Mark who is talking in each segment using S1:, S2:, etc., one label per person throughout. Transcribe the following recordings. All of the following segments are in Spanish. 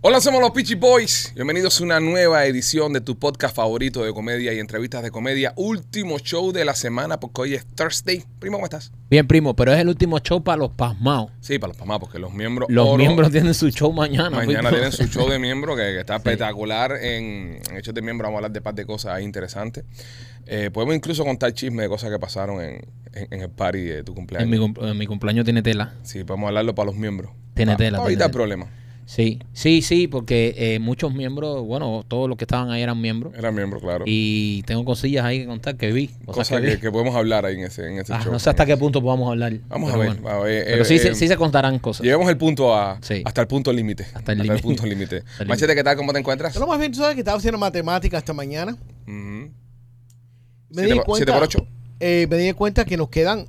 S1: Hola, somos los Peachy Boys. Bienvenidos a una nueva edición de tu podcast favorito de comedia y entrevistas de comedia. Último show de la semana porque hoy es Thursday. Primo, ¿cómo estás?
S2: Bien, primo, pero es el último show para los pasmados.
S1: Sí, para los papás, porque los miembros.
S2: Los
S1: oro-
S2: miembros tienen su show mañana.
S1: Mañana
S2: primo.
S1: tienen su show de miembro que, que está espectacular. En, en Hechos de Miembro vamos a hablar de par de cosas ahí interesantes. Eh, podemos incluso contar chismes de cosas que pasaron en, en- en el party de tu
S2: En mi,
S1: cumpleaños.
S2: cum- en mi cumpleaños tiene tela.
S1: Sí, podemos hablarlo para los miembros. Ah,
S2: Tiene tela,
S1: Ahorita
S2: tiene
S1: el
S2: tela.
S1: problema.
S2: Sí, sí, sí, porque eh, muchos miembros, bueno, todos los que estaban ahí eran miembros.
S1: Era miembro, claro.
S2: Y tengo cosillas ahí que contar que vi. Cosas
S1: Cosas
S2: que vi.
S1: que, que podemos hablar ahí en ese, en ese
S2: Ah,
S1: show.
S2: no sé hasta qué punto podamos hablar.
S1: Vamos a
S2: pero
S1: ver, a ver,
S2: Pero
S1: eh,
S2: sí, se-
S1: eh,
S2: sí se contarán cosas.
S1: Llegamos el punto a,
S2: Sí.
S1: hasta el punto límite.
S2: Hasta el límite.
S1: punto límite.
S2: el
S1: Machete, ¿qué tal? ¿Cómo te encuentras?
S3: Yo lo más bien, tú sabes que estaba haciendo matemáticas esta mañana.
S1: Ujú.
S3: Me
S1: Siete
S3: di
S1: por-
S3: cuenta.
S1: siete por ocho.
S3: eh, me di cuenta que nos quedan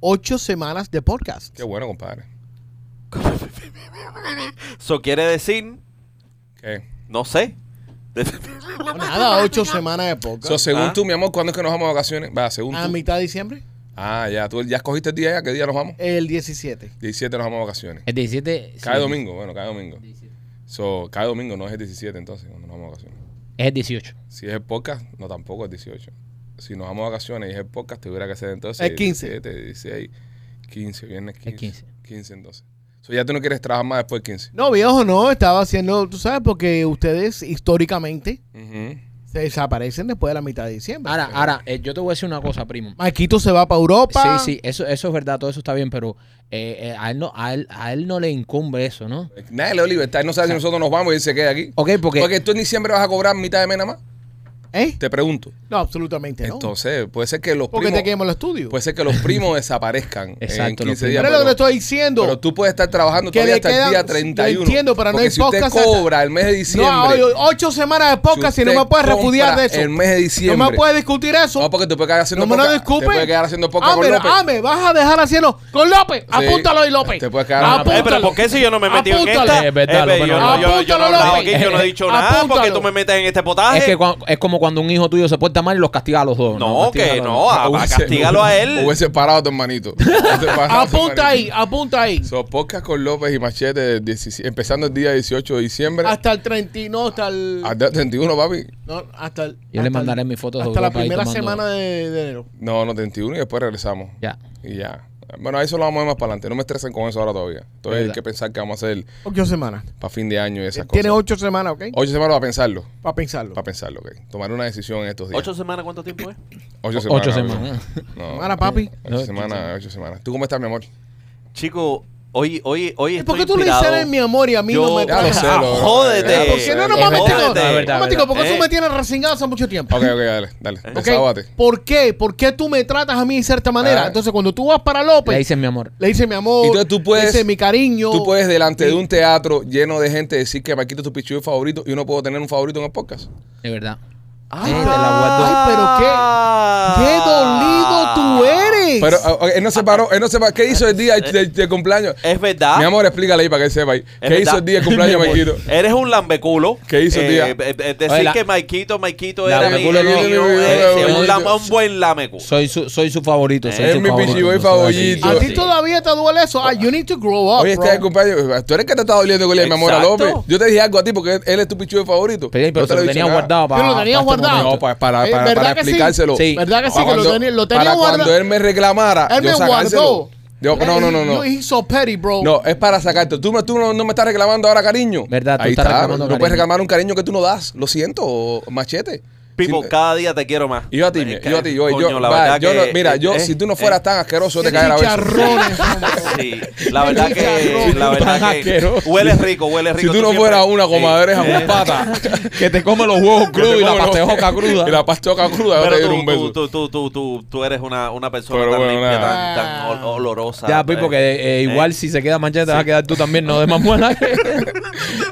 S3: ocho semanas de podcast.
S1: Qué bueno, compadre.
S4: Eso quiere decir,
S1: ¿Qué?
S4: no sé. Eh,
S3: No, nada, ocho semanas de podcast.
S1: So, según
S4: Ah.
S1: tú, mi amor, ¿cuándo es que nos vamos de vacaciones? Va, según
S3: a
S1: tú.
S3: mitad de diciembre,
S1: Ah, ya, tú ya escogiste el día, ya, ¿qué día nos vamos?
S3: el 17.
S1: 17 nos vamos de vacaciones.
S2: El 17.
S1: Cada
S2: sí,
S1: domingo, bueno, cada domingo. So, cada domingo no es el 17 entonces, cuando nos vamos de vacaciones.
S2: Es el 18.
S1: Si es el podcast, no tampoco es 18. Si nos vamos de vacaciones y es el podcast, tuviera que ser entonces
S3: El 15.
S1: 17, 16, 15, viernes 15.
S2: El 15.
S1: 15 entonces. So, ya tú no quieres trabajar más después del 15.
S3: No, viejo, no, estaba haciendo, tú sabes, porque ustedes históricamente
S1: Ujú.
S3: se desaparecen después de la mitad de
S1: Ah.
S3: diciembre.
S2: Ahora, ahora, eh, yo te voy a decir una cosa, primo.
S3: Maquito se va para Europa.
S2: Sí, sí, eso, eso es verdad, todo eso está bien, pero eh, eh, a, él no, a, él, a él no le incumbe eso, ¿no?
S1: Nadie le da libertad. Él no sabe si nosotros nos vamos y él se queda aquí.
S2: Ok, porque...
S1: Porque tú en diciembre vas a cobrar mitad de mes nada más.
S3: ¿Eh?
S1: Te pregunto.
S3: No, absolutamente no.
S1: Entonces, pues, puede ser que los
S3: porque
S1: primos.
S3: te quedemos el estudio.
S1: Puede ser que los primos desaparezcan
S2: Exacto,
S1: en 15
S2: los
S1: días.
S3: pero es lo que te estoy diciendo.
S1: pero tú puedes estar trabajando
S3: Que
S1: todavía
S3: le
S1: hasta el
S3: quedan-
S1: día 31.
S3: lo entiendo, pero no
S1: Porque
S3: hay
S1: si usted
S3: podcast
S1: cobra el mes de diciembre.
S3: no, ah, oye, ocho semanas de podcast,
S1: si
S3: si no
S1: usted
S3: me puedes repudiar de
S1: compra
S3: eso.
S1: el mes de
S3: No
S1: diciembre.
S3: me puedes discutir eso.
S1: no, porque tú puedes quedar haciendo
S3: No me lo
S1: poca-
S3: disculpe.
S1: Te puedes quedar haciendo poca
S3: ah,
S1: con
S3: pero,
S1: López.
S3: ah, me vas a dejar haciendo con López. Apúntalo ahí, López.
S1: te puedes quedar-
S3: Apúntalo.
S4: Eh, pero ¿por qué si yo no me he metido en
S3: Apúntale.
S4: esta?
S2: Es verdad,
S4: Eh,
S2: López,
S4: yo,
S2: no,
S4: no- yo- yo no he
S3: apúntalo,
S4: hablado
S3: López.
S4: aquí, yo no he dicho nada.
S3: Apúntalo.
S4: porque tú me metes en este potaje?
S2: Es, que cuan- es como cuando un hijo tuyo se porta mal y los castiga a los dos.
S4: no, que
S2: Castiga a los
S4: no,
S2: dos.
S4: a, a
S1: Hubiese-
S4: castigarlo a él.
S1: Hubiese parado a tu hermanito. Hubiese parado a tu hermanito.
S3: Apunta ahí, apunta ahí.
S1: So, podcast con López y Machete, del 17 empezando el día 18 de diciembre.
S3: Hasta el 30, no, hasta el.
S1: Hasta el 31, papi.
S3: no, hasta el-
S2: Yo
S3: hasta
S2: le
S3: el-
S2: mandaré mis fotos de
S3: Hasta la
S2: Europa ahí
S3: primera
S2: tomando-
S3: semana de, de enero.
S1: No, no, 31 y después regresamos.
S2: Ya.
S1: Y ya. Bueno, eso lo vamos a ver más para adelante. No me estresen con eso ahora todavía. Entonces hay
S2: Verdad.
S1: que pensar qué vamos a hacer
S3: Ocho semanas.
S1: para fin de año y esas
S3: Tiene
S1: cosas.
S3: ocho semanas, ¿ok?
S1: Ocho semanas para pensarlo.
S3: Para pensarlo.
S1: Para pensarlo, ok. Tomar una decisión en estos días.
S4: ¿Ocho semanas cuánto tiempo es?
S1: Ocho
S2: Ocho
S1: amigo.
S2: semanas.
S1: No,
S3: Semana, papi.
S1: Ocho semanas, ocho semanas. ¿Tú cómo estás, mi amor?
S4: Chico, hoy, hoy, hoy
S3: ¿Y ¿Por
S4: estoy
S3: qué tú le
S4: inspirado.
S3: dices en mi amor y a mí
S4: Yo-
S3: no me
S1: Ya lo
S3: traes?
S1: sé,
S3: Ah,
S1: lo-
S4: jódete.
S3: ¿Por qué no nos
S2: Es
S3: vamos
S2: verdad,
S3: a
S2: es verdad, es verdad.
S3: ¿Por qué
S4: Eh.
S3: tú me tienes rasingado hace mucho tiempo?
S1: Ok, ok, dale, dale.
S3: ¿Ok?
S1: Desahógate.
S3: ¿Por qué? ¿Por qué tú me tratas a mí de cierta manera?
S1: Ah.
S3: Entonces, cuando tú vas para López,
S2: Le dices mi amor.
S3: Le dice mi amor.
S1: Entonces tú puedes-
S3: Le dice mi cariño.
S1: Tú puedes delante de un teatro lleno de gente decir que Marquito es tu pichu favorito y uno puedo tener un favorito en el podcast.
S2: De verdad.
S4: Ah.
S2: Eh, te la guardo.
S3: Ay, pero qué- ¡Qué dolido tú eres!
S1: Pero ah, él no se paró, él no se paró. ¿Qué hizo el día de, de- de cumpleaños?
S4: Es verdad.
S1: Mi amor, explícale ahí para que él sepa ahí.
S4: Ah. Es
S1: ¿Qué hizo
S4: verdad.
S1: el día de cumpleaños,
S4: Mi amor,
S1: Marquito?
S4: Eres un lambeculo.
S1: ¿Qué hizo el día?
S4: Eh, eh,
S2: Oye,
S4: eh, decir
S2: la-
S4: que Maikito, Maikito era mi,
S2: Lameculo no.
S4: mi- mi-
S1: No, no, no,
S4: eh, sí,
S1: no,
S4: un,
S1: no,
S4: lame-
S1: no.
S4: un buen lameculo.
S2: Soy su, soy su favorito. Soy
S4: Es
S2: su
S1: mi
S2: favorito.
S1: pichiboy
S2: no soy
S1: favorito.
S3: a
S2: así.
S3: ti todavía te duele eso. Ah, you need to grow up.
S1: Oye, este es el
S3: bro.
S1: cumpleaños. Tú eres que te está doliendo con él, mi amor, a
S4: Exacto.
S1: López. Yo te dije algo a ti porque él- él es tu pichu favorito.
S2: Pero,
S1: No
S2: pero
S1: te
S2: se
S1: he
S2: lo
S1: dicho
S2: tenía
S1: nada.
S2: guardado este para.
S3: Yo lo tenía guardado.
S1: No, para, para,
S3: Eh,
S1: para,
S3: ¿verdad
S1: para
S3: que sí?
S1: explicárselo.
S2: Sí.
S3: ¿Verdad que sí?
S1: Para
S3: Que lo
S1: Ah, cuando-
S3: tenía, lo tenía
S1: para
S3: guardado.
S1: cuando él me reclamara,
S3: Él
S1: yo
S3: me
S1: sacárselo.
S3: guardó.
S1: Yo, no, no, no, no.
S3: You- He's so petty, bro.
S1: No, es para sacarte. Tú, me- tú no, no me estás reclamando ahora cariño.
S2: Verdad, tú
S1: Ahí
S2: estás
S1: está. No
S2: reclamando cariño.
S1: puedes reclamar un cariño que tú no das. Lo siento, machete.
S4: Pipo,
S1: Sí,
S4: cada día te quiero más.
S1: y yo a ti,
S4: Eh,
S1: yo a ti, yo,
S4: coño,
S1: yo,
S4: la
S1: va,
S4: verdad
S1: yo no-
S4: que-
S1: mira,
S4: eh,
S1: yo,
S4: eh,
S1: si tú no fueras
S4: eh,
S1: tan asqueroso, yo te
S3: Qué
S1: caería a besos.
S3: chicharrones, hombre.
S4: Sí, la verdad que,
S3: Chicharrón.
S4: la verdad que
S1: Asqueroso.
S4: huele rico, huele
S1: Si
S4: rico.
S1: tú no
S4: siempre- Eh,
S1: fueras una comadreja
S4: Sí.
S1: con pata
S2: Que te come los huevos crudos y la pastejoca cruda.
S1: y la pastejoca cruda, yo
S4: Pero
S1: te diera
S4: tú,
S1: un beso.
S4: Tú, tú, tú, tú, tú eres una, una persona
S1: Pero
S4: tan
S1: bueno,
S4: limpia,
S1: nada.
S4: tan, tan ol- olorosa.
S2: Ya, Pipo, que eh,
S4: eh.
S2: igual si se queda manchada te vas a quedar tú también, no de más buena.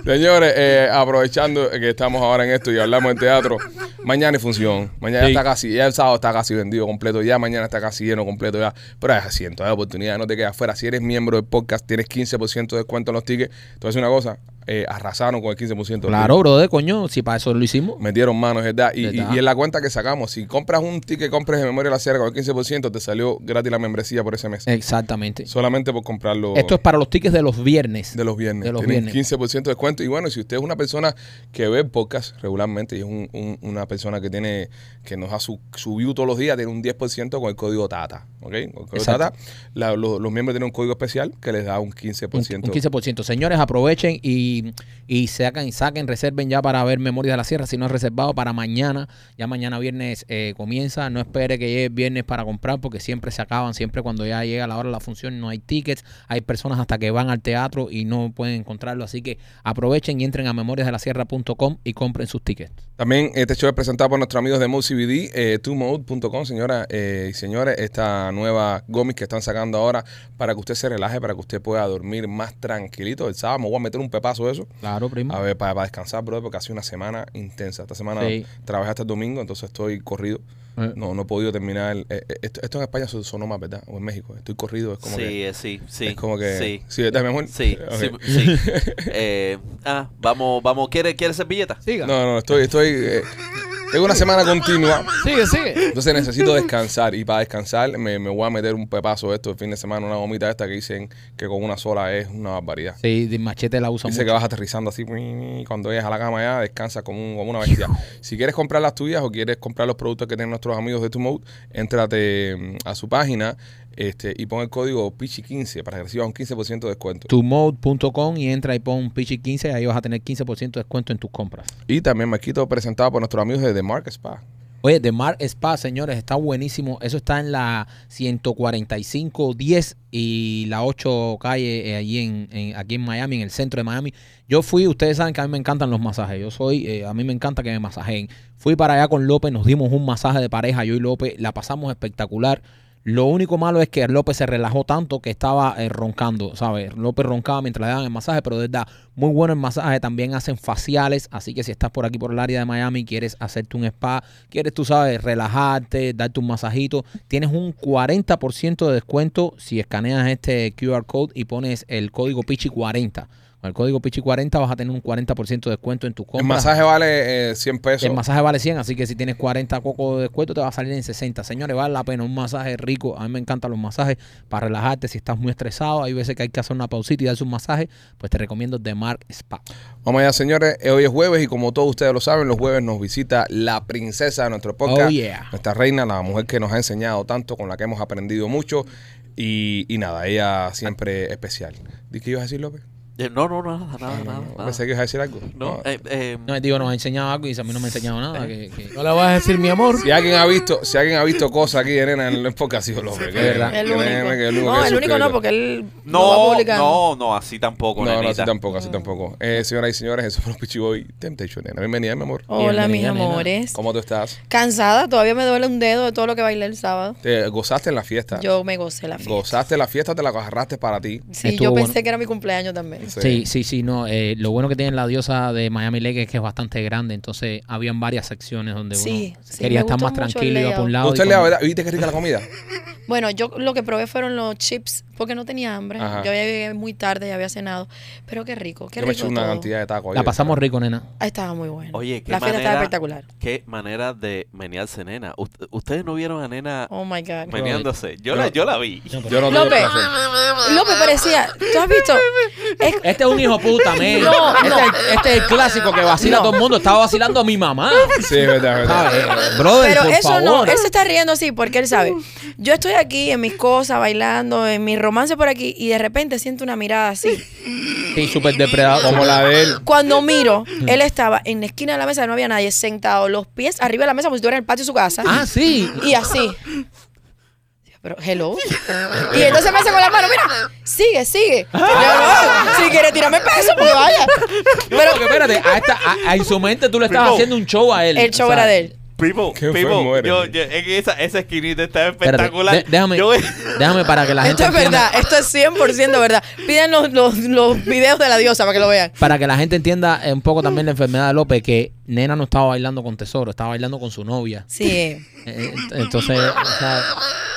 S1: Señores, eh, aprovechando que estamos ahora en esto y hablamos en teatro, mañana es función. Mañana
S2: Sí.
S1: está casi, ya el sábado está casi vendido completo, ya mañana está casi lleno completo ya. Pero es asiento, hay oportunidad, no te quedas fuera. Si eres miembro del podcast, tienes 15% de descuento en los tickets. Entonces, una cosa, eh, arrasaron con el 15% del
S2: Claro, brother, coño, si para eso lo hicimos.
S1: Metieron manos, ¿verdad? Y,
S2: ¿Verdad?
S1: y- y en la cuenta que sacamos, si compras un ticket, compres en memoria de la sierra con el 15%, te salió gratis la membresía por ese mes.
S2: Exactamente.
S1: Solamente por comprarlo
S2: Eh. Esto es para los tickets de los viernes.
S1: de los viernes.
S2: de los
S1: Tienen
S2: viernes.
S1: 15% de descuento. Y bueno, si usted es una persona que ve podcast regularmente y es un- un- una persona que tiene que nos ha su, su view todos los días, tiene un 10% con el código TATA. ¿Ok? Con el código
S2: Exacto.
S1: TATA, la- lo- los miembros tienen un código especial que les da un 15%.
S2: Un, un 15%. Señores, aprovechen y, y saquen, saquen, reserven ya para ver Memorias de la Sierra. Si no es reservado para mañana, ya mañana viernes eh, comienza. No espere que llegue el viernes para comprar porque siempre se acaban. Siempre cuando ya llega la hora de la función no hay tickets. Hay personas hasta que van al teatro y no pueden encontrarlo. Así que aprovechen y entren a memoriasdelasierra.com y compren sus tickets.
S1: También este show es presentado por nuestros amigos de ModeCBD, eh, twomode.com, señoras eh, y señores, esta nueva gomis que están sacando ahora para que usted se relaje, para que usted pueda dormir más tranquilito. El sábado me voy a meter un pepazo de eso,
S2: Claro, primo.
S1: a ver, para, para descansar, brother, porque hace una semana intensa. Esta semana
S2: Sí.
S1: trabajé hasta el domingo, entonces estoy corrido.
S2: Eh.
S1: No, no he podido terminar. el- eh, eh, esto, esto en España son- sonó más, ¿verdad? O en México. Estoy corrido, es como
S4: sí,
S1: que...
S4: eh, sí, sí.
S1: es como que...
S4: Sí.
S1: Sí, ¿verdad, mi amor?
S4: Sí,
S1: Ok.
S4: sí, sí. Eh, ah, vamos, vamos. ¿Quiere, quiere servilleta?
S3: Siga.
S1: No, no, estoy... estoy eh, tengo una semana continua.
S3: Sigue, sigue.
S1: Entonces necesito descansar y para descansar me, me voy a meter un pepazo de esto el fin de semana, una gomita esta que dicen que con una sola es una barbaridad.
S2: Sí, de machete la usan
S1: Dice que vas aterrizando así, mi, mi, cuando llegas a la cama ya descansas como, un- como una bestia. Si quieres comprar las tuyas o quieres comprar los productos que tienen nuestros amigos de Tu Mode, éntrate mm, a su página este, y pon el código PICHI15 para que recibas un 15% de descuento.
S2: Tumode.com y entra y pon Pichi 15 y ahí vas a tener 15% de descuento en tus compras.
S1: Y también me quito presentado por nuestros amigos de The Market Spa.
S2: Oye, The Mar Spa, señores, está buenísimo. Eso está en la 14510 y la 8 calle eh, allí en, en- aquí en Miami, en el centro de Miami. Yo fui, ustedes saben que a mí me encantan los masajes. Yo soy, eh, a mí me encanta que me masajeen. Fui para allá con López, nos dimos un masaje de pareja, yo y López, la pasamos espectacular. Lo único malo es que López se relajó tanto que estaba eh, roncando, ¿sabes? López roncaba mientras le daban el masaje, pero de verdad, muy bueno el masaje. También hacen faciales, así que si estás por aquí, por el área de Miami, quieres hacerte un spa, quieres, tú sabes, relajarte, darte un masajito, tienes un 40% de descuento si escaneas este QR code y pones el código PICHI40. Con el código PICHI40 vas a tener un 40% de descuento en tus compras.
S1: El masaje vale eh, 100 pesos.
S2: El masaje vale 100, así que si tienes 40 cocos de descuento te va a salir en 60. Señores, vale la pena. Un masaje rico. A mí me encantan los masajes para relajarte. Si estás muy estresado, hay veces que hay que hacer una pausita y darse un masaje, pues te recomiendo The Mark Spa.
S1: Vamos allá, señores. Eh, Hoy es jueves y como todos ustedes lo saben, los jueves nos visita la princesa de nuestro podcast.
S2: Oh, yeah.
S1: Nuestra reina, la mujer que nos ha enseñado tanto, con la que hemos aprendido mucho. Y, y nada, ella siempre especial. ¿Di qué ibas a decir, López?
S4: Eh, no, no, nada, nada, nada.
S1: No,
S5: Ah.
S4: nada.
S1: Pensé que ibas a decir algo.
S4: No,
S1: No.
S4: eh, eh,
S2: No, el tío nos ha enseñado algo y dice, a mí no me ha enseñado nada. que- que-
S3: No le vas a decir mi amor.
S1: Si alguien ha visto, si alguien ha visto cosas aquí de nena en el podcast, ha sido López. que-
S2: verdad.
S1: que
S5: El único.
S1: nena, que
S5: no,
S1: que
S5: el único
S1: suscribe.
S5: no, porque él lo va
S4: no,
S5: publicando.
S4: no, no, así tampoco,
S1: No, no,
S4: nenita.
S1: así tampoco,
S5: Mm.
S1: así tampoco. Eh, señoras y señores, eso fue los Pichiboy Temptation, nena. Bienvenida, mi amor.
S5: Hola, mis
S2: Bienvenida, nena.
S5: amores.
S1: ¿Cómo tú estás?
S5: Cansada, todavía me duele un dedo de todo lo que bailé el sábado.
S1: ¿Te gozaste en la fiesta?
S5: Yo me gocé la fiesta.
S1: Gozaste la fiesta, te la agarraste para ti.
S5: Sí,
S2: Estuvo
S5: yo
S2: bueno.
S5: pensé que era mi cumpleaños también.
S2: Sí, sí, sí, no. eh, lo bueno que tiene la diosa de Miami Lake es que es bastante grande, entonces habían varias secciones donde
S5: Sí,
S2: uno
S5: sí,
S2: quería
S5: me
S2: estar
S5: gustó
S2: más
S5: mucho el
S2: tranquilo, iba por un
S5: layout.
S2: lado. Ah, y
S1: ¿Usted
S2: por
S1: le
S2: otro.
S1: verdad? ¿Viste qué rica la comida?
S5: Bueno, yo lo que probé fueron los chips, porque no tenía hambre.
S1: Ajá.
S5: Yo ya llegué muy tarde, ya había cenado. Pero qué rico, qué
S1: Yo me
S5: rico
S1: eché una
S5: todo.
S1: cantidad de tacos. ahí.
S2: La pasamos rico, nena.
S5: Ah, estaba muy bueno.
S4: Oye, qué
S5: la
S4: manera,
S5: fiesta estaba espectacular.
S4: Qué manera de menearse, nena. Ust- ¿Ustedes no vieron a nena
S5: Oh my God.
S4: meneándose? Yo la, yo la vi.
S1: Yo no
S5: López.
S1: tuve placer.
S5: López parecía, ¿tú has visto? Es-
S2: Este es un hijo puta, men.
S5: No,
S2: este,
S5: no.
S2: Es, este es el clásico que vacila
S5: No.
S2: a todo el mundo. Estaba vacilando a mi mamá.
S1: Sí, es verdad, es
S2: ¿Sabes?
S1: verdad.
S2: Brother,
S5: Pero
S2: por
S5: eso
S2: favor.
S5: no, él se está riendo así porque él sabe. Yo estoy aquí en mis cosas, bailando, en mi romance por aquí, y de repente siento una mirada así.
S2: Sí, súper depredado.
S1: Como la de él.
S5: Cuando miro, él estaba en la esquina de la mesa, no había nadie, sentado, los pies arriba de la mesa como si estuviera en el patio de su casa.
S2: Ah, sí.
S5: Y así. Pero, hello. Y entonces me hace con la mano, mira, sigue, sigue.
S2: Ah.
S5: Yo, no, si quiere tirarme peso, pues vaya. Pero
S2: Porque espérate, a, esta, a, a- en su mente tú le estás
S4: Primo.
S2: haciendo un show a él.
S5: el show
S2: O sea,
S5: era de él.
S4: People,
S1: Qué
S4: people,
S1: enfermo eres,
S4: yo,
S1: güey.
S4: yo- en esa, esa esquinita está
S2: espérate,
S4: espectacular.
S2: de- déjame,
S4: Yo-
S2: déjame para que la gente
S5: Esto es
S2: entienda.
S5: verdad, esto es 100% verdad. Pidan los, los, los videos de la diosa para que lo vean.
S2: Para que la gente entienda eh, un poco también la enfermedad de López, que Nena no estaba bailando con Tesoro, estaba bailando con su novia.
S5: Sí.
S2: Eh, eh, Entonces, o sea, eh,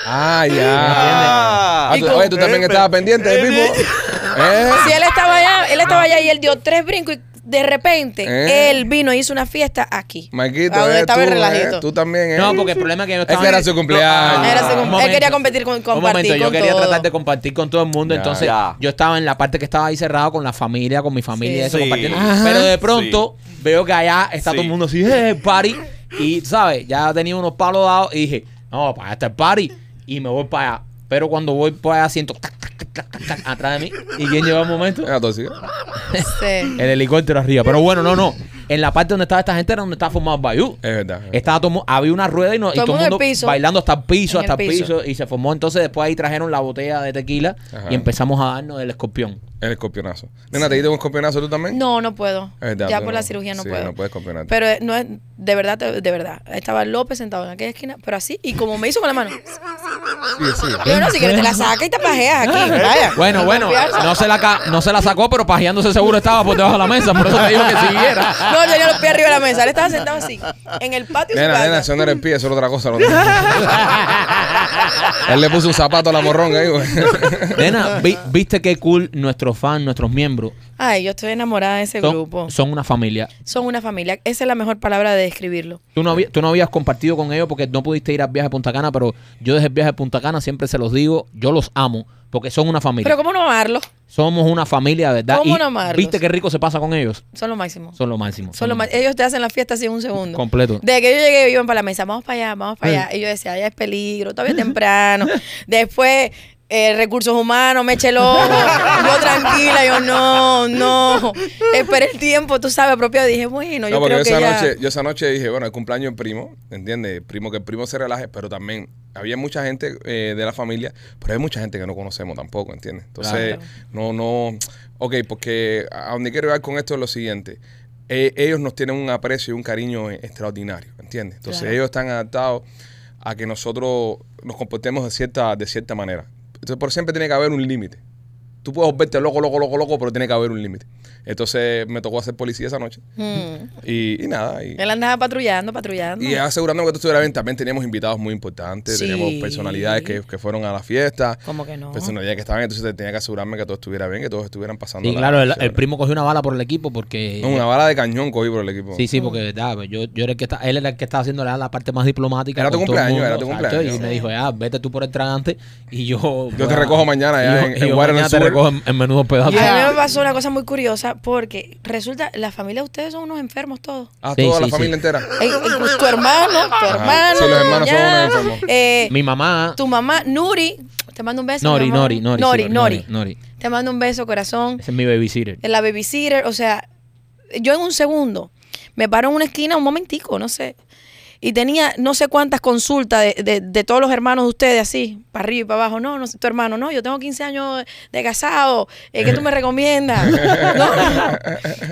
S1: Ah, ya.
S4: Ah,
S1: Ah, tú- oye, tú también estabas pendiente,
S4: Eh,
S1: Pipo. Eh.
S5: Si él estaba allá, él estaba allá y él dio tres brincos y de repente
S1: Eh.
S5: él vino y hizo una fiesta aquí.
S1: Maquito,
S5: a donde
S1: eh,
S5: Ah, estaba
S1: tú,
S5: el
S1: eh,
S5: relajito.
S1: tú también, ¿eh?
S2: No, porque el problema es que yo no estaba.
S1: Ese era su cumpleaños.
S5: Era su
S2: un
S5: cum- él
S2: momento.
S5: quería competir con-
S2: un
S5: compartir
S2: momento, yo
S5: con
S2: quería
S5: todo.
S2: tratar de compartir con todo el mundo.
S1: Ya.
S2: entonces,
S4: Ya.
S2: yo estaba en la parte que estaba ahí cerrado con la familia, con mi familia,
S5: Sí.
S2: eso
S4: Sí.
S2: compartiendo.
S3: Ajá.
S2: Pero de pronto veo que allá está
S4: Sí.
S2: todo el mundo así, eh, party. Y, ¿sabes? Ya tenía unos palos dados y dije, no, para allá está el party. Y me voy para allá. Pero cuando voy para allá siento tac, tac, tac, tac, tac, tac, atrás de mí. ¿Y quién lleva el momento?
S1: Era tóxico.
S5: Sí.
S2: El helicóptero arriba. Pero bueno, no, no. En la parte donde estaba esta gente era donde estaba formado Bayou.
S1: Es verdad. eh,
S2: Estaba todo, mu- había una rueda y, no, y
S5: Todo
S2: todo
S5: el
S2: el
S5: mundo en el
S2: mundo
S5: piso.
S2: bailando hasta el piso,
S5: En el
S2: hasta el
S5: piso.
S2: piso. Y se formó. Entonces, después ahí trajeron la botella de tequila
S1: Ajá.
S2: y empezamos a darnos el escorpión.
S1: El escorpionazo. Nena, ¿te diste un escorpionazo tú también?
S5: No, no puedo.
S1: Es verdad,
S5: ya
S1: tú
S5: por
S1: no.
S5: la cirugía no
S1: Sí,
S5: puedo.
S1: no puedes campeonato.
S5: Pero eh, no es, de verdad, te- de verdad. Estaba López sentado en aquella esquina, pero así, y como me hizo con la mano.
S1: Sí, sí.
S5: Yo no, si quieres te la saca y te pajeas aquí. Vaya.
S2: Bueno, bueno,
S5: Confianza.
S2: no se, la ca- no se la sacó, pero pajeándose seguro estaba por debajo de la mesa. Por eso te digo que siguiera.
S5: No, yo tenía los pies arriba de la mesa. Él estaba sentado así, en el patio. de su
S1: Nena,
S5: casa.
S1: nena, eso no era el pie, eso era otra cosa. lo otro. Él le puso un zapato a la morronga ahí, güey.
S2: Nena, vi- viste qué cool nuestros fans, nuestros miembros.
S5: Ay, yo estoy enamorada de ese grupo.
S2: Son, son una familia.
S5: Son una familia. Esa es la mejor palabra de describirlo.
S2: Tú no, habías, tú no habías compartido con ellos porque no pudiste ir al viaje a Punta Cana, pero yo desde el viaje a Punta Cana siempre se los digo, yo los amo porque son una familia.
S5: Pero ¿cómo no amarlo?
S2: Somos una familia, ¿verdad?
S5: ¿Cómo
S2: Y
S5: no amarlos?
S2: ¿Viste qué rico se pasa con ellos?
S5: Son lo máximo.
S2: Son lo máximo.
S5: Son lo ma- Ellos te hacen la fiesta así en un segundo.
S2: Completo.
S5: Desde que yo llegué, iban para la mesa, vamos para allá, vamos para
S1: Eh.
S5: allá. Y yo decía, allá es peligro, todavía es temprano. Después, eh, recursos humanos, me eché el ojo. Yo tranquila, yo no, no. Esperé el tiempo, tú sabes, apropiado. Dije, bueno, yo
S1: No, porque yo
S5: creo que
S1: esa,
S5: ya...
S1: noche, yo esa noche dije, bueno, el cumpleaños del primo, ¿entiendes? Primo, que el primo se relaje, pero también había mucha gente eh, de la familia, pero hay mucha gente que no conocemos tampoco, ¿entiendes? Entonces, no, no, ok, porque a a donde quiero llegar con esto es lo siguiente. Eh, ellos nos tienen un aprecio y un cariño eh, extraordinario, ¿entiendes? Entonces
S5: Claro.
S1: ellos están adaptados a que nosotros nos comportemos de cierta, de cierta manera. Entonces, por siempre tiene que haber un límite. Tú puedes verte loco, loco, loco, loco, pero tiene que haber un límite. Entonces, me tocó hacer policía esa noche.
S5: Mm.
S1: Y, y nada, y,
S5: Él andaba patrullando, patrullando.
S1: y asegurando que tú estuvieras bien, también teníamos invitados muy importantes,
S5: Sí.
S1: teníamos personalidades que, que fueron a la fiesta,
S5: Como que no.
S1: personalidades que estaban bien, entonces tenía que asegurarme que todo estuviera bien, que todos estuvieran pasando.
S2: Y
S1: la-
S2: claro, el, el
S1: chévere.
S2: primo cogió una bala por el equipo porque... eh,
S1: No, una bala de cañón cogí por el equipo.
S2: Sí, sí, porque verdad, pues, yo, yo era el que está, él era el que estaba haciendo la, la parte más diplomática.
S1: Era tu
S2: con todo el
S1: cumpleaños,
S2: mundo,
S1: era tu
S2: exacto,
S1: cumpleaños.
S2: Y me dijo, ya, vete tú por el tragante y yo...
S1: Yo te recojo mañana
S2: y
S1: allá
S2: yo-
S1: en-
S2: y
S1: en
S2: yo
S1: Warren
S2: mañana te
S1: Sewer.
S2: recojo en, en menudo pedazo.
S5: Y a
S3: Yeah.
S5: mí me pasó una cosa muy curiosa porque resulta, la familia de ustees son unos enfermos todos.
S1: Ah,
S2: Sí,
S1: toda la
S2: sí,
S1: familia
S2: sí.
S1: entera.
S5: Eh, eh, tu hermano, tu
S1: Ajá.
S5: hermano.
S1: Sí, los hermanos son
S5: ya.
S1: unos enfermos.
S5: Eh,
S2: Mi mamá...
S5: tu mamá, Nuri, te mando un beso.
S2: Nori,
S5: mi amor.
S2: Nori, Nori,
S5: Nori,
S2: sí,
S5: Nori.
S2: Nori.
S5: Te mando un beso, corazón.
S2: Ese es mi babysitter.
S5: La babysitter, o sea, yo en un segundo me paro en una esquina un momentico, no sé. Y tenía no sé cuántas consultas de, de- de todos los hermanos de ustedes, así, para arriba y para abajo. No, no sé, tu hermano, no, yo tengo 15 años de casado, eh, ¿qué tú me recomiendas? No.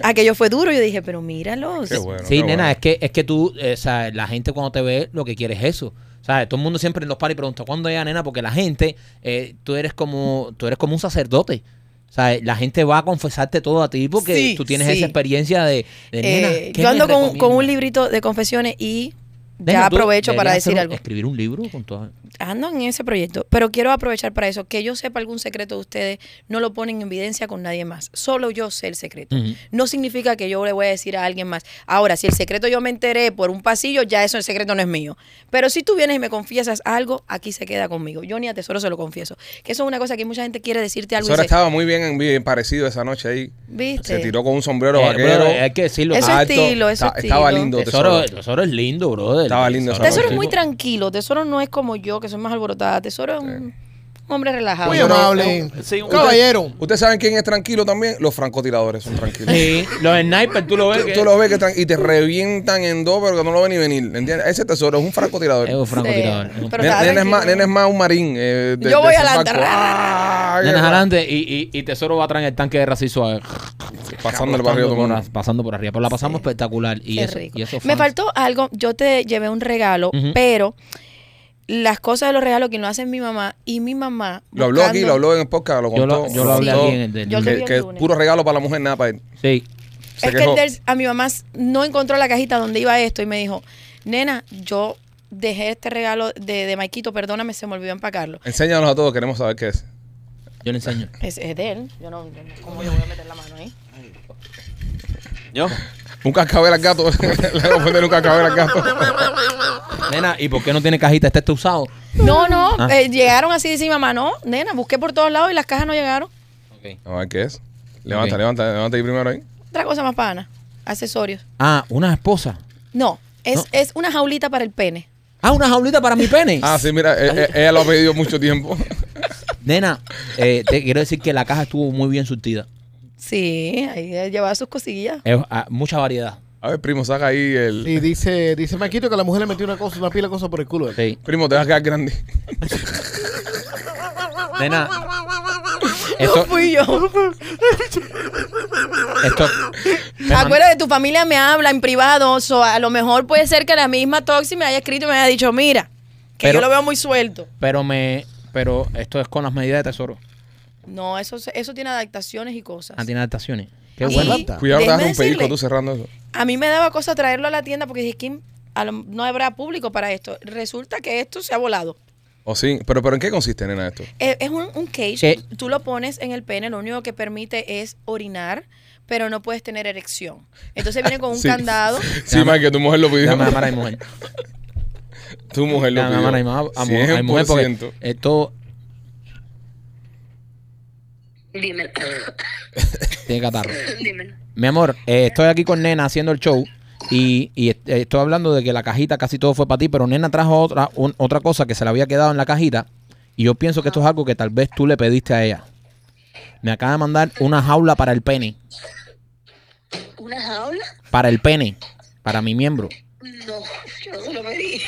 S5: Aquello fue duro, yo dije, pero míralos.
S1: Qué bueno,
S2: Sí,
S1: qué
S2: nena,
S1: bueno.
S2: es que es que tú, eh, o sea, la gente cuando te ve lo que quiere es eso. O sea, todo el mundo siempre en los paris pregunta, ¿cuándo llega, nena? Porque la gente, eh, tú eres como tú eres como un sacerdote. O sea, la gente va a confesarte todo a ti porque
S5: Sí,
S2: tú tienes
S5: sí.
S2: esa experiencia de, de nena.
S5: Eh,
S2: ¿qué me
S5: yo ando con, con un
S2: recomiendas?
S5: librito de confesiones y
S2: Nena,
S5: ya
S2: tú
S5: aprovecho para
S2: deberías
S5: decir
S2: hacer un-
S5: algo.
S2: Escribir un libro con todo.
S5: Ando en ese proyecto, pero quiero aprovechar para eso, que yo sepa algún secreto de ustedes, no lo ponen en evidencia con nadie más, solo yo sé el secreto.
S2: Ujú.
S5: No significa que yo le voy a decir a alguien más. Ahora, si el secreto yo me enteré por un pasillo, ya eso el secreto no es mío. Pero si tú vienes y me confiesas algo, aquí se queda conmigo. Yo ni a tesoro se lo confieso. Que eso es una cosa que mucha gente quiere decirte algo. y
S1: Sora
S5: dice,
S1: estaba muy bien, bien parecido esa noche ahí.
S5: ¿Viste?
S1: Se tiró con un sombrero
S2: Eh,
S1: vaquero.
S2: brother, hay que decirlo.
S5: Eso es
S1: alto.
S5: estilo, eso
S1: Esta-
S5: es
S1: Estaba
S5: estilo.
S1: lindo,
S2: tesoro, eh,
S1: tesoro.
S2: tesoro es lindo, brother.
S1: Estaba lindo esa
S5: Tesoro es
S1: Claro,
S5: muy
S1: sí.
S5: tranquilo. Tesoro no es como yo, que soy más alborotada. Tesoro es un hombre relajado.
S3: Muy
S1: Yo no-
S3: amable.
S4: Sí, un-
S3: Caballero.
S1: ¿Ustedes saben quién es tranquilo también? Los francotiradores son tranquilos.
S2: Sí, los snipers tú lo ves.
S1: Tú,
S2: que-
S1: tú los ves que están y te revientan en dos, pero que no lo ven ni venir. ¿Entiendes? Ese tesoro es un francotirador.
S2: Es un francotirador.
S5: Sí,
S2: es un
S5: Eh, pero
S1: Nena,
S5: está
S1: nena es más,
S5: tranquilo.
S1: nena es más un marín. eh, de-
S5: Yo
S1: de
S5: voy
S1: ese
S5: adelante.
S1: barco. Ah,
S2: Nenas
S1: qué-
S2: adelante y, y- y Tesoro va atrás en el tanque de Racismo eh,
S1: Pasando el barrio de todo el
S2: por,
S1: mundo.
S2: ar- pasando por arriba. Pero la pasamos espectacular. Y
S5: Qué
S2: eso,
S5: rico.
S2: y eso
S5: Me
S2: fans.
S5: faltó algo. Yo te llevé un regalo,
S2: Ujú.
S5: pero las cosas de los regalos que no hacen mi mamá y mi mamá.
S1: Lo habló aquí,
S5: buscando-
S1: lo habló en el podcast, lo
S2: Yo lo,
S1: contó.
S2: yo lo hablé
S1: contó,
S2: aquí en el del-
S5: Yo lo vi
S1: Que,
S5: el
S1: que es
S5: lunes.
S1: puro regalo para la mujer, nada pues, para él.
S2: Sí.
S1: Se
S5: Es que
S1: quejó.
S5: el del- a mi mamá s- no encontró la cajita donde iba esto y me dijo, nena, yo dejé este regalo de, de Maikito, perdóname, se me olvidó empacarlo.
S1: Enséñanos a todos, queremos saber qué es.
S2: Yo le enseño.
S5: Es, es de él. Yo no, yo no- ¿cómo yo voy a meter la mano ahí?
S4: ¿Yo?
S1: Un cascabel al gato. Le voy a poner un cascabel al gato.
S2: Nena, ¿y por qué no tiene cajita? Este está usado.
S5: No, no,
S2: Ah.
S5: eh, llegaron así, dice mi mamá, no, nena, busqué por todos lados y las cajas no llegaron.
S1: Vamos a ver qué es. Levanta,
S2: Ok.
S1: levanta, levanta ahí primero ¿eh? ahí.
S5: Otra cosa más pana, accesorios.
S2: Ah, una esposa.
S5: No, es,
S2: No.
S5: es una jaulita para el pene.
S2: Ah, una jaulita para mi pene.
S1: Ah, sí, mira, eh, eh, ella lo ha pedido mucho tiempo.
S2: Nena, eh, te quiero decir que la caja estuvo muy bien surtida.
S5: Sí, ahí eh, llevaba sus cosillas.
S2: Es, ah, mucha variedad.
S1: A ver, primo, saca ahí el.
S3: Y dice, dice Marquito que la mujer le metió una cosa, una pila de cosas por el culo. de él.
S2: Sí.
S1: Primo, te vas a quedar grande.
S2: Nena. Esto,
S5: No fui yo.
S2: esto, me man-
S5: Acuérdate, tu familia me habla en privado. so, a lo mejor puede ser que la misma Toxi me haya escrito y me haya dicho, mira, que
S2: Pero-
S5: yo lo veo muy suelto.
S2: pero me, pero esto es con las medidas de tesoro.
S5: Ah, No, eso, se- eso tiene adaptaciones y cosas.
S2: Ah, tiene adaptaciones. Qué
S5: Y-
S2: bueno.
S3: Adapta.
S1: Ah. Cuidado, te das
S5: Déjame
S1: un perico
S5: decirle.
S1: tú cerrando eso.
S5: A mí me daba cosa traerlo a la tienda porque dije, "¿Quién- a lo- no habrá público para esto. Resulta que esto se ha volado.
S1: O sí, pero, pero ¿en qué consiste, nena, esto?
S5: Eh, Es un, un cage,
S2: Sí.
S5: tú lo pones en el pene, lo único que permite es orinar, pero no puedes tener erección. Entonces viene con un
S1: Sí.
S5: candado.
S1: Sí,
S2: Déjame-
S1: más que tu mujer lo pidió.
S2: Déjame llamar a mi mujer.
S1: Tu mujer lo
S2: Déjame
S1: pidió.
S2: llamar a mi mamá- a mu- a mi mujer porque
S1: 100%.
S2: esto
S6: Dímelo,
S2: tiene catarro.
S6: dímelo.
S2: Mi amor, eh, estoy aquí con Nena haciendo el show y, y est- eh, estoy hablando de que la cajita casi todo fue para ti, pero Nena trajo otra, un- otra cosa que se le había quedado en la cajita y yo pienso que esto es algo que tal vez tú le pediste a ella. Me acaba de mandar una jaula para el pene,
S6: ¿Una jaula?
S2: para el pene, para mi miembro.
S6: No, yo no se lo pedí.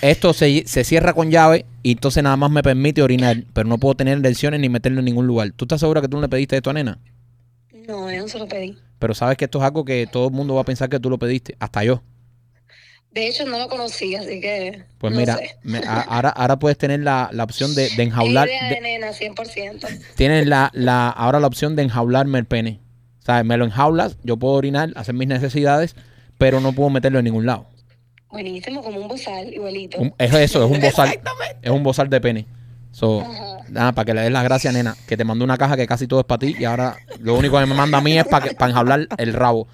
S2: Esto se, se cierra con llave y entonces nada más me permite orinar, pero no puedo tener erecciones ni meterlo en ningún lugar. ¿Tú estás segura que tú no le pediste esto a Nena?
S6: No, yo no se lo pedí.
S2: Pero sabes que esto es algo que todo el mundo va a pensar que tú lo pediste, hasta yo.
S6: De hecho, no lo conocí, así que.
S2: Pues
S6: no
S2: mira,
S6: sé.
S2: me- a- ahora, ahora puedes tener la, la opción de, de enjaular.
S6: Idea
S2: de-
S6: de nena, 100%.
S2: tienes la, la, ahora la opción de enjaularme el pene. ¿Sabes? Me lo enjaulas, yo puedo orinar, hacer mis necesidades, pero no puedo meterlo en ningún lado.
S6: Buenísimo, como un bozal, igualito.
S2: Un- es eso, es un bozal. Es un bozal de pene. So, nada, para que le des las gracias, nena, que te mandó una caja que casi todo es para ti y ahora lo único que me manda a mí es para enjaular el rabo.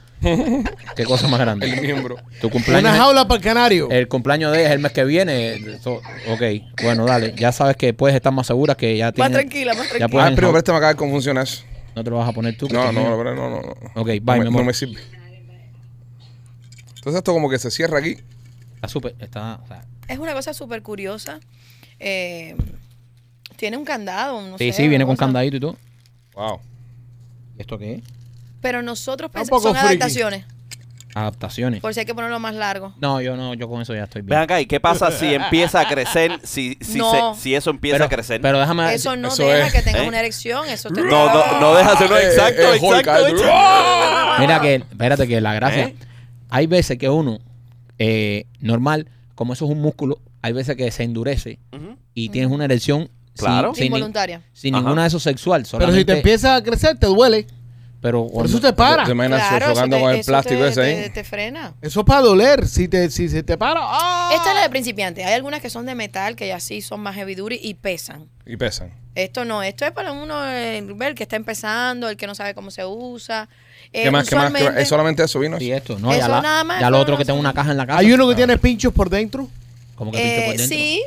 S2: Qué cosa más
S1: El
S2: grande.
S1: miembro.
S2: Tu
S3: Una
S2: cumpleaños. es-
S3: jaula para el canario.
S2: El cumpleaños de ella es el mes que viene. So, ok, bueno, dale. Ya sabes que puedes estar más segura que ya
S5: Más
S2: tienes.
S5: tranquila, más
S2: Ya
S5: tranquila.
S2: puedes
S1: Ah, primo,
S2: enjau-
S1: préstame acá a ver cómo funciona eso.
S2: No te lo vas a poner tú. que
S1: No,
S2: tú
S1: no,
S2: mismo.
S1: no, no, no.
S2: Ok, bye,
S1: no,
S2: mi
S1: me,
S2: amor.
S1: no me sirve. Entonces esto como que se cierra aquí.
S2: Está súper. Está. o sea,
S5: Es una cosa súper curiosa. Eh, tiene un candado. No
S2: sí, sí,
S5: sé,
S2: viene
S5: una
S2: con
S5: cosa.
S2: candadito y todo.
S1: Wow.
S2: ¿Esto qué es?
S5: Pero nosotros
S3: Está un
S5: pensamos
S3: poco
S5: son
S3: friki.
S5: adaptaciones.
S2: Adaptaciones.
S5: Por si hay que ponerlo más largo.
S2: No, yo no, yo con eso ya estoy bien.
S4: Ven acá, ¿y qué pasa si empieza a crecer? Si, si,
S5: No.
S4: se- si eso empieza
S2: pero,
S4: a crecer.
S2: pero déjame.
S5: Eso no
S1: eso
S5: deja
S1: es.
S5: que tengas
S4: ¿Eh?
S5: una erección. Eso te
S4: no, no, no deja hacerlo
S1: Eh, eh,
S4: exacto,
S1: eh, Hulk,
S4: exacto,
S1: eh,
S4: exacto.
S2: Mira que, espérate que la gracia.
S4: ¿Eh?
S2: Hay veces que uno, eh, normal, como eso es un músculo, hay veces que se endurece
S4: Ujú.
S2: y tienes una erección sin-
S4: Claro.
S2: sin, nin-
S5: Involuntaria.
S2: sin
S4: Ajá.
S2: ninguna de esos sexual.
S3: pero si
S2: solamente-
S3: te empieza a crecer, te duele.
S2: Pero
S3: Por
S2: cuando-
S3: eso te para.
S1: Te imaginas
S5: Claro, eso
S1: sofocando
S5: te-
S1: con el
S5: eso
S1: plástico
S5: te-
S1: ese ahí.
S5: te- te frena.
S3: Eso es para doler. Si, te, si se te para. ¡ah!
S5: Esta es la de principiante. Hay algunas que son de metal, que ya sí son más heavy duty y pesan.
S1: Y pesan.
S5: Esto no, esto es para uno eh, ver el que está empezando, el que no sabe cómo se usa. Eh,
S1: ¿Qué más, qué más? qué más?
S5: usualmente-
S1: ¿Es solamente eso, vino?
S2: Sí, esto, no,
S5: Eso
S2: ya, la-
S5: nada más,
S2: ya
S5: eso
S2: lo otro
S5: no
S2: que tengo
S5: son-
S2: una caja en la casa.
S3: Hay uno que tiene pinchos por dentro.
S2: Como que pincho
S5: Eh,
S2: por dentro.
S5: sí.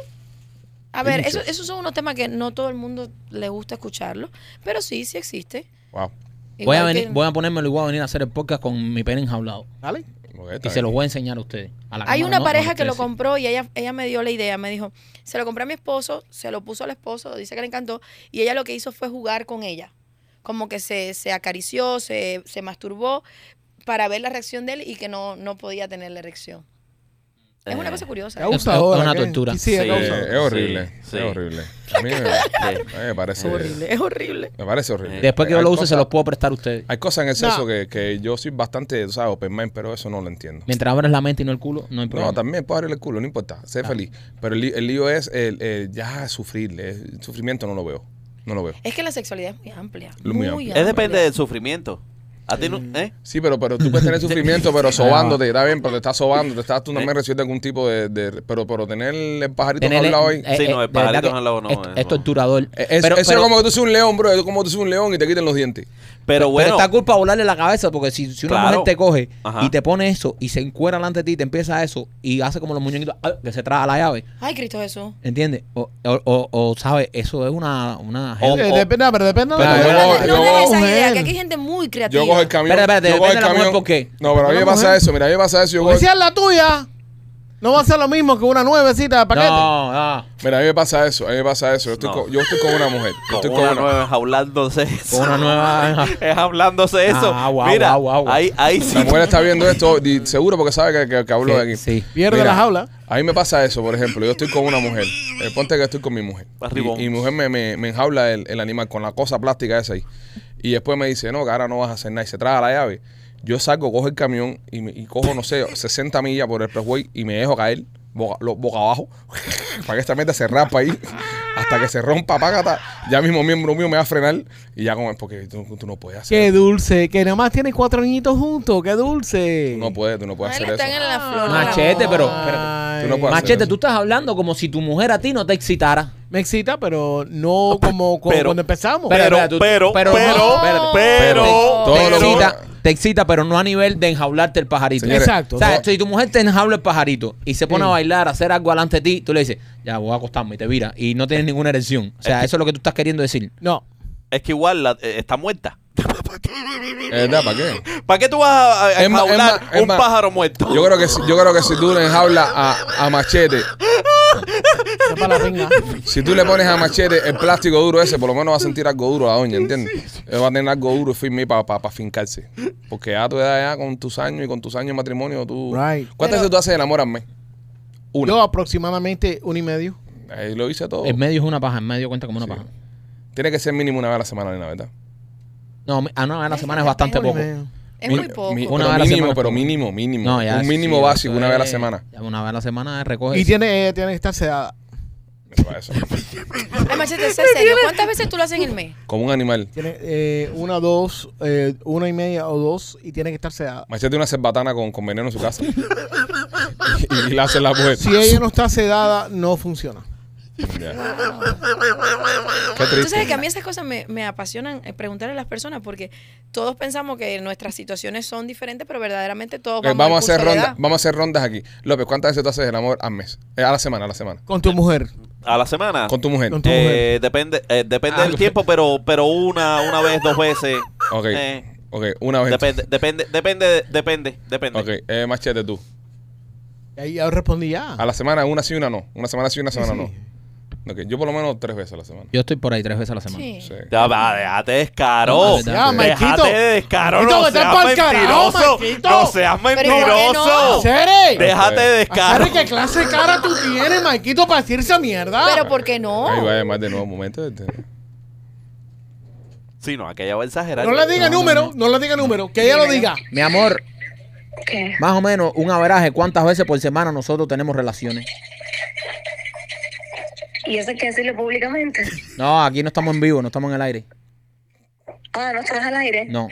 S5: A ver,
S2: Hay
S5: eso-
S2: muchos.
S5: esos son unos temas que no todo el mundo le gusta escucharlo, pero sí, sí existe.
S1: Wow.
S2: Voy a,
S5: Igual que-
S2: venir, voy a ponérmelo y voy a venir a hacer el podcast con mi pene enjaulado.
S3: ¿Vale?
S1: Ok,
S2: Y
S1: está
S2: se
S1: bien. Eh,
S2: los voy a enseñar a ustedes. a la
S5: Hay
S2: cámara,
S5: una
S2: ¿no?
S5: pareja
S2: Cuando
S5: que lo
S2: ustedes-
S5: compró y ella, ella me dio la idea, me dijo, se lo compré a mi esposo, se lo puso al esposo, dice que le encantó, y ella lo que hizo fue jugar con ella, como que se, se acarició, se, se masturbó para ver la reacción de él y que no, no podía tener la erección. Es una
S4: Eh,
S5: cosa curiosa.
S3: Es
S2: un-
S3: abusadora,
S2: una
S3: ¿qué?
S2: tortura.
S3: Sí, es
S4: Sí.
S1: Eh,
S3: abusadora.
S1: es horrible.
S4: Sí, sí.
S1: Es horrible. A mí me, me parece.
S5: Es horrible, es horrible.
S1: Me parece horrible. Eh,
S2: Después que yo
S1: Hay
S2: lo use,
S1: cosas-
S2: se los puedo prestar a ustedes.
S1: Hay cosas en el sexo
S3: No.
S1: que, que yo soy bastante, tú sabes, open mind, pero eso no lo entiendo.
S2: Mientras abres la mente y no el culo, no Ah. hay problema.
S1: No, también puedo abrirle el culo, no importa, sé feliz. Pero el, li- el lío es el, el ya sufrirle, el sufrimiento no lo veo, no lo veo.
S5: Es que la sexualidad es muy amplia.
S1: Muy
S5: Muy,
S1: amplia.
S5: amplia.
S4: Es depende del sufrimiento. A ti no, ¿eh?
S1: Sí, pero, pero tú puedes tener sufrimiento, pero
S2: Ah.
S1: sobándote, está bien, pero te estás sobando, te estás, tú también recibes algún tipo de, de- pero, pero tener el pajarito
S2: Tener-
S1: hablado hoy,
S2: eh,
S4: Sí, no,
S2: eh, de verdad
S4: el pajarito
S2: que
S4: enjaulado no,
S2: es-
S4: eh,
S2: Es
S4: no.
S2: torturador.
S1: E-, es, eso
S2: Pero- pero-
S1: es como que tú seas un león, bro, es como que tú seas un león y te quiten los dientes.
S4: Pero bueno,
S2: Pero está culpa volarle la cabeza porque si, si una
S4: Claro.
S2: mujer te coge
S4: Ajá.
S2: y te pone eso y se encuera delante de ti y te empieza eso y hace como los muñequitos ah, que se traga la llave,
S5: Ay, Cristo Jesús.
S2: ¿entiendes? O, o, o- o, ¿sabes? Eso es una... una
S4: O-
S2: gente-
S3: Eh, depende, pero depende
S1: Pero
S5: No,
S3: de
S1: yo
S5: no,
S1: no-
S5: no,
S1: yo-
S5: no den esa idea,
S3: mujer.
S5: que aquí hay gente muy creativa.
S1: Yo cojo el camión.
S2: Espérate, espérate,
S1: yo cojo el
S2: depende de la
S1: camión.
S2: mujer, ¿por qué?
S1: No, pero a mí me
S3: Depende de la
S1: pasa
S3: mujer.
S1: eso. Mira, a mí me pasa eso. Yo cojo
S3: Porque
S1: el-
S3: Pues si es la tuya, no va a ser lo mismo que una nuevecita de paquete.
S2: No, no.
S1: Mira, a mí me pasa eso. A mí me pasa eso. Yo estoy,
S4: No.
S1: con, yo estoy con una mujer. Yo
S4: con
S1: estoy
S4: una nueva, hablándose eso.
S2: Con una nueva...
S4: Es hablándose eso.
S2: Ah, guau,
S4: Mira,
S2: guau, guau, guau.
S4: ahí, ahí sí.
S1: La mujer está viendo esto y seguro porque sabe que, que- que hablo de aquí.
S2: Sí.
S3: Pierde
S1: Mira,
S3: las aulas.
S1: A mí me pasa eso, por ejemplo. Yo estoy con una mujer. Eh, ponte que estoy con mi mujer.
S4: Barrigón.
S1: Y, y mi mujer me, me- me enjaula el, el animal con la cosa plástica esa ahí. Y después me dice, no, que ahora no vas a hacer nada. Y se traga la llave. Yo salgo, cojo el camión y, me- y cojo, no sé, 60 millas por el freeway y me dejo caer boca, lo- boca abajo para que esta meta se raspa ahí hasta que se rompa, págata. Ya mismo miembro mío me va a frenar y ya como, porque tú, tú no puedes hacer
S3: Qué dulce, que nada más tienes cuatro niñitos juntos, qué dulce.
S1: Tú no puedes, tú no puedes
S5: Ay,
S1: hacer
S5: le están
S1: eso.
S5: en la flor. del
S2: Ah. Machete,
S5: amor.
S2: pero...
S1: Tú no
S3: Ay.
S1: puedes.
S2: Machete, tú estás hablando como si tu mujer a ti no te excitara.
S3: Me excita, pero no como, como
S4: pero-
S3: cuando empezamos.
S2: Pero-
S4: Pero,
S2: espérate, tú-
S4: pero, pero,
S2: pero no, espérate.
S4: pero,
S1: Pero-
S4: pero,
S1: Todo
S2: te
S1: lo-
S2: excita, te excita, pero no a nivel de enjaularte el pajarito.
S1: Señores,
S3: Exacto.
S2: O sea,
S1: no.
S2: si tu mujer te enjaula el pajarito y se pone
S3: Sí.
S2: a bailar, a hacer algo delante de ti, tú le dices, ya voy a acostarme y te vira y no tienes ninguna erección. O sea, eso es lo que tú estás queriendo decir.
S3: No.
S4: Es que igual la- eh, está muerta.
S1: Es verdad, Eh, ¿para qué?
S4: ¿Para qué tú vas a, a- a
S1: Es más- es
S4: enjaular
S1: más- es
S4: un
S1: más.
S4: pájaro muerto?
S1: Yo creo que si, yo creo que si tú le enjaulas a, a Machete,
S3: sepa la pinga.
S1: si tú le pones a Machete el plástico duro ese, por lo menos va a sentir algo duro la doña, ¿entiendes? Él Va a tener algo duro y firme para fincarse. Porque ya tú edad ya con tus años y con tus años de matrimonio, tú...
S3: Right.
S1: ¿Cuántas veces tú haces el amor al mes? Una.
S3: Yo aproximadamente un y medio.
S1: Ahí lo hice todo.
S2: En medio es una paja, en medio cuenta como una
S1: Oh. Sí.
S2: paja.
S1: Tiene que ser mínimo una vez a la semana, nena, ¿verdad?
S2: No, mi- ah, no, a la semana es bastante
S3: Un y
S2: poco.
S3: medio.
S5: Es
S1: Mi-
S5: muy poco.
S1: mi- pero
S2: Una vez a la
S1: mínimo,
S2: semana.
S1: pero mínimo, mínimo.
S2: No, ya,
S1: Un mínimo
S2: sí,
S1: básico,
S2: eso
S1: una vez a la
S2: es-
S1: semana.
S2: ya Una vez a la semana recoge.
S3: Y tiene, eh, tiene que estar sedada.
S1: Eso va, eso.
S5: Ay, Machete, sé serio. ¿Cuántas veces tú lo haces en el mes?
S1: Como un animal.
S3: Tiene eh, una, dos, eh, una y media o dos y tiene que estar sedada.
S1: Machete una cerbatana con, con veneno en su casa. y, y la hace la mujer.
S3: Si ella no está sedada, no funciona.
S1: Ya. Qué
S5: Tú sabes
S1: triste.
S5: que a mí esas cosas me, me apasionan eh, preguntarle a las personas porque todos pensamos que nuestras situaciones son diferentes, pero verdaderamente todos
S1: Ok,
S5: vamos,
S1: Eh, vamos a
S5: al curso
S1: hacer
S5: de
S1: rondas,
S5: edad.
S1: vamos a hacer rondas aquí. López, ¿cuántas veces tú haces el amor al mes? Eh, a la semana, a la semana.
S3: Con tu mujer.
S4: A la semana.
S1: Con tu mujer.
S3: Con tu mujer.
S4: Eh, depende eh, depende
S1: Ah.
S4: del tiempo, pero pero una una vez, dos veces.
S1: Ok.
S4: Eh,
S1: Ok, una vez.
S4: depende, depende, depende, depende, depende.
S1: Ok, eh, machete tú.
S3: Y Ahí ya respondí ya.
S1: A la semana, una sí, una no. Una semana sí, una
S3: Sí,
S1: semana
S3: sí.
S1: no. Ok, yo por lo menos tres veces a la semana.
S2: Yo estoy por ahí tres veces a la semana.
S5: Sí.
S1: Sí.
S4: Ya va, déjate de descaro.
S2: Ya,
S4: Déjate
S3: Maikito.
S4: de descaro,
S3: Maikito,
S4: no
S3: vete
S4: seas
S3: pa'l carajo,
S4: mentiroso.
S3: Maikito.
S4: No seas
S5: ¿por qué no?
S3: Ah,
S4: mentiroso.
S3: ¡Sere!
S4: Déjate de descaro.
S3: Sere, ¿qué clase de cara tú tienes, Maikito, para decir esa mierda?
S5: Pero Ah, ¿por qué no?
S1: Ahí va a llamar de nuevo un momento. este.
S4: Sí, no, aquella va a exagerar.
S3: no le diga
S2: No,
S3: número,
S2: no,
S3: no, le diga número, que ella lo diga.
S2: Mi amor,
S6: ¿Qué?
S2: más o menos un averaje, ¿cuántas veces por semana nosotros tenemos relaciones?
S6: ¿Y eso hay que decirlo públicamente?
S2: No, aquí no estamos en vivo, no estamos en el aire.
S6: Ah, ¿no estás al aire?
S2: No.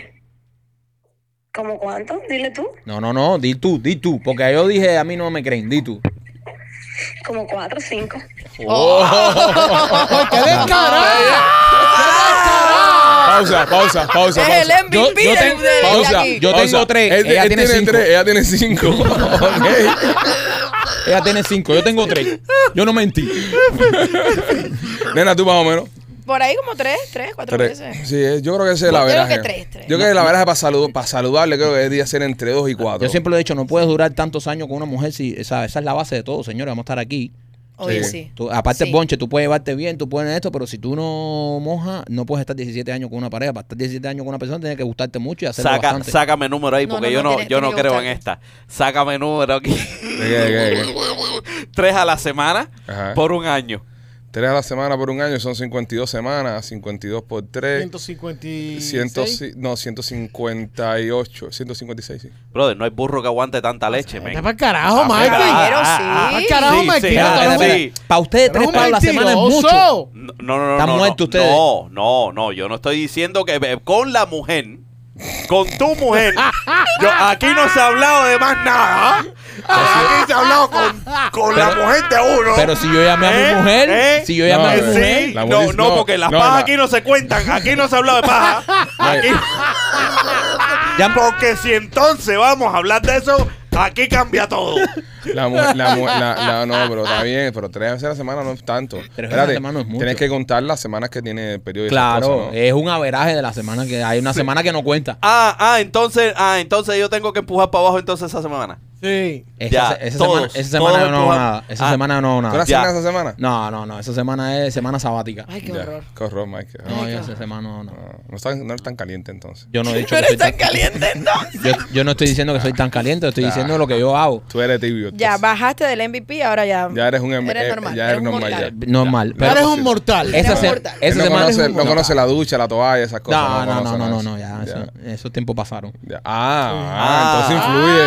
S6: ¿Cómo cuánto? Dile tú.
S2: No, no, no, di tú, di tú, porque yo dije a mí no me creen, di tú.
S6: Como cuatro o cinco.
S3: ¡Ay, ¡Qué descarada!
S1: Pausa, pausa, pausa.
S5: Es
S1: pausa.
S5: el MVP
S2: Yo- yo
S5: del-
S2: ten-
S5: del- de
S1: Pausa,
S5: aquí.
S2: Yo tengo tres,
S1: Él,
S2: ella
S1: él
S2: tiene
S1: tiene
S2: cinco.
S1: tres, ella tiene cinco. Ok.
S2: Ella tiene cinco, yo tengo tres. Yo no mentí.
S1: Nena, tú más o menos.
S5: Por ahí como tres, tres, cuatro
S1: Tres.
S5: veces.
S1: Sí, eh, yo creo que ese es la
S5: Yo creo
S1: veraje.
S5: que tres, tres.
S1: Yo creo que la veraje para, salud, para saludarle creo que debería ser entre dos y cuatro.
S2: Yo siempre lo he dicho, no puedes durar tantos años con una mujer si esa, esa es la base de todo, señores. Vamos a estar aquí.
S5: Oye,
S1: Sí.
S5: sí.
S2: Tú- aparte,
S5: Sí.
S2: Bonche, tú puedes llevarte bien, tú puedes esto, pero si tú no mojas, no puedes estar 17 años con una pareja. Para estar 17 años con una persona, tienes que gustarte mucho y hacerlo
S4: Saca,
S2: bastante.
S4: sácame número ahí,
S5: No,
S4: porque
S5: no,
S4: yo no,
S5: no, tiene-
S4: yo
S5: tiene
S4: no
S5: que
S4: creo en
S5: gustar.
S4: esta. Sácame número aquí.
S1: ¿Qué, qué, qué?
S4: Tres a la semana
S1: Ajá.
S4: por un año.
S1: Tres a la semana por un año son 52 semanas, 52 por 3,
S3: 156.
S1: 100, no, 158, 156, sí.
S4: Brother, no hay burro que aguante tanta leche, men.
S3: Vete para carajo,
S4: Ah,
S3: Mikey.
S4: espera.
S5: Pero
S4: ah,
S5: sí.
S3: ah, carajo,
S4: Sí,
S3: Mikey.
S4: sí,
S3: no te
S4: espera,
S3: lo voy a-
S4: espera.
S2: Para ustedes tres
S3: Eres un
S2: para la semana es mucho.
S3: mentiroso.
S4: No, no, no.
S2: Están
S4: no,
S2: muertos
S4: no,
S2: ustedes.
S4: No, no, no. Yo no estoy diciendo que eh, con la mujer, con tu mujer,
S2: Ah.
S4: yo, aquí no se ha hablado de más nada. ¿ah? Aquí se ha hablado con, con la mujer de uno.
S2: Pero si yo llamé a
S4: ¿Eh?
S2: mi mujer,
S4: ¿Eh?
S2: si yo llamé
S1: No,
S2: a mi
S1: eh,
S2: mujer,
S4: Sí,
S1: La
S4: no,
S1: mujer-
S4: no,
S1: no,
S4: porque las
S1: no,
S4: pajas
S1: la-
S4: aquí no se cuentan. Aquí no se ha hablado de paja.
S1: No,
S4: Aquí,
S2: Ya-
S4: Porque si entonces vamos a hablar de eso, aquí cambia todo.
S1: La mujer, la mujer, la, la- no, pero está bien, pero tres veces a la semana no es tanto.
S2: Tres veces a
S1: Espérate,
S2: la semana no es mucho.
S1: Tienes que contar las semanas que tiene el periodo. y esas
S2: Claro, eh,
S1: cosas, ¿no?
S2: es un averaje de la semana que hay una semana que no cuenta.
S4: Ah, ah, entonces, ah, entonces yo tengo que empujar para abajo entonces esa semana.
S3: Sí.
S2: Esa,
S4: Ya,
S2: esa
S4: todos,
S2: semana, esa semana
S4: todos
S2: no hago
S4: empujan-
S2: nada. Esa
S4: Ah.
S2: semana no hago
S1: ¿Tú la
S2: nada.
S4: Ya.
S1: cenas esa semana?
S2: No, no, no. Esa semana es semana sabática.
S5: Ay, qué
S1: Ya,
S5: horror.
S1: Qué horror, Mike. qué horror.
S2: No, yo esa semana no, no.
S1: No, no están- no eres tan caliente entonces.
S2: Yo no he dicho
S5: Pero
S2: que soy
S5: está
S2: tan,
S5: caliente entonces.
S2: yo, yo no estoy diciendo que soy tan caliente, estoy
S1: Ya.
S2: diciendo lo que yo hago.
S1: Tú eres tibio.
S5: Ya
S1: entonces.
S5: bajaste del MVP, ahora ya.
S1: Ya eres un em-
S5: Eres
S1: eh,
S5: normal,
S1: Ya
S5: eres
S1: eres
S5: un
S1: normal.
S5: mortal.
S1: ya.
S2: Normal. pero
S3: Eres
S1: no,
S3: un
S1: sí.
S3: mortal.
S2: esa,
S5: Eres
S2: se-
S5: mortal.
S1: Él
S2: esa
S1: no
S2: semana
S1: conoce,
S2: es un-
S1: no conoce la ducha, la toalla, esas cosas.
S2: No, no, no,
S1: conoce
S2: no,
S1: nada
S2: no,
S1: de eso.
S2: no, ya,
S1: Ya.
S2: eso- esos tiempos pasaron.
S1: Ya. Ah, ah, entonces influye.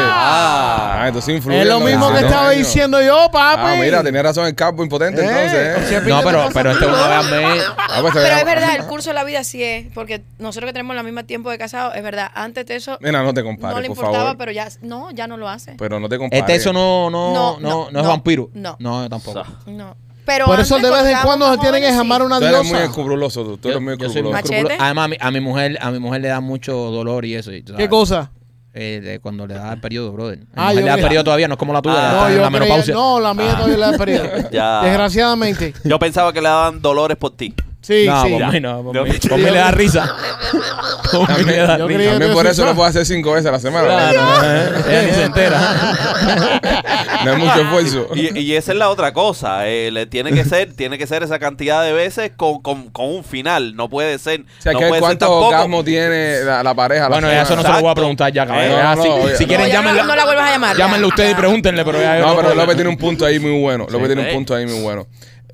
S1: Ah, entonces influye.
S3: Es lo
S1: en
S3: mismo que
S1: decisiones.
S3: estaba diciendo yo, papi.
S1: Ah, mira, tenía razón el campo impotente
S3: Eh,
S1: entonces. ¿eh?
S3: siempre-
S2: No, pero, pero este una vez al mes.
S1: Ah, pues, te
S5: Pero
S1: voy a-
S5: es verdad, el curso de la vida sí es, porque nosotros que tenemos la misma tiempo de casado, es verdad, antes de eso
S1: Mira, no te
S5: no
S1: compares,
S5: le
S1: por
S5: importaba,
S1: favor. Pues Pero...
S5: pero ya no, ya no lo hace.
S1: no te compares.
S2: Este eso no, no, no, no, es
S5: no,
S2: vampiro.
S5: no.
S2: No, tampoco.
S5: No. Pero
S3: Por eso
S5: antes
S3: de vez en cuando
S5: cuando
S3: se
S5: estábamos
S3: tienen que
S5: jóvenes,
S3: llamar
S5: sí.
S3: una
S1: Tú eres muy
S3: diosa.
S1: escrupuloso, tú, tú eres muy
S2: yo soy muy
S1: escrupuloso.
S5: escrupuloso.
S2: escrupuloso. Además, a mi, a mi mujer, a mi mujer le da mucho dolor y eso. y tú sabes,
S3: ¿Qué cosa?
S2: eh, de cuando le da el periodo, brother. A mi
S3: Ah,
S2: mujer le
S3: yo
S2: da el
S3: creía-
S2: periodo todavía, no es como la tuya,
S4: Ah,
S2: está
S3: No,
S2: en
S3: yo
S2: la
S3: creía-
S2: menopausia.
S3: no, la mía todavía la he perdido.
S4: Ya.
S3: Desgraciadamente.
S4: Yo pensaba que le daban dolores por ti.
S3: Sí,
S2: no,
S3: sí.
S2: por mí no, por
S4: Yo-
S2: mí, por mí le da risa. Por mí le da
S3: Yo
S2: risa.
S3: creía-
S1: También
S3: yo
S1: por
S3: soy
S1: eso lo
S3: fan.
S1: puedo hacer cinco veces a la semana.
S2: Claro, ajá, ella ni se entera.
S1: No es mucho esfuerzo.
S4: Y, y esa es la otra cosa. eh, le tiene que ser, tiene que ser esa cantidad de veces con, con- con un final. No puede ser.
S1: O sea,
S4: no
S1: que
S4: puede ser
S1: ¿cuántos
S4: tampoco-
S1: orgasmos tiene la, la pareja? a la
S2: Bueno, ya eso no
S1: semana?
S2: se lo voy a
S4: Exacto.
S2: preguntar ya, cabrón.
S1: Eh,
S2: Ya,
S1: no,
S2: si,
S1: no,
S2: si
S1: ya,
S2: quieren,
S5: no, ya no-
S2: llámenla,
S5: no la vuelvas a llamar, ya.
S2: Llámenla ustedes y
S5: Ya.
S2: pregúntenle, pero ya yo
S1: No,
S2: no
S1: pero
S2: puedo.
S1: López tiene un punto ahí muy bueno. López tiene un
S4: eh.
S1: punto ahí muy bueno.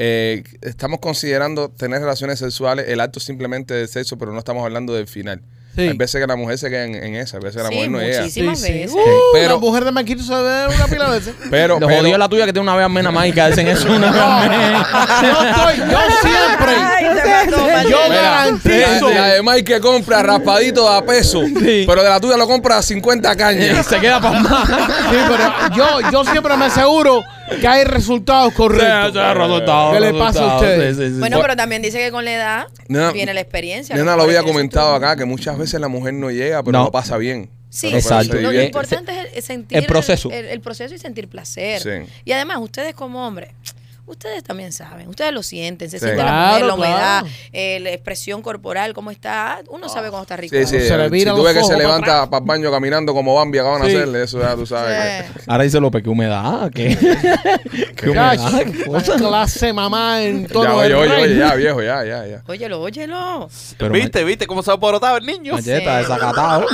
S1: Eh, estamos considerando tener relaciones sexuales, el acto simplemente de sexo, pero no estamos hablando del final.
S3: Sí.
S1: Hay veces que la mujer se queda en, en esa, hay veces que la
S5: Sí,
S1: mujer no llega.
S5: muchísimo. muchísimas veces.
S1: Pero-
S3: pero, la mujer de Maquito se ve una pila de veces.
S1: Pero,
S2: Lo
S1: pero,
S2: jodió la tuya que tiene una vez amena más y que hacen eso una vez al mes.
S3: yo estoy, yo siempre.
S5: Ay, te mató, Manuel.
S3: Yo
S1: Mira,
S3: garantizo.
S1: la- la de Mike que compra raspadito a peso,
S2: Sí.
S1: pero de la tuya lo compra a 50
S2: Y
S1: cañas.
S2: se queda para más.
S3: Sí, pero yo, yo siempre me aseguro que hay resultados correctos. ¿Qué le pasa a ustedes?
S5: Bueno, pero también dice que con la edad
S1: Nena,
S5: viene la experiencia.
S1: Nena
S5: ¿no?
S1: lo había
S5: Porque
S1: comentado acá que muchas veces la mujer no llega, pero
S2: No.
S1: lo pasa bien.
S5: Sí,
S1: Pero- pero
S2: Exacto.
S1: se
S5: lo
S1: divierte.
S5: importante es el- sentir
S2: el proceso.
S5: El, el proceso y sentir placer.
S1: Sí.
S5: Y además, ustedes como hombres, ustedes también saben, ustedes lo sienten, se
S1: Sí.
S5: siente
S3: Claro,
S5: la, mujer, la humedad,
S3: claro.
S5: eh, la expresión corporal, cómo está. Uno sabe cómo está rico.
S1: Sí, sí.
S3: Se le
S1: Si
S3: viran
S1: tú
S3: los
S1: ves que se
S3: ojos para
S1: levanta para el baño caminando como Bambi acaban de
S3: Sí.
S1: hacerle, eso ya tú sabes.
S5: Sí.
S2: Ahora dice López, ¿qué humedad? ¿Qué, qué humedad?
S3: Chacho,
S2: ¿Qué
S3: una
S2: cosa?
S3: clase mamá en todo
S1: Ya, oye,
S3: el
S1: oye,
S3: rey.
S1: oye, ya, viejo, ya, ya, ya.
S5: Óyelo, óyelo.
S2: Pero
S4: ¿Viste, viste cómo se ha alborotado el niño?
S2: Machete, está desacatado.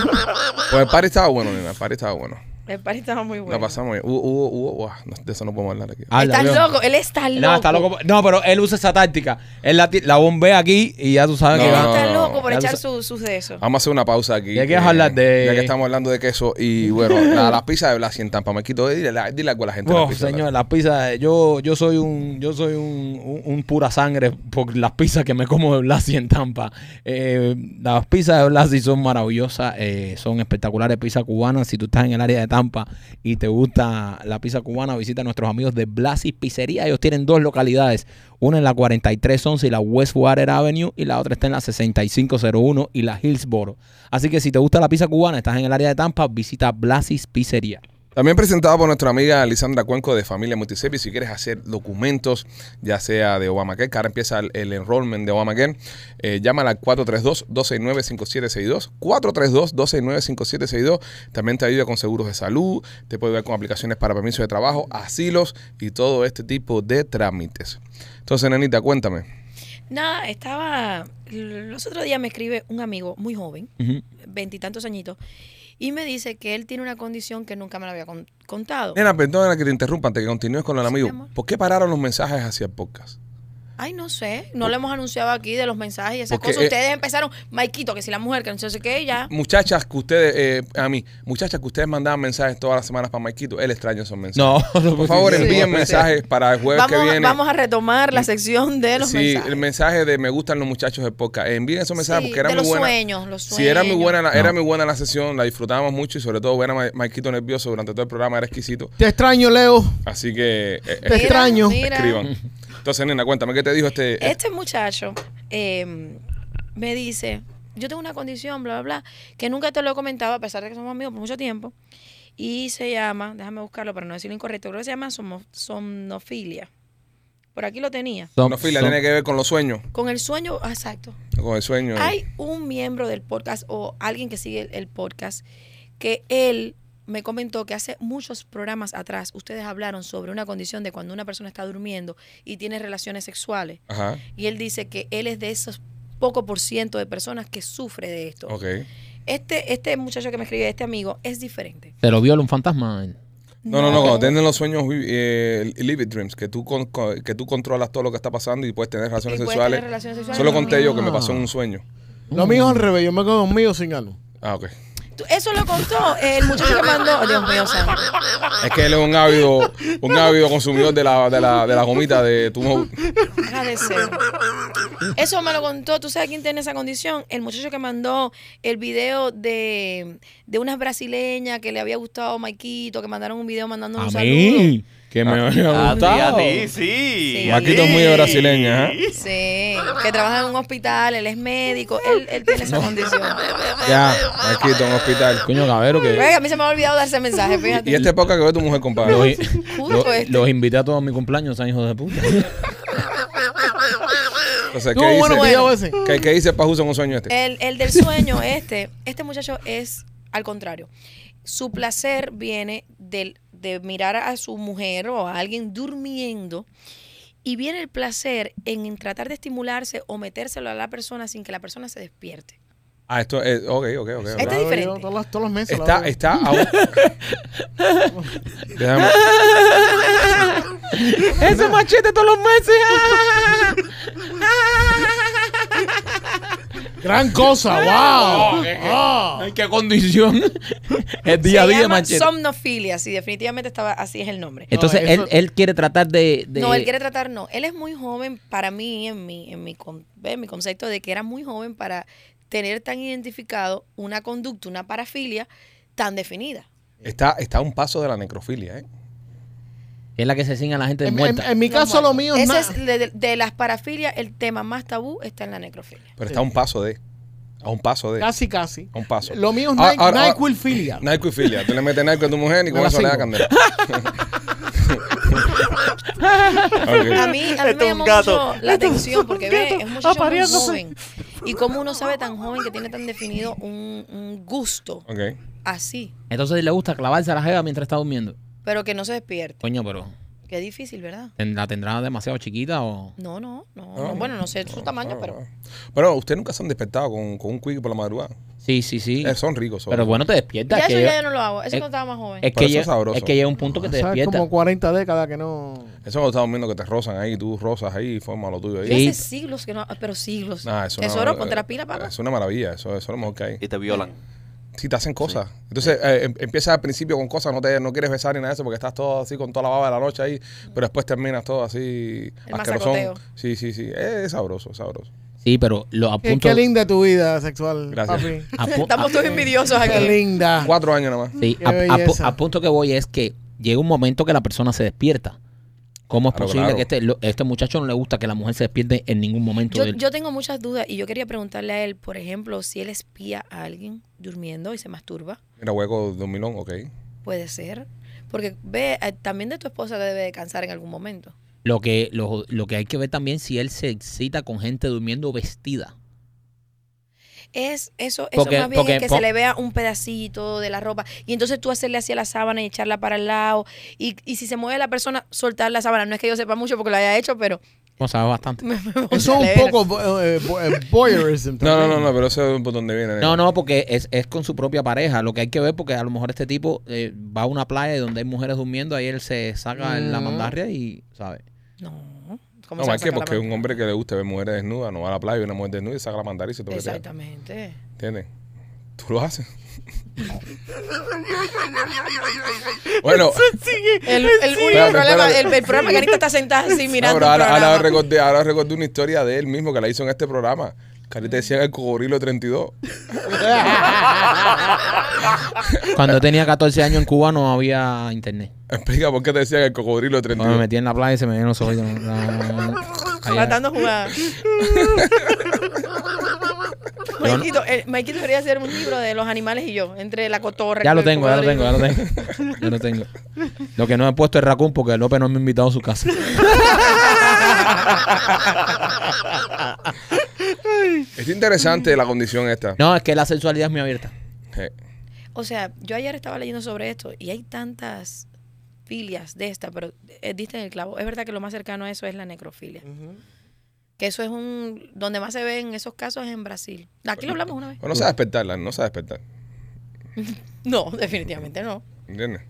S1: Pues el party estaba bueno, nena, el party estaba bueno.
S5: El party estaba muy bueno.
S1: La pasamos bien. Hubo, hubo, hubo, buah, no, de eso no podemos hablar aquí.
S2: Habla,
S5: Estás
S2: Leo.
S5: loco, él está loco.
S2: No, está loco. No, pero él usa esa táctica. Él la, ti- la bombea aquí y ya tú sabes
S1: No,
S2: que
S5: Él
S2: va.
S1: no,
S5: está
S1: no,
S5: loco por
S2: Ya lo
S5: echar
S2: sa-
S5: su- sus de esos.
S1: Vamos a hacer una pausa aquí. eh,
S2: Ya que vas a hablar de-
S1: Ya que estamos hablando de queso y bueno, la, las pizzas de Blasi en Tampa. Me quito, eh, dile, la- dile algo a la gente. de
S2: Oh,
S1: las pizzas de
S2: señor, las pizzas, yo, yo soy un, yo soy un, un- un pura sangre por las pizzas que me como de Blasi en Tampa. Eh, las pizzas de Blasi son maravillosas, eh, son espectaculares pizzas cubanas. Si tú estás en el área de Tampa y te gusta la pizza cubana, visita a nuestros amigos de Blasi Pizzería. Ellos tienen dos localidades, una en la 4311 y la Westwater Avenue y la otra está en la 6501 y la Hillsboro. Así que si te gusta la pizza cubana, estás en el área de Tampa, visita Blasi's Pizzería.
S1: También presentado por nuestra amiga Lisandra Cuenco de Familia Multiservice. Si quieres hacer documentos, ya sea de Obamacare, que ahora empieza el, el enrollment de Obamacare, eh, llámala al 432-269-5762. 432-269-5762. También te ayuda con seguros de salud, te puede ayudar con aplicaciones para permisos de trabajo, asilos y todo este tipo de trámites. Entonces, nenita, cuéntame.
S5: Nada, estaba. Los otros días me escribe un amigo muy joven,
S2: Ujú.
S5: veintitantos añitos, y me dice que él tiene una condición que nunca me la había con- contado.
S1: Nena, perdona que te interrumpa, antes que continúes con el
S5: mi
S1: amigo.
S5: amor.
S1: ¿Por qué pararon los mensajes hacia el podcast?
S5: Ay, no sé, no lo hemos anunciado aquí de los mensajes y esas
S1: Porque,
S5: cosas.
S1: eh,
S5: Ustedes empezaron, Maikito, que si la mujer, que no sé qué, y ya.
S1: Muchachas que ustedes, eh, a mí, muchachas que ustedes mandaban mensajes todas las semanas para Maikito, él extraña esos mensajes.
S2: No,
S1: Por favor,
S5: sí,
S1: envíen
S5: sí.
S1: mensajes para el jueves
S5: Vamos,
S1: que
S5: a-
S1: viene. Mm.
S5: vamos a retomar la sección de los
S1: sí,
S5: mensajes.
S1: el mensaje de me gustan los muchachos de podcast. Envíen esos mensajes
S5: Sí,
S1: porque era
S5: de
S1: muy
S5: los
S1: buena.
S5: sueños, los
S1: Sí, era muy
S5: sueños.
S1: buena, la, era
S2: No.
S1: muy buena la sesión, la disfrutábamos mucho y sobre todo ver a Ma- Maikito nervioso durante todo el programa era exquisito.
S3: Te extraño, Leo.
S1: Así que eh, eh,
S3: Te extraño.
S1: escriban. Entonces, nena, cuéntame qué te dijo este.
S5: Este muchacho eh, Este em, me dice, yo tengo una condición, bla, bla, bla, que nunca te lo he comentado, a pesar de que somos amigos por mucho tiempo. Y se llama, déjame buscarlo para no decirlo incorrecto, creo que se llama somo- somnofilia. Por aquí lo tenía.
S1: Sonofilia tiene que ver con los sueños,
S5: Con el sueño, ah, exacto.
S1: con el sueño.
S5: Hay un miembro del podcast o alguien que sigue el, el podcast que él me comentó que hace muchos programas atrás ustedes hablaron sobre una condición de cuando una persona está durmiendo y tiene relaciones sexuales.
S1: Ajá,
S5: Y él dice que él es de esos poco por ciento de personas que sufre de esto.
S1: ok.
S5: Este, este muchacho que me escribe, este amigo, es diferente.
S2: Te lo viola un fantasma. él.
S1: No, no, no, cuando tienen los sueños eh, livid dreams, que tú, con- con- que tú controlas todo lo que está pasando y puedes tener relaciones
S5: Y puede
S1: sexuales.
S5: tener relaciones sexuales
S1: Solo
S5: con
S1: conté yo que me
S2: Ah.
S1: pasó en un sueño. Mm.
S3: Lo mío es al revés, yo me quedo conmigo sin algo.
S1: Ah, ok.
S5: Tú- Eso lo contó el muchacho que mandó. Dios mío, santo. Ah.
S1: Es que él es un ávido, un ávido consumidor de la, de la, de la gomita de tu mo-
S5: Deja de ser. Eso me lo contó. ¿Tú sabes quién tiene esa condición? El muchacho que mandó el video de, de unas brasileñas que le había gustado Maikito, que mandaron un video mandando un
S2: A
S5: saludo.
S2: mí. Que me había
S4: A ti, a
S2: gustado.
S4: ti, sí.
S5: Sí.
S4: a
S1: Maquito
S4: ti.
S1: es muy brasileña, ¿eh?
S5: Sí, que trabaja en un hospital, él es médico, él, él tiene esa condición.
S1: Ya, aquí en un hospital.
S2: Coño, cabero, que.
S5: Oye, a mí se me ha olvidado dar ese mensaje, fíjate.
S1: Y esta época que ve tu mujer, compadre.
S2: Los,
S5: Justo
S2: este lo-
S5: este.
S2: los invité a todos a mi cumpleaños, sean hijos de puta.
S1: Entonces, ¿qué
S3: Tuvo buenos
S1: dice,
S3: videos
S5: Este
S3: ese.
S1: ¿qué, qué dice Pajusa en un sueño este?
S5: El, el del sueño, este, este muchacho es al contrario. Su placer viene del, de mirar a su mujer o a alguien durmiendo y viene el placer en, tratar de estimularse o metérselo a la persona sin que la persona se despierte.
S1: Ah, esto es. Ok, ok, ok. ok.
S5: Este es
S3: Lo hago yo
S5: diferente.
S3: Todos los, todos los meses. lo hago
S1: Está,
S3: yo.
S1: está aún. Déjame.
S2: Ese machete todos los meses.
S3: Gran cosa,
S5: Ah.
S3: wow. Ah.
S2: Ay, qué condición. El día a
S5: se
S2: día,
S5: llama
S2: machete.
S5: somnofilia, sí, definitivamente estaba, así es el nombre.
S2: Entonces,
S3: No,
S2: él,
S3: eso-
S2: él quiere tratar de. de-
S5: No, él quiere tratar, no. Él es muy joven para mí, en mi, en mi, con- en mi concepto de que era muy joven para tener tan identificado una conducta, una parafilia tan definida.
S1: Está, está a un paso de la necrofilia, ¿eh?
S2: Es la que se signa a la gente de
S5: Em,
S3: En, en-
S2: muerta.
S3: en mi caso, lo mío es
S5: Ese
S3: nada.
S5: es de, de- de las parafilias, el tema más tabú está en la necrofilia.
S1: Pero está a un paso de. A un paso de. A
S3: Casi, casi.
S1: un paso.
S3: Lo mío es
S1: Ah,
S3: Nike,
S1: ahora- ahora-
S3: Nyquilfilia.
S1: Nyquilfilia. Tú le metes Nyquil a tu mujer y
S3: Me
S1: con
S3: la
S1: eso le da
S3: cinco.
S1: candela.
S5: A
S1: Ok.
S5: mí, a mí
S4: Esto
S5: me
S4: es un
S5: llamó
S4: gato.
S5: mucho la atención porque ve, es un muchacho muy
S3: apareándose.
S5: joven. Y como uno sabe tan joven que tiene tan definido un, un gusto
S1: Ok.
S5: así,
S2: Entonces, le gusta clavarse a la jeva mientras está durmiendo.
S5: pero que no se despierte.
S2: Coño, pero.
S5: Qué difícil, ¿verdad?
S2: ¿ten- ¿La tendrá demasiado chiquita o.?
S5: No, no, no.
S4: Ah.
S5: no. Bueno, no sé su tamaño, pero...
S1: Ah, Pero ustedes nunca se han despertado con, con un quick por la madrugada.
S2: Sí, sí, sí.
S1: Eh, son ricos. son
S2: Pero
S1: ricos.
S2: bueno, te despiertas.
S5: Ya
S2: que
S5: eso
S2: yo-
S5: ya yo no Ah, lo hago. Eso
S2: eh,
S5: cuando estaba más joven.
S2: Es
S1: Pero
S2: que,
S1: eso es
S2: llega,
S1: sabroso.
S2: es que llega un punto que te
S3: Sabes,
S2: despierta.
S3: como 40 décadas que no.
S1: Eso cuando estamos viendo que te rozan ahí, tú rozas ahí, forma lo tuyo ahí.
S5: Yo
S2: Sí.
S5: hace siglos que no, ah, pero siglos.
S1: Nah, Ah, eso
S5: Tesoro,
S1: no-
S5: ponte la pila, papá.
S1: Es una maravilla, eso, eso es lo mejor que hay.
S4: Y te violan.
S1: Si te hacen cosas. Entonces eh, em- empiezas al principio con cosas, no te no quieres besar ni nada de eso porque estás todo así con toda la baba de la noche ahí, pero después terminas todo así
S5: El
S1: asquerosón.
S5: masacoteo.
S1: Sí, sí, sí. Eh, Es sabroso, es sabroso.
S2: Sí, pero lo a
S3: Qué,
S2: punto.
S3: qué linda tu vida sexual,
S1: Gracias.
S3: papi.
S2: a pu-
S5: Estamos
S2: a-
S5: todos envidiosos
S3: Qué
S5: aquí.
S3: linda.
S1: Cuatro años nada más.
S2: sí,
S3: Qué
S2: a- a pu-
S3: belleza.
S2: a punto que voy es que llega un momento que la persona se despierta. ¿Cómo es
S1: Claro,
S2: posible
S1: claro.
S2: que este, lo- este muchacho no le gusta que la mujer se despierte en ningún momento?
S5: Yo,
S2: del-
S5: yo tengo muchas dudas y yo quería preguntarle a él, por ejemplo, si él espía a alguien durmiendo y se masturba.
S1: Mira, hueco de un milón, ok.
S5: Puede ser. Porque ve, eh, también de tu esposa te debe de cansar en algún momento.
S2: Lo, que, lo, lo que hay que ver también si él se excita con gente durmiendo vestida.
S5: Es eso, eso
S2: Porque-
S5: más bien
S2: porque-
S5: es que
S2: po-
S5: se le vea un pedacito de la ropa. Y entonces tú hacerle hacia la sábana y echarla para el lado. Y, y si se mueve la persona, soltar la sábana. No es que yo sepa mucho porque lo haya hecho, pero
S2: O sea, bastante.
S5: me, me puse
S3: Eso
S5: a
S3: es
S5: leer.
S3: un poco eh, bo- eh, voyeurism.
S1: No, no,
S3: también.
S1: no, no, pero eso es por donde viene.
S2: No, no, porque es, es con su propia pareja. Lo que hay que ver, porque a lo mejor este tipo eh, va a una playa y donde hay mujeres durmiendo, ahí él se saca
S3: Mm.
S2: la mandarria y, ¿sabes?
S5: No. ¿cómo
S1: No,
S5: se va a
S1: más que
S5: sacar la
S1: porque un
S5: mano?
S1: hombre que le gusta ver mujeres desnudas no va a la playa y una mujer desnuda y saca la mandarina y se toca.
S5: Exactamente.
S1: ¿Entiendes? Tú lo haces. bueno,
S5: El, el único
S1: Espérate,
S5: problema,
S1: espérate.
S5: el, el problema es que ahorita está sentada así
S1: no,
S5: mirando.
S1: pero
S5: el
S1: ahora, ahora,
S5: programa.
S1: recordé, ahora recordé una historia de él mismo que la hizo en este programa. Que ahorita decían el cocodrilo 32.
S2: Cuando tenía 14 años en Cuba no había internet.
S1: Explica por qué te decían el cocodrilo
S2: Cuando me
S1: 32.
S2: metí en la playa y se me dieron los ojos.
S5: Matando jugadas. Maikito, eh, Maikito quería hacer un libro de los animales y yo, entre la cotorra.
S2: Ya lo
S5: el
S2: tengo, ya lo tengo,
S5: cocodrilo.
S2: ya lo tengo. Ya lo tengo. Lo que no he puesto es raccoon porque López no me ha invitado a su casa.
S1: Es interesante la condición esta.
S2: No, es que la sexualidad es muy abierta.
S1: Eh,
S5: O sea, yo ayer estaba leyendo sobre esto y hay tantas filias de esta, pero eh, diste en el clavo. Es verdad que lo más cercano a eso es la necrofilia. Que eso es un. Donde más se ven esos casos es en Brasil. Aquí lo hablamos una vez.
S1: Bueno, no sabe despertarla, no sabe despertar.
S5: No, definitivamente no.
S1: ¿Entiendes?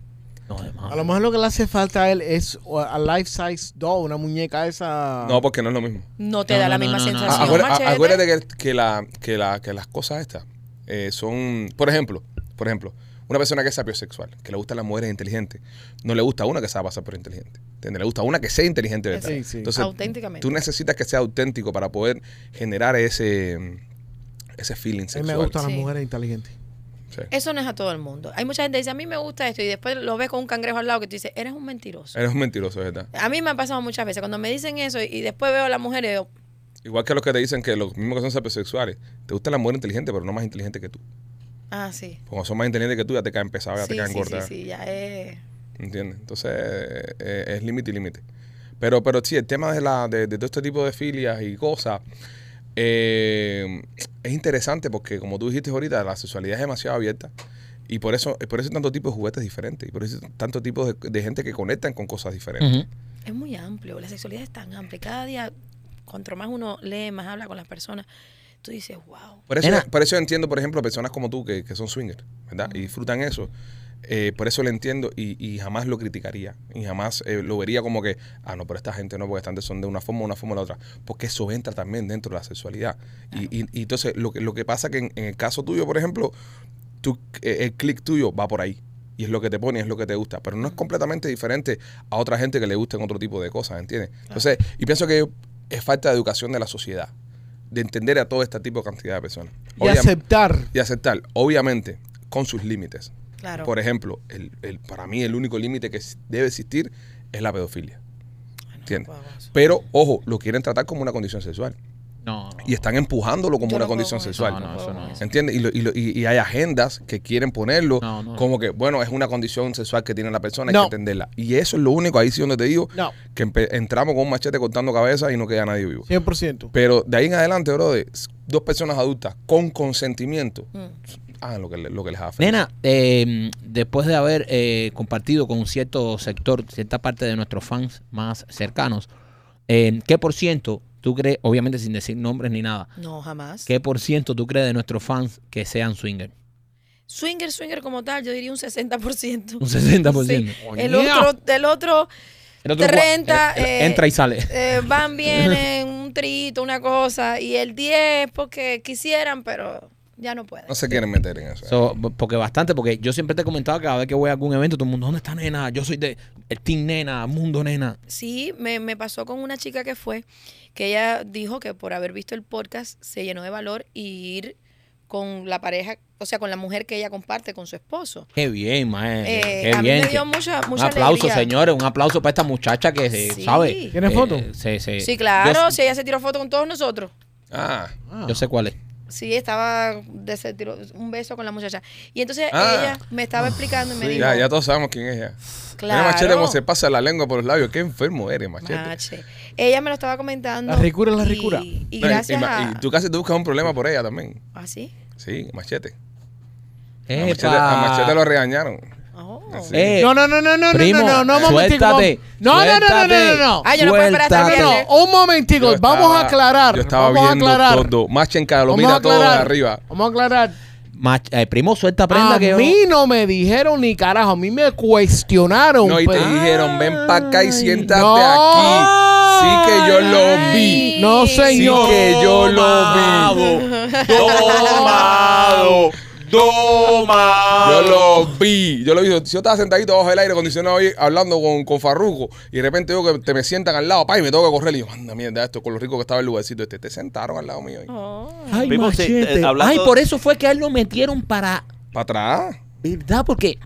S2: No, además.
S3: A lo mejor lo que le hace falta a él es o- a life size doll, una muñeca esa.
S1: No, porque no es lo mismo.
S5: No te
S2: No,
S5: da
S2: no,
S5: la
S2: no,
S5: misma
S2: no, no.
S1: Ah,
S5: sensación.
S1: acuérdate,
S5: machete.
S1: acuérdate que, que la, que, la, que las cosas estas eh, son, por ejemplo, por ejemplo, una persona que es sapiosexual, que le gustan las mujeres inteligentes, no le gusta una que sea pasar por inteligente. ¿Entiendes? Le gusta una que sea inteligente. de verdad.
S3: Sí, sí.
S1: Entonces,
S5: Auténticamente.
S1: Tú necesitas que sea auténtico para poder generar ese, ese feeling
S3: a mí
S1: pues, sexual.
S3: me gustan
S5: Sí.
S3: las mujeres inteligentes.
S1: Sí.
S5: Eso no es a todo el mundo. Hay mucha gente que dice, a mí me gusta esto, y después lo ves con un cangrejo al lado que tú dices, eres un mentiroso.
S1: Eres un mentiroso, es ¿verdad?
S5: A mí me ha pasado muchas veces. Cuando me dicen eso y- y después veo a la mujer y digo,
S1: Igual que los que te dicen que los mismos que son sapiosexuales, te gusta la mujer inteligente, pero no más inteligente que tú.
S5: ah, sí.
S1: Como son más inteligentes que tú, ya te caen pesadas, ya
S5: Sí,
S1: te caen
S5: sí, sí,
S1: gordas.
S5: sí, ya es.
S1: ¿Entiendes? Entonces, eh, eh, es límite y límite. Pero, pero sí, el tema de, la, de, de todo este tipo de filias y cosas eh, es interesante porque, como tú dijiste ahorita, la sexualidad es demasiado abierta. Y por eso, por eso hay tanto tipo de juguetes diferentes. Y por eso hay tanto tipo de, de gente que conectan con cosas diferentes.
S2: Ujú.
S5: Es muy amplio, la sexualidad es tan amplia. Cada día, cuanto más uno lee, más habla con las personas, tú dices, wow.
S1: Por eso,
S2: Nena.
S1: por eso entiendo, por ejemplo, personas como tú que, que son swingers, ¿verdad? Y disfrutan eso. Eh, por eso lo entiendo y, y jamás lo criticaría. Y jamás eh, lo vería como que, ah, no, pero esta gente no, porque están de- son de una forma, una forma o la otra. Porque eso entra también dentro de la sexualidad. Y, y- y entonces, lo que, lo que pasa que en, en el caso tuyo, por ejemplo, tú, eh, el clic tuyo va por ahí. Y es lo que te pone, es lo que te gusta. Pero no es completamente diferente a otra gente que le gusten otro tipo de cosas, ¿entiendes? Entonces, y pienso que es falta de educación de la sociedad. De entender a todo este tipo de cantidad de personas.
S3: Y
S1: Obviamente-
S3: aceptar.
S1: y aceptar, obviamente, con sus límites.
S5: Claro.
S1: Por ejemplo, el, el- para mí el único límite que s- debe existir es la pedofilia. ¿Entiendes? Pero, ojo, lo quieren tratar como una condición sexual.
S2: No.
S1: Y están empujándolo como
S5: Yo
S1: una
S5: no puedo
S1: condición
S5: con eso,
S1: sexual.
S2: No, no,
S5: puedo
S2: eso
S5: con
S2: no.
S1: ¿Entiendes? Y, lo- y lo- y- y hay agendas que quieren ponerlo
S2: No, no.
S1: como que, bueno, es una condición sexual que tiene la persona, hay
S3: No.
S1: que entenderla. Y eso es lo único, ahí sí donde te digo,
S3: No.
S1: que empe- entramos con un machete cortando cabeza y no queda nadie vivo.
S3: 100%.
S1: Pero de ahí en adelante, bro, dos personas adultas con consentimiento,
S5: Mm.
S1: hagan lo que, le- lo que les haga feliz.
S2: Nena, eh, después de haber eh, compartido con cierto sector, cierta parte de nuestros fans más cercanos, eh, ¿qué por ciento tú crees, obviamente sin decir nombres ni nada,
S5: Mm. No, jamás.
S2: ¿qué por ciento tú crees de nuestros fans que sean swingers?
S5: Swinger, swinger como tal, yo diría un 60%.
S2: Un 60%.
S5: Sí. El otro, el otro
S2: El otro cua-
S5: 30,
S2: el- el-
S5: eh,
S2: entra y sale.
S5: eh, van, vienen, un trito, una cosa, y el 10 porque quisieran, pero ya no pueden.
S1: No se quieren meter en eso.
S2: So, b- porque bastante, porque yo siempre te he comentado que cada vez que voy a algún evento, todo el mundo, ¿dónde está nena? Yo soy de el Team Nena, Mundo Nena.
S5: Sí, me, me pasó con una chica que fue, que ella dijo que por haber visto el podcast se llenó de valor y ir con la pareja, o sea, con la mujer que ella comparte con su esposo.
S2: Qué bien, maestro.
S5: Eh,
S2: Qué
S5: a mí
S2: bien.
S5: me dio
S2: que-
S5: mucha,
S2: un
S5: mucha
S2: aplauso,
S5: alegría.
S2: señores. Un aplauso para esta muchacha que, se
S5: Sí.
S2: ¿sabe?
S3: ¿Tiene foto?
S2: se- se-
S5: Sí, claro,
S2: Eh, Yo,
S5: si ella se tiró foto con todos nosotros.
S1: Ah,
S3: Ah.
S2: yo sé cuál es.
S5: Sí, estaba, de- se tiró un beso con la muchacha. Y entonces
S1: Ah.
S5: ella me estaba explicando y me dijo,
S1: ya, ya todos sabemos quién es ya. Mira,
S5: claro,
S1: Machete, cómo se pasa la lengua por los labios. Qué enfermo eres, Machete.
S5: mache". Ella me lo estaba comentando.
S3: La ricura es la ricura.
S5: Y, y
S1: No, y-
S5: gracias
S1: y ma-
S5: a...
S1: y tú casi te buscas un problema por ella también.
S5: ¿Ah, sí?
S1: Sí, Machete. A
S2: Epa.
S1: Machete, a Machete lo regañaron.
S5: Oh.
S1: Así.
S2: Eh,
S3: Ah. No, no, no, no, no,
S2: primo,
S3: no, no, no, no, momentico,
S2: suéltate,
S3: No, no, no, no, no, no,
S2: suéltate,
S3: no.
S5: Ay, yo no puedo esperar hasta
S2: suéltate.
S5: el
S3: No,
S5: viernes.
S3: no, un momentico,
S1: Yo
S3: vamos
S1: estaba-
S3: a aclarar.
S1: Yo estaba
S3: vamos
S1: viendo
S3: a aclarar.
S1: todo. Machen lo
S3: Vamos a
S1: mira todo de
S3: aclarar.
S1: arriba.
S3: Vamos a aclarar.
S2: Mach- eh, primo, suelta prenda
S3: A
S2: que yo-
S3: mí no me dijeron ni carajo, a mí me cuestionaron. pues.
S1: No, y te
S3: pero-
S1: dijeron, ven para acá y siéntate
S3: no.
S1: aquí. Sí que yo lo vi.
S5: Ay.
S3: No,
S5: Sí
S3: señor.
S1: Sí que yo lo vi.
S4: Tomado.
S1: Yo
S4: Tomado.
S1: lo vi, yo lo vi. Si yo estaba sentadito bajo el aire acondicionado ahí hablando con, con Farruko y de repente veo que te me sientan al lado, pa, y me tengo que correr. Y yo, manda mierda esto, con lo rico que estaba el lugarcito este. Te sentaron al lado mío ahí.
S5: Oh.
S2: Ay,
S4: Primo, sí, eh,
S2: machete.
S4: hablando-
S2: Ay, por eso fue que a él lo metieron para.
S1: Para atrás,
S2: ¿Verdad? Porque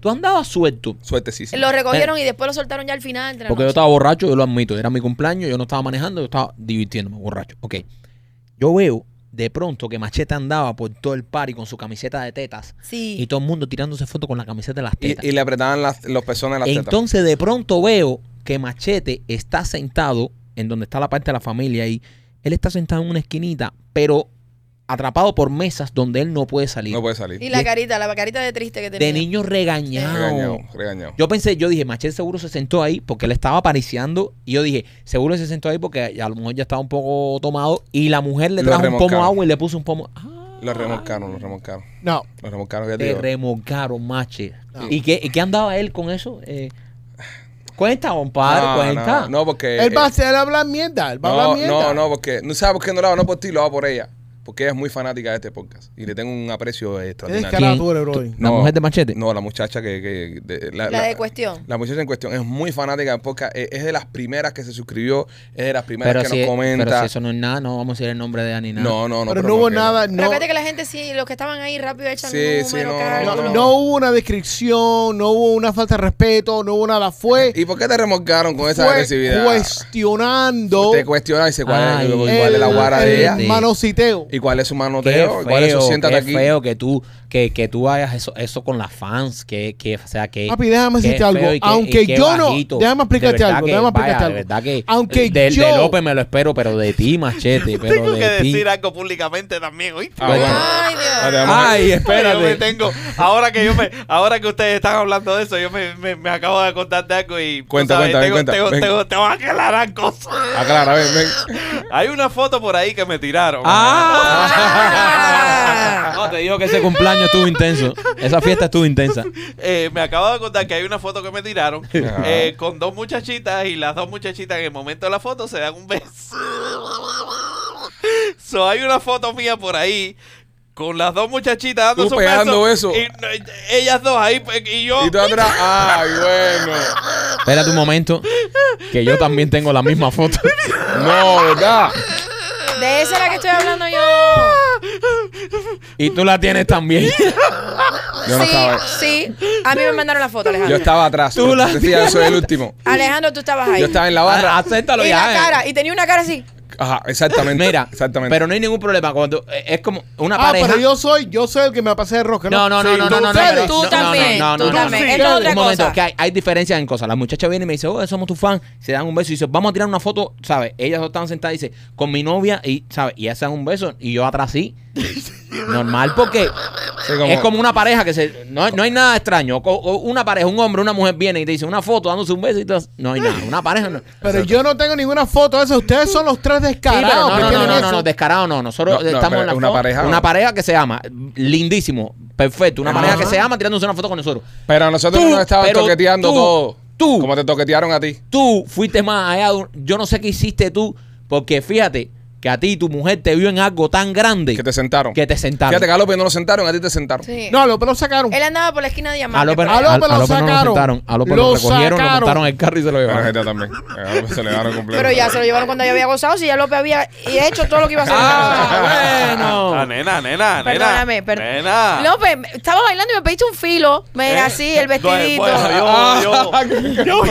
S2: tú andabas suelto.
S1: suerte sí.
S5: Lo recogieron y después lo soltaron ya al final. de la
S2: Porque yo
S5: noche.
S2: estaba borracho, yo lo admito. Era mi cumpleaños, yo no estaba manejando, yo estaba divirtiéndome, borracho. Ok. Yo veo, de pronto que Machete andaba por todo el party con su camiseta de tetas
S5: Sí.
S2: y todo el mundo tirándose fotos con la camiseta de las tetas.
S1: Y, y le apretaban las, los pezones a las tetas.
S2: Entonces de pronto veo que Machete está sentado en donde está la parte de la familia ahí. Él está sentado en una esquinita, pero atrapado por mesas donde él no puede salir.
S1: No puede salir.
S5: Y la carita, la carita de triste que tenía.
S2: de niño regañado.
S1: Regañado, regañado.
S2: Yo pensé, yo dije, Machete seguro se sentó ahí porque él estaba apariciando. Y yo dije, seguro se sentó ahí porque a lo mejor ya estaba un poco tomado. Y la mujer le
S1: Lo
S2: trajo un pomo
S1: remolcaron.
S2: agua y le puso un pomo. Ah,
S1: Los remolcaron, los remolcaron.
S3: No.
S1: Los remolcaron, ya te
S2: te
S1: digo.
S2: remolcaron, mache.
S3: No.
S2: ¿Y, qué, y qué andaba él con eso? Eh, cuenta, compadre, cuenta.
S1: No, no, porque.
S3: Él va a
S1: eh,
S3: hacer hablar mierda. Él va a
S1: no,
S3: hablar mierda.
S1: no, no, porque. No sabes por qué no lo hago, no por ti, lo hago por ella. Porque ella es muy fanática de este podcast. Y le tengo un aprecio
S3: Qué
S1: extraordinario.
S3: descarado tú eres, brother.
S2: ¿La
S1: No,
S2: mujer de Machete?
S1: No, la muchacha que. que- de-
S5: La de cuestión.
S1: La muchacha en cuestión es muy fanática del podcast. eh, Es, es de las primeras que se suscribió. Es de las primeras
S2: Pero
S1: que
S2: si,
S1: nos comenta.
S2: pero si eso no es nada, no vamos a decir el nombre de Ani nada.
S1: no, no, no.
S3: pero no hubo
S1: porque-
S3: nada.
S5: Pero
S3: No,
S5: acuérdate que la gente, sí, los que estaban ahí rápido echan
S1: Sí, sí,
S5: número,
S1: no,
S5: cálculo.
S3: no, no hubo una descripción, no hubo una falta de respeto, no hubo nada. Fue,
S1: ¿Y por qué te remolcaron con esa
S3: fue
S1: agresividad?
S3: cuestionando
S1: Te cuestiona y dice cuál, es-
S2: Ay,
S1: cuál
S3: el,
S1: es la guara
S3: el
S1: de ella.
S2: Sí.
S3: manositeo.
S1: ¿Y cuál es su
S2: Qué
S1: manoteo?
S2: feo,
S1: ¿Y ¿Cuál es su siéntate
S2: qué
S1: aquí?
S2: feo que tú, que, que tú hagas eso, eso con las fans, que, que o sea que.
S3: Papi, déjame
S2: qué
S3: decirte
S2: feo
S3: algo.
S2: y qué-
S3: Aunque
S2: y qué
S3: yo no-
S2: bajito.
S3: déjame explicarte
S2: De verdad
S3: algo,
S2: que,
S3: déjame explicarte
S2: vaya,
S3: algo.
S2: De verdad que.
S3: Aunque
S2: del,
S3: yo-
S2: De López me lo espero, pero de ti, machete. pero
S4: tengo
S2: de
S4: que
S2: ti.
S4: decir algo públicamente también, ¿oíste?
S1: Ah, bueno.
S5: Ay, Dios.
S1: Ah, te vamos a-
S2: Ay,
S4: Yo me
S2: espérate.
S4: tengo, ahora que yo me, ahora que ustedes están hablando de eso, yo me, me, me acabo de contar de algo y tú
S1: Cuenta, cuenta,
S4: tengo,
S1: cuenta,
S4: tengo,
S1: ven.
S4: tengo- tengo que aclarar cosas.
S1: Aclara, ven, ven.
S4: Hay una foto por ahí que me tiraron.
S2: Ah. No, te digo que ese cumpleaños estuvo intenso. Esa fiesta estuvo intensa.
S4: Eh, me acabo de contar que hay una foto que me tiraron
S1: Ajá.
S4: eh, con dos muchachitas y las dos muchachitas en el momento de la foto se dan un beso. So, hay una foto mía por ahí con las dos muchachitas dando
S1: Tú
S4: su
S1: pegando
S4: beso.
S1: beso.
S4: Y, no, ellas dos ahí pe- y yo.
S1: Y tú atrás. Ay, bueno.
S2: Espérate un momento, que yo también tengo la misma foto.
S1: No, ¿verdad?
S5: De esa es la que estoy hablando yo.
S2: Y tú la tienes también.
S1: Yo no
S5: sí,
S1: estaba.
S5: sí. A mí me mandaron la foto, Alejandro.
S1: Yo estaba atrás.
S2: Tú la
S1: Yo decía, yo soy el último.
S5: Alejandro, tú estabas ahí.
S1: Yo estaba en la barra.
S2: Acéptalo
S5: y
S2: ya.
S5: la
S2: eh.
S5: cara, y tenía una cara así.
S1: Ajá, exactamente.
S2: Mira,
S1: exactamente.
S2: pero no hay ningún problema. Cuando eh, es como una
S3: Ah,
S2: pareja.
S3: pero yo soy, yo soy el que me pasé de roca.
S2: No, no, no,
S3: Sí,
S2: no, no, no, no,
S3: ustedes.
S2: pero-
S5: Tú
S2: no,
S5: también,
S2: no, no, no,
S5: tú
S2: no,
S5: también.
S2: no.
S5: Esto es otra
S2: Un momento,
S5: cosa.
S2: que hay, hay diferencias en cosas. La muchacha viene y me dice, oh, somos tu fan. Se dan un beso y dice, vamos a tirar una foto, ¿sabes? Ellas dos estaban sentadas y dice, con mi novia y, ¿sabes? Y ellas se dan un beso y yo atrás sí. Normal porque
S1: Sí, como-
S2: es como una pareja que se... No, no hay nada extraño. Co- o Una pareja, un hombre, una mujer viene y te dice una foto dándose un beso y tú... No hay nada. Una pareja no...
S3: Pero yo no tengo ninguna foto de eso. Ustedes son los tres
S2: Sí, pero
S3: descarados.
S2: no,
S3: que
S2: no, no,
S3: tienen
S2: no,
S3: pues eso.
S2: no, descarado no. Nosotros
S1: No, no,
S2: estamos
S1: pero
S2: en la
S1: una
S2: foto-
S1: pareja,
S2: una
S1: ¿no?
S2: pareja que se ama, lindísimo, perfecto, una pareja que se ama tirándose una foto con nosotros.
S1: Pero a nosotros
S2: Tú,
S1: nos estaban
S2: pero
S1: toqueteando
S2: tú,
S1: todo.
S2: tú.
S1: Como te toquetearon a ti.
S2: Tú fuiste más allá, de un- yo no sé qué hiciste tú, porque fíjate que a ti tu mujer te vio en algo tan grande
S1: Que te sentaron.
S2: que te sentaron.
S1: Fíjate que a López no lo sentaron, a ti te sentaron.
S5: Sí.
S3: No, lo, pero lo sacaron.
S5: Él andaba por la esquina de
S2: A
S5: diamante.
S2: López,
S5: por ahí.
S3: López
S2: a- a
S3: lo
S2: López no lo
S3: sacaron.
S2: sentaron, a López lo
S3: Lo
S2: recogieron, lo
S3: sacaron.
S2: montaron en el carro y se lo
S1: Pero a
S2: llevaron.
S1: Jeta también. A López Se le dieron completo.
S5: Pero ya se lo llevaron cuando yo había gozado, si ya López había hecho todo lo que iba a hacer.
S2: Ah, bueno.
S4: Ah, nena, nena, nena.
S5: Perdóname,
S4: Nena.
S5: perdóname. López, estaba bailando y me pediste un filo. Me
S4: Eh,
S5: así, el vestidito.
S4: bueno, yo,
S3: Ah,
S4: yo, yo-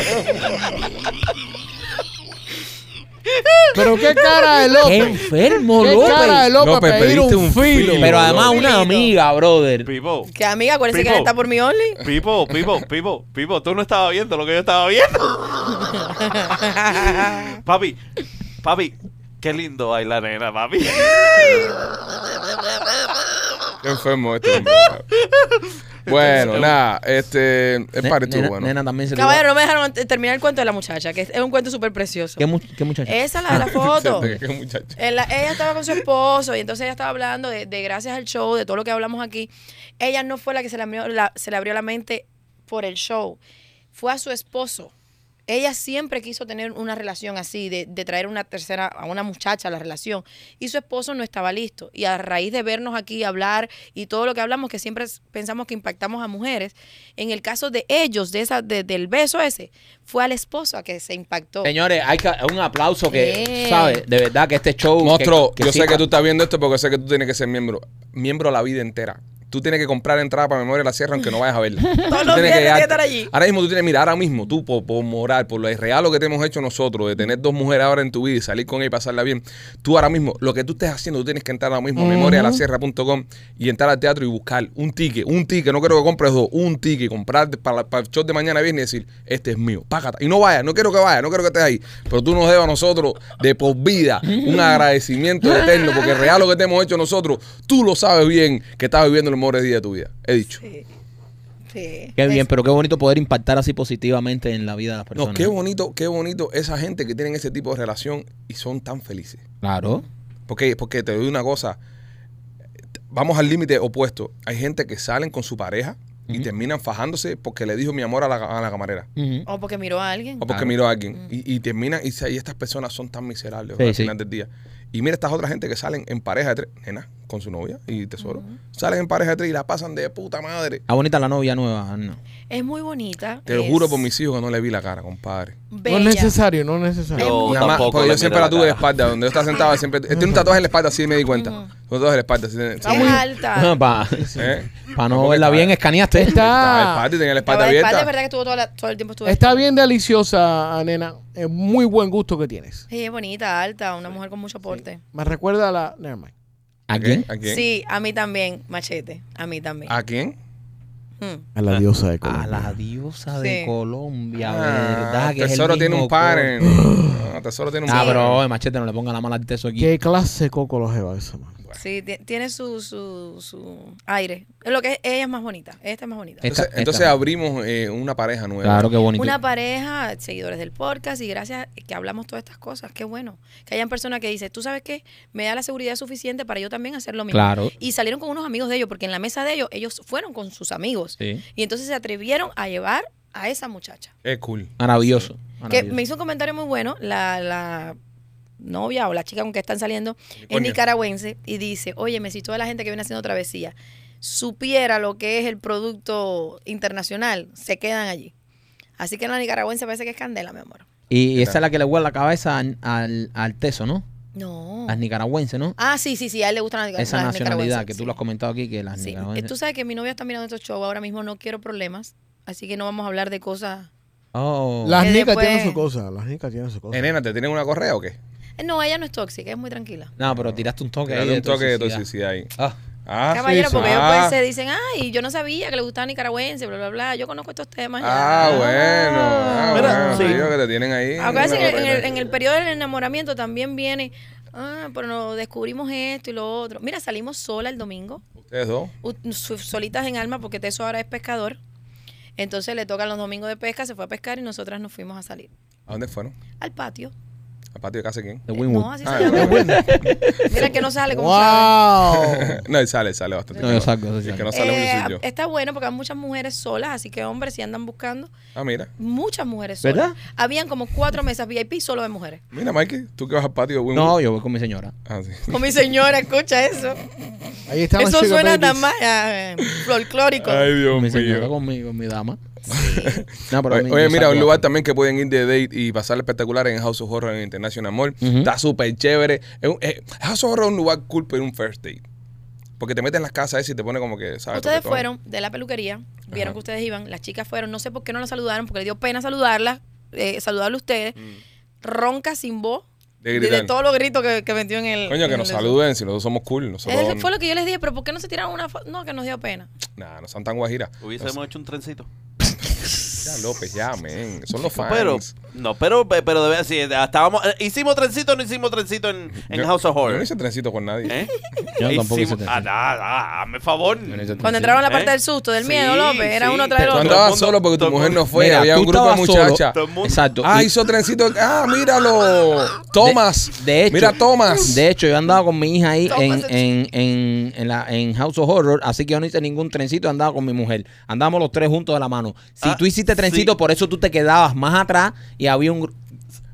S3: Pero qué cara de
S2: Qué
S3: López.
S2: enfermo,
S3: Qué cara de
S2: López.
S3: López
S1: López,
S3: pedir
S1: pediste un
S3: un filo.
S1: filo.
S2: Pero además
S1: López.
S2: una amiga, brother.
S4: Pipo,
S5: Que amiga, acuérdese que él
S4: Pipo.
S5: está por mi only.
S4: Pipo, Pipo, Pipo, Pipo, tú no estabas viendo lo que yo estaba viendo. papi, papi, qué lindo baila nena, papi.
S1: Qué enfermo este hombre. bueno, nada, este. El
S2: Ne-
S1: party estuvo
S2: nena,
S1: bueno.
S2: nena también se le
S5: Caballero,
S2: va-
S5: no me dejaron ante- terminar el cuento de la muchacha, que es es un cuento súper precioso.
S2: ¿Qué, mu- qué muchacho?
S5: Esa es la de la
S1: Siento
S5: foto.
S1: que- que muchacho.
S5: En la- ella estaba con su esposo y entonces ella estaba hablando de, de gracias al show, de todo lo que hablamos aquí. Ella no fue la que se le, abrió la, se le abrió la mente por el show, fue a su esposo. Ella siempre quiso tener una relación así, de, de traer una tercera, a una muchacha a la relación. Y su esposo no estaba listo. Y a raíz de vernos aquí hablar y todo lo que hablamos, que siempre s- pensamos que impactamos a mujeres, en el caso de ellos, de esa, de- del beso ese, fue al esposo a que se impactó.
S2: Señores, hay que, un aplauso que,
S5: Bien.
S2: ¿sabes? De verdad que este show.
S1: Monstruo,
S2: que- que
S1: yo sé
S2: sirva.
S1: que tú estás viendo esto porque sé que tú tienes que ser miembro. Miembro la vida entera. tú tienes que comprar entrada para Memoria de la Sierra aunque no vayas a verla. Tú
S5: los
S1: tienes
S5: días tienes que
S1: llegar-
S5: estar allí.
S1: Ahora mismo tú tienes, mira, ahora mismo tú por, por moral, por lo regalo que te hemos hecho nosotros, de tener dos mujeres ahora en tu vida y salir con ella y pasarla bien, tú ahora mismo, lo que tú estés haciendo, tú tienes que entrar ahora mismo a memorialasierra.com y entrar al teatro y buscar un ticket, un ticket, no quiero que compres dos, un ticket, comprar para, para el show de mañana viernes y decir, este es mío, págata. Y no vayas, no quiero que vayas, no quiero que estés ahí, pero tú nos debes a nosotros de por vida un agradecimiento eterno, porque el regalo que te hemos hecho nosotros, tú lo sabes bien que estás viviendo los mejores días de tu vida. He dicho.
S5: Sí.
S2: Qué bien,
S5: Es-
S2: pero qué bonito poder impactar así positivamente en la vida de las
S1: No,
S2: personas.
S1: qué bonito, qué bonito esa gente que tienen ese tipo de relación y son tan felices.
S2: Claro.
S1: Porque, porque te doy una cosa, vamos al límite opuesto. Hay gente que salen con su pareja y terminan fajándose porque le dijo mi amor a la, a la camarera.
S2: Ujú.
S5: O porque miró a alguien.
S1: O porque
S2: Claro.
S1: miró a alguien. Y, y terminan, y, se- y estas personas son tan miserables
S2: Sí,
S1: al
S2: sí.
S1: final del día. Y mira estas otras gente que salen en pareja de tres, nena, con su novia y tesoro. Salen en pareja de tres y la pasan de puta madre.
S2: Ah, bonita la novia nueva. no.
S5: Es muy bonita.
S1: Te lo
S5: es
S1: juro por mis hijos que no le vi la cara, compadre.
S5: bella.
S3: No es necesario, no es necesario.
S4: Yo
S1: Nada más,
S4: tampoco
S1: porque
S4: le
S1: yo siempre
S4: miro
S1: la tuve de
S4: cara.
S1: espalda, donde yo estaba sentado siempre. Tiene un tatuaje en la espalda, sí me di cuenta. Un tatuaje en la espalda, sí. sí.
S5: Es
S1: Ah,
S5: alta.
S2: Para
S1: ¿Eh?
S2: no verla bien, escaneaste.
S1: Estaba de
S2: Ah.
S3: Está,
S1: espalda y tenía la
S5: La
S1: espalda
S5: espalda es
S1: abierta.
S5: verdad que estuvo toda la- todo el tiempo estuvo
S3: está bien deliciosa, nena. Es muy buen gusto que tienes.
S5: Sí, es bonita, alta, una mujer con mucho porte.
S3: Me recuerda a la... Nevermind.
S2: ¿A quién?
S1: ¿A quién?
S5: Sí, a mí también, machete. A mí también.
S1: ¿A quién?
S5: Mm.
S3: A la diosa de
S2: A la diosa de
S5: Sí.
S2: Colombia,
S1: Ah,
S2: ¿verdad? Que es el
S1: tesoro tiene
S2: mismo
S1: un panel. Ah, tesoro tiene un
S2: Ah,
S1: panel.
S2: bro, el machete no le ponga la mala al teso aquí.
S3: Qué clase de coco lo lleva esa, man.
S5: Sí, ti- tiene su, su, su aire. Lo que es- ella es más bonita. Esta es más bonita.
S2: Esta-
S1: Entonces,
S2: esta.
S1: entonces abrimos eh, una pareja nueva.
S2: Claro, qué bonito.
S5: Una pareja, seguidores del podcast y gracias que hablamos todas estas cosas. Qué bueno. Que hayan personas que dicen, tú sabes qué, me da la seguridad suficiente para yo también hacer lo mismo.
S2: Claro.
S5: Y salieron con unos amigos de ellos, porque en la mesa de ellos, ellos fueron con sus amigos.
S2: Sí.
S5: Y entonces se atrevieron a llevar a esa muchacha.
S1: Es cool.
S2: Maravilloso.
S5: Que
S2: maravilloso.
S5: me hizo un comentario muy bueno, la, la novia o la chica con que están saliendo es
S1: Coño.
S5: nicaragüense y dice, óyeme, si toda la gente que viene haciendo travesía supiera lo que es el producto internacional, se quedan allí. Así que la nicaragüense parece que es candela, mi amor.
S2: Y esa es la que le huele la cabeza al, al, al teso, ¿no?
S5: No.
S2: Las nicaragüenses, ¿no?
S5: Mm. Ah, sí, sí, sí, a él le gustan las
S2: Esa
S5: las
S2: nacionalidad
S5: nicaragüenses,
S2: que tú
S5: sí.
S2: lo has comentado aquí, que las
S5: Sí, eh,
S2: nicaragüenses.
S5: tú sabes que mi novia está mirando estos shows, ahora mismo no quiero problemas, así que no vamos a hablar de cosas.
S2: Oh.
S3: Las
S5: Que
S3: nicas
S5: después-
S3: tienen su cosa, las nicas tienen su cosa.
S1: Eh, nena, ¿te tienen una correa o qué?
S5: Eh, No, ella no es tóxica, es muy tranquila.
S2: No, pero tiraste un toque ahí
S1: Dale
S2: de
S1: un toque de toxicidad
S2: toxicidad.
S1: ahí.
S2: Ah,
S1: Ah,
S5: Caballero,
S1: sí,
S5: porque
S1: sí.
S5: ellos
S1: Ah,
S5: pues se dicen, ay, yo no sabía que le gustaba nicaragüense, bla, bla, bla. Yo conozco estos temas.
S1: ah,
S5: ya".
S1: bueno. Ah,
S4: Mira,
S1: bueno.
S4: sí.
S1: te digo que te tienen ahí.
S5: Acuérdense que
S1: una
S5: en el,
S1: correa.
S5: en el periodo del enamoramiento también viene, ah, pero no, descubrimos esto y lo otro. Mira, salimos sola el domingo,
S1: Ustedes dos.
S5: u- su- solitas en alma, porque Teso ahora es pescador. Entonces le tocan los domingos de pesca, se fue a pescar y nosotras nos fuimos a salir.
S1: ¿A dónde fueron?
S5: Al patio.
S1: ¿Al patio de casa de quién?
S2: de
S5: Eh,
S2: Winwood.
S5: No, así
S1: Ah,
S5: se
S1: de
S5: llama. Mira el que no sale como sabe.
S3: ¡Wow!
S1: No, él sale, sale bastante.
S2: No,
S1: mejor.
S2: exacto, exacto.
S1: Si es que no sale
S5: Eh,
S1: muy suyo.
S5: está bueno porque hay muchas mujeres solas, así que hombres si andan buscando,
S1: Ah, mira.
S5: muchas mujeres solas.
S2: ¿Verdad?
S5: Habían como cuatro mesas VIP solo de mujeres.
S1: Mira, Mikey, tú que vas al patio de Winwood.
S2: No, yo voy con mi señora.
S1: Ah, sí.
S5: Con mi señora, escucha eso.
S3: Ahí están las
S5: eso
S3: sugar
S5: suena nada
S3: babies.
S5: más a, eh, folclórico.
S1: Ay, Dios
S2: Con mi señora,
S1: mío.
S2: con mi, con mi dama.
S5: Sí.
S2: No, pero
S1: Oye,
S2: mi-
S1: oye,
S2: mi
S1: mira, un
S2: saco-
S1: lugar también que pueden ir de date y pasar espectacular en House of Horror en International Mall.
S2: Ujú.
S1: Está súper chévere. Es un- eh, House of Horror es un lugar cool para ir a un first date. Porque te metes en las casas esas y te pone como que, ¿sabes?
S5: Ustedes
S1: Toquetón.
S5: fueron de la peluquería, vieron
S1: Ajá.
S5: que ustedes iban, las chicas fueron, no sé por qué no las saludaron, porque les dio pena saludarlas, eh, saludarle a ustedes, ronca sin voz,
S1: Mm. De
S5: de, de
S1: gritar.
S5: todos los gritos que, que metió en el...
S1: Coño, que
S5: en
S1: nos
S5: el-
S1: saluden si nosotros somos cool. Nosotros,
S5: Es que fue lo que yo les dije, pero ¿por qué no se tiraron una foto? No, que nos dio pena.
S1: Nah, no son tan guajiras.
S4: Hubiésemos hecho un trencito.
S1: Ya, López, ya, men. Son los fans.
S4: Pero, no, pero, pero debe decir, estábamos, eh, hicimos trencito o no hicimos trencito en, en
S1: Yo-
S4: House of
S1: Yo
S4: Horror.
S1: no hice trencito con nadie.
S4: ¿Eh?
S2: Yo tampoco hice
S4: Hicimos-
S2: trencito.
S4: Ah, nada, nada, hazme favor.
S5: Cuando entraron a la
S4: ¿Eh?
S5: parte del susto, del miedo,
S4: Sí,
S5: López, era
S4: sí.
S5: uno tras el
S1: Tú
S4: Todo el
S5: otro.
S1: andabas
S4: mundo-
S1: solo porque tu
S4: todo el
S1: mujer
S4: mundo-
S1: no fue.
S2: Mira,
S1: había
S2: tú
S1: un grupo de
S2: estabas solo.
S1: muchachas.
S4: Todo el mundo-
S2: Exacto.
S1: Ah,
S2: y-
S1: hizo trencito. Ah, míralo. Tomás.
S2: De, de hecho,
S1: Mira, Tomás.
S2: De hecho, yo andaba con mi hija ahí en,
S5: Tomás,
S2: en, en, en la, en House of Horror, así que yo no hice ningún trencito, andaba con mi mujer. Andábamos los tres juntos de la mano. Si
S4: Ah,
S2: tú hiciste trencito,
S4: sí.
S2: por eso tú te quedabas más atrás y había un gru-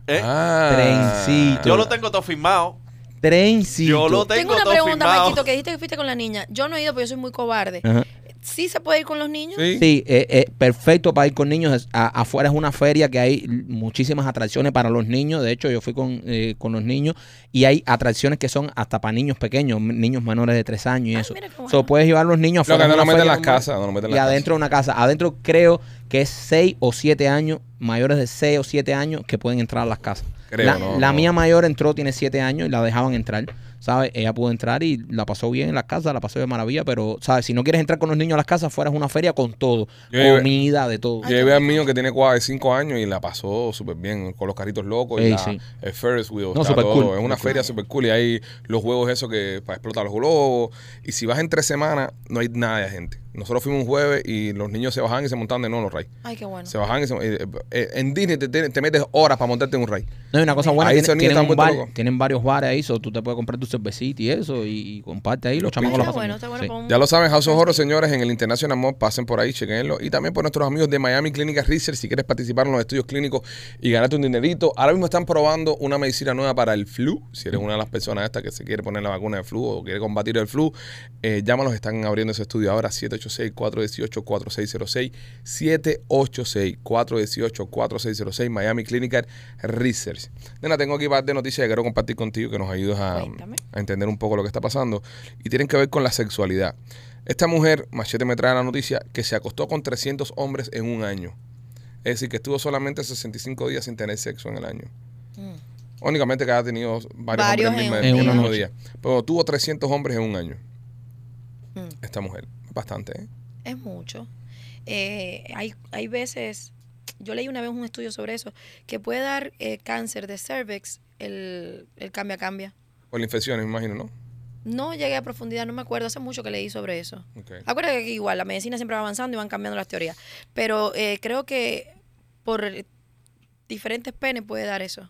S4: ¿Eh?
S1: Ah.
S2: Trencito.
S4: Yo lo tengo todo firmado.
S2: trencito.
S4: Yo lo tengo,
S5: Tengo una
S4: todo
S5: pregunta,
S4: firmado.
S5: Maquito, que dijiste que fuiste con la niña. Yo no he ido porque yo soy muy cobarde.
S2: Ajá.
S5: sí se puede ir con los niños.
S1: Sí.
S2: Mm. Sí, eh, eh, perfecto para ir con niños. Es- a- afuera es una feria que hay muchísimas atracciones para los niños. De hecho, yo fui con, eh, con los niños y hay atracciones que son hasta para niños pequeños, m- niños menores de tres años y
S5: Ah,
S2: eso.
S5: mira qué
S2: O
S5: bueno.
S2: sea, puedes llevar a los niños
S1: Lo
S2: afuera.
S1: que no
S2: de
S1: lo
S2: una
S1: meten en
S2: feria
S1: las
S2: normal
S1: casas. No lo meten en
S2: Y
S1: las
S2: adentro de una casa. Adentro creo que es seis o siete años, mayores de seis o siete años que pueden entrar a las casas.
S1: Creo,
S2: la
S1: no,
S2: la
S1: no.
S2: mía mayor entró, tiene siete años y la dejaban entrar. ¿Sabes? Ella pudo entrar y la pasó bien en las casas, la pasó de maravilla, pero, ¿sabes? Si no quieres entrar con los niños a las casas, fuera es una feria con todo.
S1: Yo iba-
S2: comida, de todo.
S1: Yo llevé al mío que tiene 5 años y la pasó súper bien con los carritos locos y
S2: Sí,
S1: la,
S2: sí.
S1: el Ferris wheel.
S2: No,
S1: está
S2: súper
S1: todo.
S2: cool,
S1: Es una
S2: súper cool.
S1: feria súper cool y hay los juegos esos que para explotar los globos. Y si vas entre semana, no hay nada de gente. Nosotros fuimos un jueves y los niños se bajaban y se montaban de no los rayos.
S5: Ay, qué bueno.
S1: Se bajaban y se, eh, eh, En Disney te, te- te metes horas para montarte en un ray.
S2: No, y una cosa buena,
S1: Ahí
S2: tiene-
S1: esos niños
S2: tienen,
S1: están
S2: un
S1: vueltos
S2: bar-
S1: locos.
S2: tienen varios bares ahí, so tú te puedes comprar tu cervecita y eso, y, y comparte ahí, los
S5: Ay,
S2: chamacos la
S5: Está
S2: pasan
S5: bueno,
S2: bien.
S5: está bueno.
S2: Sí.
S5: para un-
S1: Ya lo saben, House of Horror, señores, en el International Mall, pasen por ahí, chequenlo. Y también por nuestros amigos de Miami Clinic Research, si quieres participar en los estudios clínicos y ganarte un dinerito. Ahora mismo están probando una medicina nueva para el flu. Si eres una de las personas estas que se quiere poner la vacuna de flu o quiere combatir el flu, eh, llámalos, están abriendo ese estudio ahora, 786-418-4606, 786-418-4606, Miami Clinic Research. Nena, tengo aquí parte de noticias que quiero compartir contigo que nos ayudes a,
S5: Cuéntame.
S1: a entender un poco lo que está pasando y tienen que ver con la sexualidad. Esta mujer, Machete me trae la noticia, que se acostó con 300 hombres en un año. Es decir, que estuvo solamente 65 días sin tener sexo en el año.
S5: Mm.
S1: Únicamente que ha tenido varios,
S5: Varios
S1: hombres en,
S5: en
S1: el mismo-
S5: un
S1: en
S2: día.
S1: un mismo día. Pero tuvo 300 hombres en un año.
S5: Mm.
S1: Esta mujer. Bastante, ¿eh?
S5: Es mucho. Eh, hay, hay veces, yo leí una vez un estudio sobre eso, que puede dar eh, cáncer de cervix el, el cambia cambia.
S1: Por las infecciones, me imagino, ¿no?
S5: No llegué a profundidad, no me acuerdo, hace mucho que leí sobre eso.
S1: Ok.
S5: Acuérdate que igual la medicina siempre va avanzando y van cambiando las teorías, pero eh, creo que por diferentes penes puede dar eso.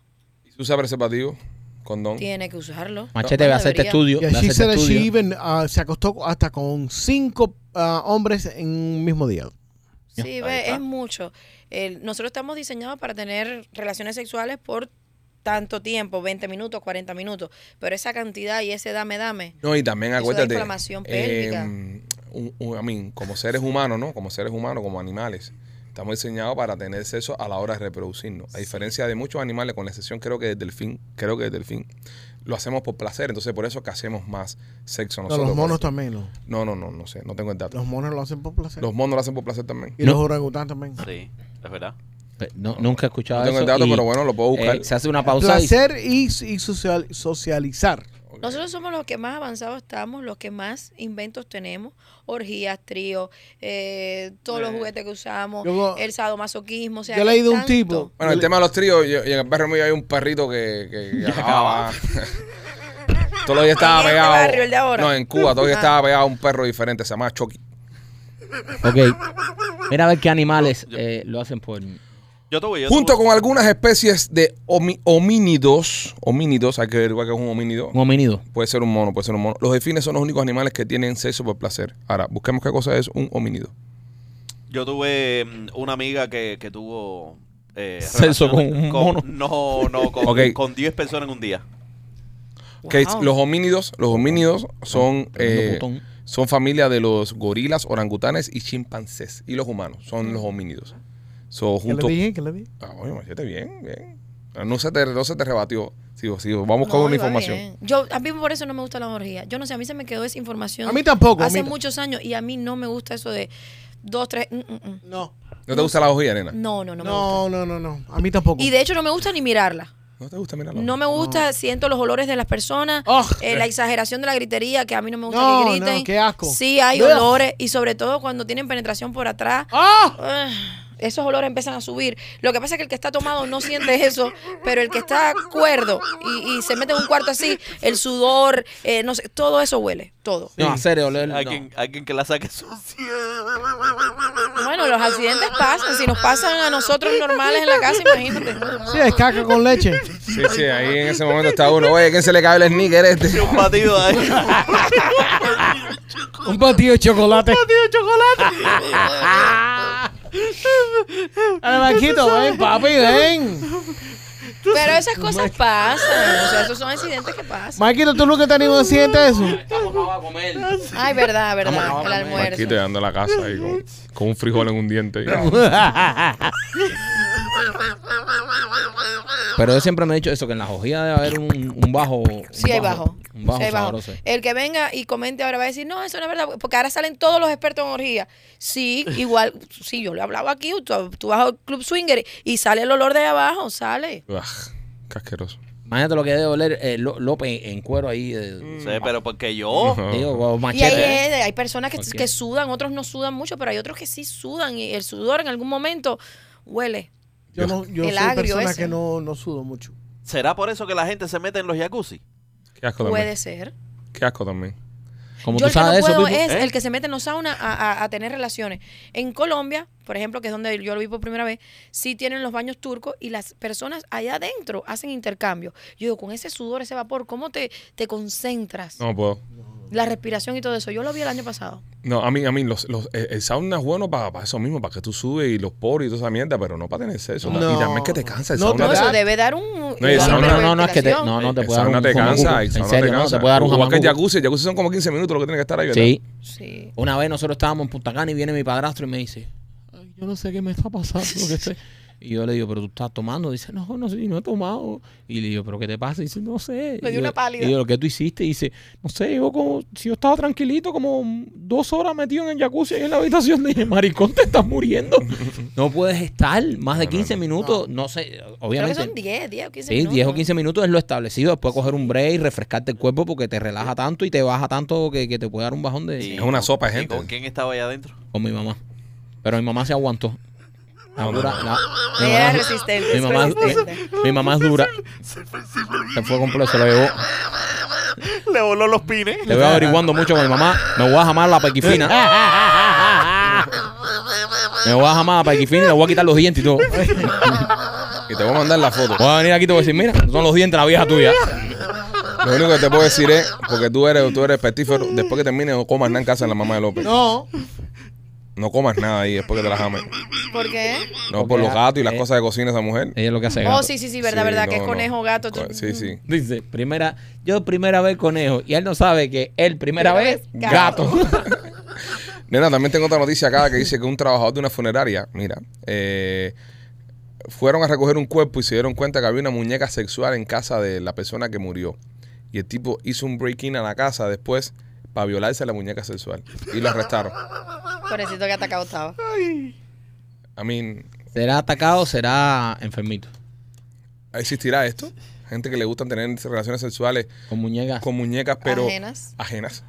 S1: ¿Se usa preservativo? Condón.
S5: Tiene que usarlo.
S2: Machete
S5: Bueno,
S2: va a hacer este
S5: debería.
S2: estudio.
S3: Y
S2: va a
S3: así
S2: hacer
S3: se
S2: este
S3: she
S2: estudio.
S3: even ah, se acostó hasta con cinco ah, hombres en un mismo día.
S5: Sí, ve, es mucho. El- nosotros estamos diseñados para tener relaciones sexuales por tanto tiempo, 20 minutos, 40 minutos, pero esa cantidad y ese dame, dame.
S1: No, y también
S5: Eso da
S1: acuérdate.
S5: inflamación
S1: eh,
S5: pélvica.
S1: un- un- I mean, como seres humanos, ¿no? Como seres humanos, como animales. Estamos diseñados para tener sexo a la hora de reproducirnos. A diferencia de muchos animales, con la excepción creo que del delfín, creo que del delfín, lo hacemos por placer. Entonces, por eso que hacemos más sexo
S3: No,
S1: nosotros.
S3: los
S1: por
S3: monos
S1: eso.
S3: también. Los,
S1: No, no, no, no sé. No tengo el dato.
S3: los monos lo hacen por placer.
S1: Los monos lo hacen por placer también.
S3: y
S2: No.
S3: los orangutanes también.
S4: Sí, es verdad.
S2: Eh, no, nunca he escuchado
S1: No tengo el
S2: eso
S1: dato,
S2: y,
S1: pero bueno, lo puedo buscar.
S2: eh, se hace una pausa y-
S3: Placer y, y social- socializar.
S1: Ok.
S5: Nosotros somos los que más avanzados estamos, los que más inventos tenemos, orgías, tríos, eh, todos los juguetes que usamos,
S3: Yo-
S5: el sadomasoquismo, o sea,
S3: yo leí
S5: hay
S3: de un
S5: tanto.
S3: tipo.
S1: Bueno, el tema de los tríos, yo- y en el barrio mío hay un perrito que, que, que acababa. todos los días estaba
S5: ¿En este
S1: pegado.
S5: barrio, el de ahora?
S1: No, en Cuba, todos los días
S5: Ah.
S1: estaba pegado a un perro diferente, se llama Chucky.
S2: Ok. Mira a ver qué animales eh, lo hacen por...
S4: Yo tuve, yo
S1: Junto
S4: tuve-
S1: con algunas especies de homi- homínidos, homínidos, hay que ver igual que es un homínido.
S2: Un hominido.
S1: Puede ser un mono, puede ser un mono. Los delfines son los únicos animales que tienen sexo por placer. Ahora, busquemos qué cosa es un homínido.
S4: Yo tuve mm, una amiga que, que tuvo. eh,
S2: Sexo
S4: relaciones
S2: con un mono.
S4: No, no, con,
S1: Ok.
S4: con 10 personas en un día.
S1: Que
S5: Wow.
S1: los homínidos, los homínidos son,
S2: Tremendo
S1: eh,
S2: putón.
S1: son familia de los gorilas, orangutanes y chimpancés. Y los humanos son los homínidos. So,
S3: ¿Qué le
S1: junto...
S3: dije? ¿Qué le dije?
S1: Ah, oye, machete, bien, bien. Ah, No se te, no se te rebatió. Sí, sí, vamos
S5: No,
S1: con una
S5: iba
S1: información.
S5: bien. Yo, a mí por eso no me gusta la orgía. Yo no sé, a mí se me quedó esa información.
S3: A mí tampoco, a
S5: Hace
S3: mí-
S5: muchos años y a mí no me gusta eso de dos, tres. mm, mm, mm.
S3: No.
S1: ¿No te gusta la hojilla, nena?
S5: No, no, no, me gusta.
S3: No, no, no, no. A mí tampoco.
S5: Y de hecho no me gusta ni mirarla.
S1: ¿No te gusta
S3: Ah,
S1: mirar la
S5: No me gusta, siento los olores de las personas,
S3: Ugh.
S5: eh, la exageración de la gritería, que a mí no me gusta
S3: Ah. No,
S5: que griten.
S3: no, qué asco.
S5: Sí, hay
S3: Ugh.
S5: olores y sobre todo cuando tienen penetración por atrás.
S3: ¡Ah!
S5: Ugh, Esos olores empiezan a subir. Lo que pasa es que el que está tomado no siente eso, pero el que está cuerdo y, y se mete en un cuarto así, el sudor, eh, no sé, todo eso huele, todo.
S2: No, a serio, oler, no.
S4: Alguien, alguien que la saque sucia.
S5: Bueno, los accidentes pasan. Si nos pasan a nosotros normales en la casa, imagínate.
S3: Sí, es caca con leche.
S1: Sí, sí, ahí en ese momento está uno. Oye, ¿quién se le cae el sneaker este?
S4: Un batido ahí.
S3: Un batido de chocolate. Un batido de
S2: ¡Ah!
S3: chocolate. Al banquito, ven, papi, ven.
S5: Pero esas cosas pasan. O sea, esos son accidentes que pasan.
S3: Maquito, ¿tú nunca has tenido un accidente de eso?
S5: Ay, verdad, verdad. El
S1: Aquí
S5: almuerzo.
S1: te dando la casa ahí con, con un frijol en un diente.
S2: Pero yo siempre me he dicho eso, que en las ojidas debe haber un, un bajo. un
S5: Sí, hay bajo.
S2: Un bajo
S5: Sí, hay bajo.
S2: sabroso.
S5: El que venga y comente ahora va a decir, no, eso no es verdad, porque ahora salen todos los expertos en orgía. Sí, igual, sí, yo lo he hablado aquí, tú, tú vas al club swinger y sale el olor de abajo, sale.
S1: Uah, casqueroso.
S2: Imagínate lo que debe oler eh, Lo- López en cuero ahí. eh,
S4: Sí, pero porque yo.
S2: Oh, digo, o
S5: Y hay,
S2: machete.
S5: eh, hay personas que,
S2: Ok.
S5: que sudan, otros no sudan mucho, pero hay otros que sí sudan y el sudor en algún momento huele.
S3: Yo, no, yo
S5: El
S3: soy
S5: agrio
S3: persona
S5: ese.
S3: que no, no sudo mucho.
S4: ¿Será por eso que la gente se mete en los jacuzzi?
S1: Qué asco también.
S5: Puede ser.
S1: Qué asco también.
S2: Como
S5: Yo
S2: tú
S5: el que no
S2: sabes eso,
S5: puedo
S2: Pipo.
S5: es
S4: ¿Eh?
S5: el que se mete en los sauna a, a- a tener relaciones. En Colombia, por ejemplo, que es donde yo lo vi por primera vez, sí tienen los baños turcos y las personas allá adentro hacen intercambio. Yo digo, con ese sudor, ese vapor, ¿cómo te, te concentras?
S1: No puedo.
S5: La respiración y todo eso. Yo lo vi el año pasado.
S1: No, a mí, a mí, los, los, el, el sauna es bueno para, para eso mismo, para que tú subes y los poros y toda esa mierda, pero no para tener sexo.
S3: No.
S1: Y también que te cansa el
S3: No,
S1: sauna.
S5: No,
S3: te
S1: te-
S5: eso
S3: da-
S5: debe dar un...
S1: No, y el
S5: una
S1: sauna-
S2: no, no, no, es que te, no, no, te
S1: el
S2: puede dar
S1: sauna
S2: un
S1: te cansa.
S2: jamacuco.
S1: El
S2: En
S1: sauna
S2: serio,
S1: te
S2: no,
S1: cansa.
S2: te puede dar un
S1: Igual que el
S2: jamacuco.
S1: jacuzzi. El jacuzzi son como 15 minutos lo que tienes que estar ahí, ¿verdad?
S2: Sí.
S5: Sí.
S2: Una vez nosotros estábamos en Punta Cana y viene mi padrastro y me dice, "Ay, yo no sé qué me está pasando, que estoy-". Y yo le digo, pero tú estás tomando. Dice, no, no sé, no he tomado. Y le digo, pero ¿qué te pasa? Dice, no sé.
S5: Le dio
S2: Y yo-
S5: una pálida.
S2: Y yo, lo que tú hiciste, dice, no sé, yo como, si yo estaba tranquilito, como dos horas metido en el jacuzzi ahí en la habitación, dije, maricón, te estás muriendo. no puedes estar más de 15 minutos, no sé,
S5: Creo
S2: obviamente.
S5: que son 10, 10 o 15
S2: Sí,
S5: minutos.
S2: 10 o 15 minutos es lo establecido. Después coger un break y refrescarte el cuerpo porque te relaja tanto y te baja tanto que, que te puede dar un bajón de...
S4: Y-
S1: Es una sopa de
S4: ¿y
S1: gente.
S4: ¿Con quién estaba allá adentro?
S2: Con mi mamá. Pero mi mamá se aguantó. La dura- la- mi,
S5: Ella
S2: mamá,
S5: es resistente.
S2: mi
S5: es
S2: mamá-
S5: resistente.
S2: mi- mi mamá es dura. Se fue completo, se lo llevó.
S4: Le voló los pines.
S2: Te veo averiguando mucho con mi mamá. Me voy a jamar la pequifina. Me voy a jamar la pequifina y le voy a quitar los dientes y todo.
S1: Y te voy a mandar la foto.
S2: Voy a venir aquí y te voy a decir, mira, son los dientes de la vieja tuya.
S1: Lo único que te puedo decir es, porque tú eres, tú eres pestífero, después que termines no comas nada en casa de la mamá de López. No,
S3: No.
S1: comas nada ahí después que te la james.
S5: ¿Por qué?
S1: No, por los gatos y las cosas que cocina esa mujer.
S2: Ella es lo que hace.
S5: Oh,
S2: gato.
S5: sí, sí, sí, verdad,
S1: Sí,
S5: verdad, que
S1: no,
S5: es
S1: no.
S5: conejo, gato. tú-
S1: Co- Sí, sí.
S2: Dice, primera, yo primera vez conejo. Y él no sabe que él primera vez
S5: vez
S2: gato.
S1: Nena, también tengo otra noticia acá que dice que un trabajador de una funeraria, mira, eh, fueron a recoger un cuerpo y se dieron cuenta que había una muñeca sexual en casa de la persona que murió. Y el tipo hizo un break-in a la casa después para violarse a la muñeca sexual. Y lo arrestaron.
S5: Pobrecito que atacado estaba.
S1: I mean,
S2: será atacado, será enfermito.
S1: ¿existirá esto? Gente que le gustan tener relaciones sexuales
S2: Con
S3: Ah.
S2: muñecas.
S1: con muñecas, pero
S5: Ajenas.
S1: ajenas.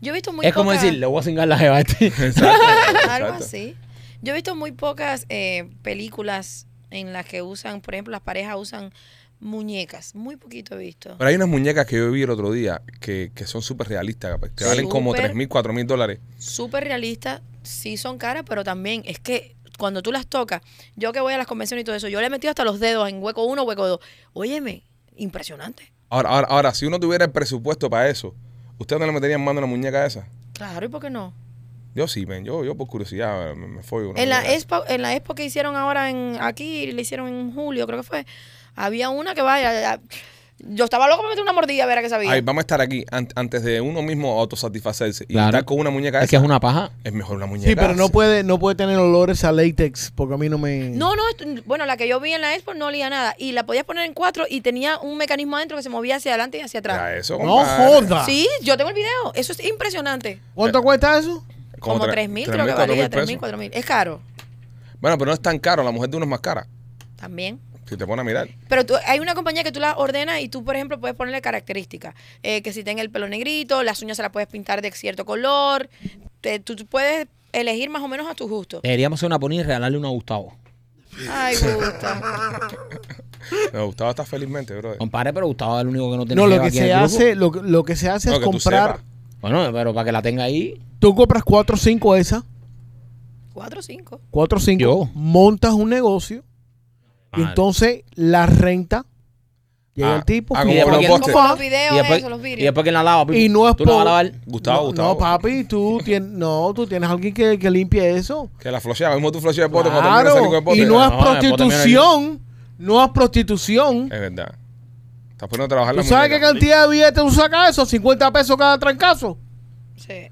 S5: Yo he visto muy
S2: es como
S5: pocas-
S2: decir, le voy a cingar la jeva a este.
S5: Algo
S1: Exacto.
S5: así. Yo he visto muy pocas eh, películas en las que usan, por ejemplo, las parejas usan muñecas. Muy poquito he visto.
S1: Pero hay unas muñecas que yo vi el otro día que, que son súper realistas, que te valen como
S5: Súper.
S1: 3 mil, 4 mil dólares.
S5: Súper realistas, sí son caras, pero también es que cuando tú las tocas, yo que voy a las convenciones y todo eso, yo le he metido hasta los dedos en hueco uno, hueco dos. Óyeme, impresionante.
S1: Ahora, ahora, ahora, si uno tuviera el presupuesto para eso, ¿ustedes no le meterían mano a una muñeca esa?
S5: Claro, ¿y por qué no?
S1: Yo sí, ven, yo, yo por curiosidad me, me follo una
S5: En la,
S1: muñeca.
S5: expo, en la expo que hicieron ahora en aquí, le hicieron en julio, creo que fue, había una que vaya. ya- Yo estaba loco para meter una mordida a ver a qué sabía.
S1: Ay, vamos a estar aquí an- antes de uno mismo autosatisfacerse y
S2: Claro.
S1: estar con una muñeca
S2: Es que
S1: esa.
S2: es
S1: Es,
S2: una paja.
S1: mejor una muñeca.
S3: Sí, pero no
S1: esa.
S3: puede, no puede tener olores a látex porque a mí no me.
S5: No, no, esto- bueno, la que yo vi en la Expo no olía nada. Y la podías poner en cuatro y tenía un mecanismo adentro que se movía hacia adelante y hacia atrás.
S1: Ya, eso,
S3: No
S1: compadre.
S3: joda.
S5: Sí, yo tengo el video. Eso es impresionante.
S3: ¿Cuánto cuesta eso?
S1: Como
S5: Como
S1: tre-
S5: 3 mil
S1: tres
S5: creo que
S1: mil, cuatro
S5: valía,
S1: mil
S5: 3 mil,
S1: pesos.
S5: 4 mil. Es caro
S1: Bueno, pero no es tan caro, la mujer de uno es más cara.
S5: también.
S1: Si te pones a mirar.
S5: Pero tú- hay una compañía que tú la ordenas y tú, por ejemplo, puedes ponerle características. Eh, que si tenga el pelo negrito, las uñas se las puedes pintar de cierto color. Te- tú, tú puedes elegir más o menos a tu gusto.
S2: Deberíamos hacer una ponida y regalarle una a Gustavo.
S5: Ay, gusta.
S1: Me gustaba estar felizmente, bro.
S2: Compadre, pero Gustavo es el único que no tiene
S3: No, lo
S2: jeva aquí
S3: que
S2: en
S3: se
S2: el grupo.
S3: hace, lo, que- lo que se hace
S1: No,
S3: es
S1: que tú
S3: comprar.
S1: sepas.
S2: Bueno, pero para que la tenga ahí.
S3: Tú compras 4 o 5 esas,
S5: 4 o 5.
S3: 4 o 5,
S2: Yo.
S3: montas un negocio y
S2: Madre.
S3: entonces la renta llega
S1: Ah,
S3: el tipo
S1: ah,
S2: como
S3: firma
S2: los
S3: el
S1: postres.
S5: Como
S3: papá,
S5: los videos,
S2: y, después,
S5: eso, los videos.
S2: y después que la lava. Pipo?
S3: y no es
S2: Tú la vas a
S3: por-
S2: lavar.
S1: Gustavo,
S3: no,
S1: Gustavo.
S3: No, papi, tú tienes, no, tú tienes alguien que, que limpie eso.
S1: Que la flochea, mismo tú flocheas el pote cuando terminas de
S3: Claro,
S1: salir con el pote.
S3: y no es
S2: No, el pote mío no
S3: prostitución. No es prostitución.
S1: Es verdad. Estás poniendo a trabajar
S3: ¿Tú
S1: la
S3: sabes
S1: muñeca.
S3: qué cantidad de billetes tú sacas eso? 50 pesos cada trancazo.
S5: Sí.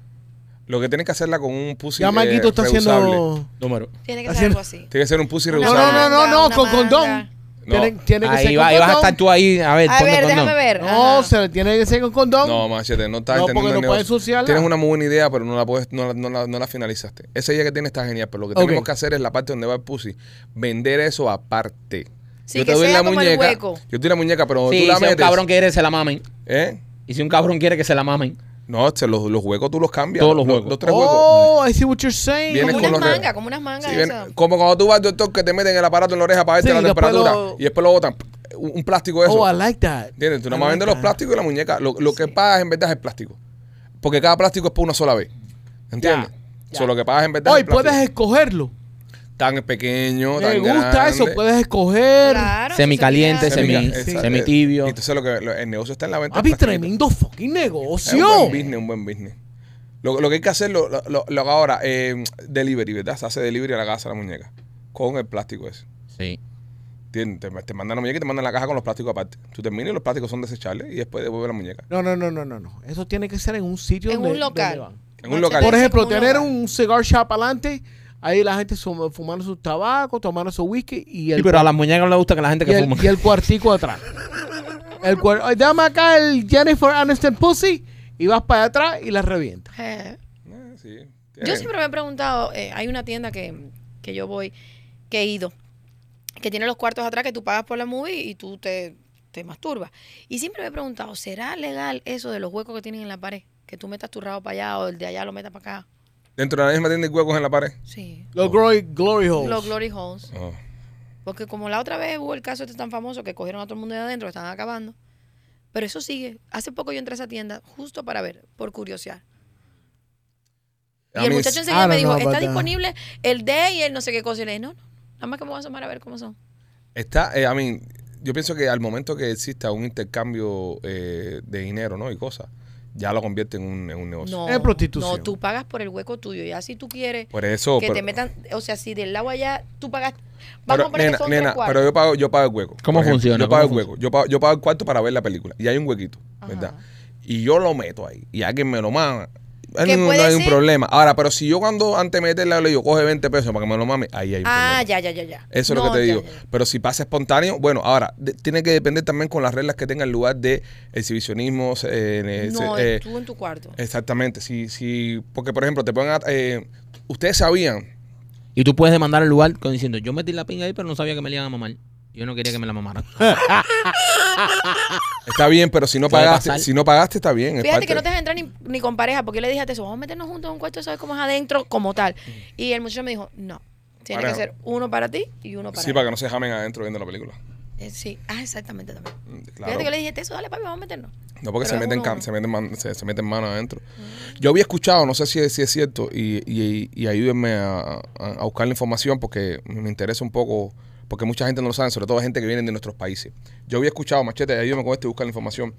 S1: Lo que tienes que hacerla con un pussy
S3: Ya
S1: eh,
S3: Marquito está
S1: reusable.
S3: haciendo.
S2: Número.
S5: Tiene que
S3: Así
S5: ser algo
S3: no-
S5: así.
S1: Tiene que ser un pussy
S5: No,
S3: No,
S1: reusable.
S3: no, no, no, no,
S5: Una
S3: con
S5: manga.
S3: condón.
S1: No.
S3: Tiene, tiene que ser
S2: Ahí
S3: con
S2: va, ahí vas a
S3: condón.
S2: estar tú ahí. A ver,
S5: A
S2: ponte
S5: ver,
S2: condón.
S5: déjame ver.
S3: No,
S5: Ajá.
S3: se le tiene que ser con condón.
S1: No, machete, no estás
S3: No, porque
S1: entendiendo el
S3: no puedes
S1: negocio.
S3: ensuciarla.
S1: Tienes una muy buena idea, pero no la puedes, no, la- no la, no la finalizaste. Esa idea que tienes está genial, pero lo que
S3: Ok.
S1: tenemos que hacer es la parte donde va el pussy. Vender eso aparte.
S5: Sí, que sea como el hueco.
S1: Yo te doy la muñeca, pero
S2: Sí,
S1: tú la
S2: si un
S1: metes.
S2: cabrón quiere que se la mamen.
S1: ¿eh?
S2: Y si un cabrón quiere que se la mamen.
S1: No, este, los, los huecos tú los cambias.
S2: Todos los
S1: Los,
S2: huecos.
S1: los tres huecos.
S3: oh, I see what you're saying.
S1: Viene con
S5: Como unas
S1: los dedos.
S5: mangas, como unas mangas.
S1: Sí,
S5: de
S1: ven-
S5: esas.
S1: como cuando tú vas al doctor que te meten el aparato en la oreja para verte
S3: Sí,
S1: la
S3: y después
S1: temperatura
S3: lo-
S1: y después lo botan. Un un plástico de eso.
S3: Oh, I like that.
S1: ¿Entiendes? Tú nada más
S3: I like
S1: vendes los
S3: that.
S1: plásticos y la muñeca. Lo, lo que pagas en verdad es el plástico. Porque cada plástico es por una sola vez. ¿Entiendes? So, lo que pagas en verdad es
S3: Hoy
S1: el plástico.
S3: Oh, puedes escogerlo.
S1: tan pequeño, tan
S3: Me gusta
S1: grande.
S3: eso, puedes escoger.
S5: Claro,
S2: Semicaliente,
S5: eso sería-
S2: semi-
S1: exacto.
S2: semitibio.
S1: Entonces lo que lo- el negocio está en la venta.
S3: Papi,
S1: del plástico.
S3: tremendo fucking
S1: Es un
S3: negocio.
S1: buen business, un buen business. Lo, lo que hay que hacer, lo, lo- lo- lo que ahora, eh, delivery, ¿verdad? Se hace delivery a la casa la muñeca. Con el plástico ese.
S2: Sí.
S1: ¿Entiendes? Te, te mandan la muñeca y te mandan la caja con los plásticos aparte. Tú terminas y los plásticos son desechables y después devuelve la muñeca.
S3: No, no, no, no, no, no. Eso tiene que ser en un sitio
S5: En
S3: donde,
S5: un local.
S3: donde van.
S1: En un local.
S5: Parece
S3: Por ejemplo,
S5: como un
S3: tener
S5: hogar.
S3: un cigar shop adelante, ahí la gente sum- fumando su tabaco, tomando su whisky y el,
S2: Sí, pero a las muñecas no les gusta que la gente
S3: y
S2: que
S3: el-
S2: fuma.
S3: y el cuartico atrás. El cuar- Ay, dame acá el Jennifer Aniston Pussy y vas para atrás y la revienta.
S5: Eh,
S1: Eh, sí.
S5: Yo siempre me he preguntado, eh, hay una tienda que, que yo voy, que he ido, que tiene los cuartos atrás que tú pagas por la movie y tú te, te masturbas. Y siempre me he preguntado, ¿será legal eso de los huecos que tienen en la pared? Que tú metas tu rabo para allá o el de allá lo metas para acá.
S1: Dentro de la misma tienda hay huecos en la pared.
S5: Sí.
S3: Los glory, glory holes.
S5: Los glory
S2: Ah.
S5: holes.
S1: Oh.
S5: Porque como la otra vez hubo el caso este tan famoso que cogieron a todo el mundo de adentro, lo estaban acabando. Pero eso sigue. Hace poco yo entré a esa tienda justo para ver, por curiosidad.
S1: A Ah,
S5: Y el
S1: mí
S5: muchacho
S1: es-
S5: enseguida
S3: I
S5: me
S3: don't
S5: dijo,
S3: know
S5: está
S3: about that.
S5: disponible el D y el no sé qué cosa. Y le dije, no, no, nada más que me voy a asomar a ver cómo son.
S1: Está, eh, I mean, yo pienso que al momento que exista un intercambio eh, de dinero, ¿no? Y cosas, ya lo convierte en un, en un negocio.
S5: No,
S3: Es prostitución.
S5: No, tú pagas por el hueco tuyo. Ya si tú quieres
S1: Por eso.
S5: que
S1: pero,
S5: te metan, o sea, si del agua allá tú pagas, vamos
S1: pero,
S5: a poner que
S1: nena,
S5: son
S1: nena,
S5: tres cuartos.
S1: pero yo pago, yo pago el hueco.
S2: ¿Cómo
S1: Por ejemplo,
S2: funciona?
S1: Yo pago el
S2: ¿Cómo
S1: hueco. Yo pago, yo pago el cuarto para ver la película. Y hay un huequito, ¿verdad? Y yo lo meto ahí. Y alguien me lo mama. Ahí
S5: Que
S1: No, no
S5: puede
S1: hay un
S5: ser-
S1: problema. Ahora, pero si yo cuando antes de meterla le digo, coge 20 pesos para que me lo mame, ahí hay un
S5: ah,
S1: problema.
S5: ya, ya, ya, ya.
S1: Eso es
S5: No,
S1: lo que te
S5: ya,
S1: digo.
S5: ya, ya.
S1: Pero si pasa espontáneo, bueno, ahora, de- tiene que depender también con las reglas que tenga el lugar de exhibicionismo. eh, eh,
S5: No,
S1: eh,
S5: tú en tu cuarto.
S1: exactamente. Si, si, porque, por ejemplo, te ponen a- eh, ustedes sabían,
S2: Y tú puedes demandar al lugar con- diciendo, yo metí la pinga ahí, pero no sabía que me la iban a mamar. Yo no quería que me la mamaran.
S1: está bien, pero si no
S2: Puede
S1: pagaste,
S2: pasar.
S1: si no pagaste, está bien. es
S5: Fíjate
S1: parte
S5: que no
S1: de-
S5: te dejas entrar ni, ni con pareja, porque yo le dije a Teso, vamos a meternos juntos en un cuarto, sabes cómo es adentro, como tal. Y el muchacho me dijo, no, tiene
S1: Pareja.
S5: que ser uno para ti y uno para
S1: Sí,
S5: él".
S1: para que no se jamen adentro viendo la película.
S5: Eh, sí, ah, exactamente también.
S1: Mm,
S5: Fíjate que yo
S1: Claro.
S5: le dije, Teso, dale, papi, vamos a meternos.
S1: No, porque se
S5: Pero es
S1: meten,
S5: uno a
S1: cam-
S5: uno.
S1: se, meten man- se, se meten mano adentro. Yo había escuchado, no sé si, es- si es cierto, y, y, y ayúdenme a, a- a buscar la información porque me interesa un poco, porque mucha gente no lo sabe, sobre todo gente que viene de nuestros países. Yo había escuchado, machete, ayúdame con esto y buscar la información,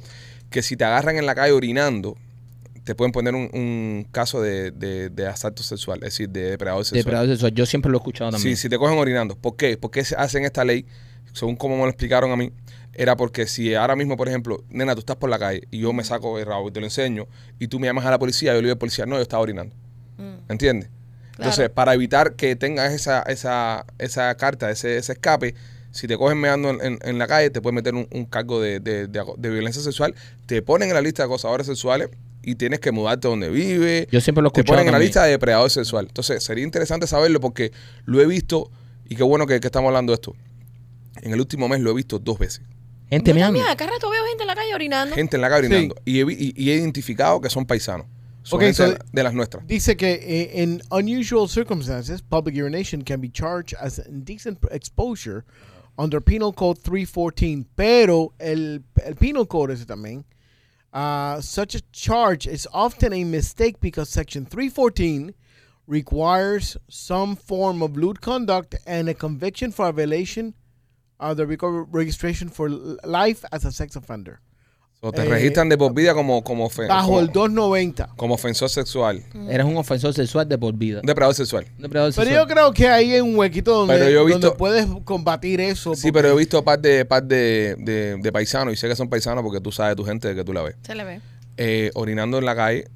S1: que si te agarran en la calle orinando, te pueden poner un, un caso de, de, de asalto sexual, es decir, de depredador sexual.
S2: Depredador sexual. Yo siempre lo he escuchado también.
S1: Sí, si te cogen orinando. ¿Por qué? ¿Por qué se hacen esta ley? Según como me lo explicaron a mí, era porque si ahora mismo, por ejemplo, nena, tú estás por la calle y yo me saco el rabo y te lo enseño y tú me llamas a la policía, yo le digo al policía, no, yo estaba orinando.
S5: Mm.
S1: ¿Entiendes? Entonces, para evitar que tengas esa, esa, esa carta, ese, ese escape, si te cogen meando en, en- en la calle, te pueden meter un, un cargo de, de- de ago- de violencia sexual, te ponen en la lista de acosadores sexuales y tienes que mudarte donde vive.
S2: Yo siempre lo he
S1: Te
S2: escuchado
S1: ponen en la
S2: también.
S1: lista de depredador sexual. Entonces, sería interesante saberlo porque lo he visto, y qué bueno que, que estamos hablando de esto. En el último mes lo he visto dos veces.
S2: Gente, me
S5: Yo
S2: ando.
S5: también, acá rato veo gente en la calle orinando.
S1: Gente en la calle orinando. Y, he, vi- y- y he identificado que son paisanos. Son
S3: Ok,
S1: gente
S3: so-
S1: de la- de las nuestras.
S3: Dice que eh, in unusual circumstances, public urination can be charged as indecent exposure under Penal Code 314. Pero el, el Penal Code ese también. uh, such a charge is often a mistake because Section 314 requires some form of lewd conduct and a conviction for a violation of the reco- registration for l- life as a sex offender.
S1: O te
S3: Eh,
S1: registran de por vida como, como, ofen-
S3: bajo
S1: como-
S3: el 290.
S1: como ofensor sexual,
S2: Eres un ofensor sexual de por vida.
S1: depredador sexual.
S2: Un depredador
S3: Pero
S2: sexual.
S3: yo creo que ahí hay un huequito donde,
S1: Pero yo he visto-
S3: donde puedes combatir eso.
S1: Sí,
S3: porque-
S1: pero he visto par de par de, de- de paisanos, y sé que son paisanos porque tú sabes tu gente que tú la ves,
S5: Se le ve.
S1: eh, orinando en la calle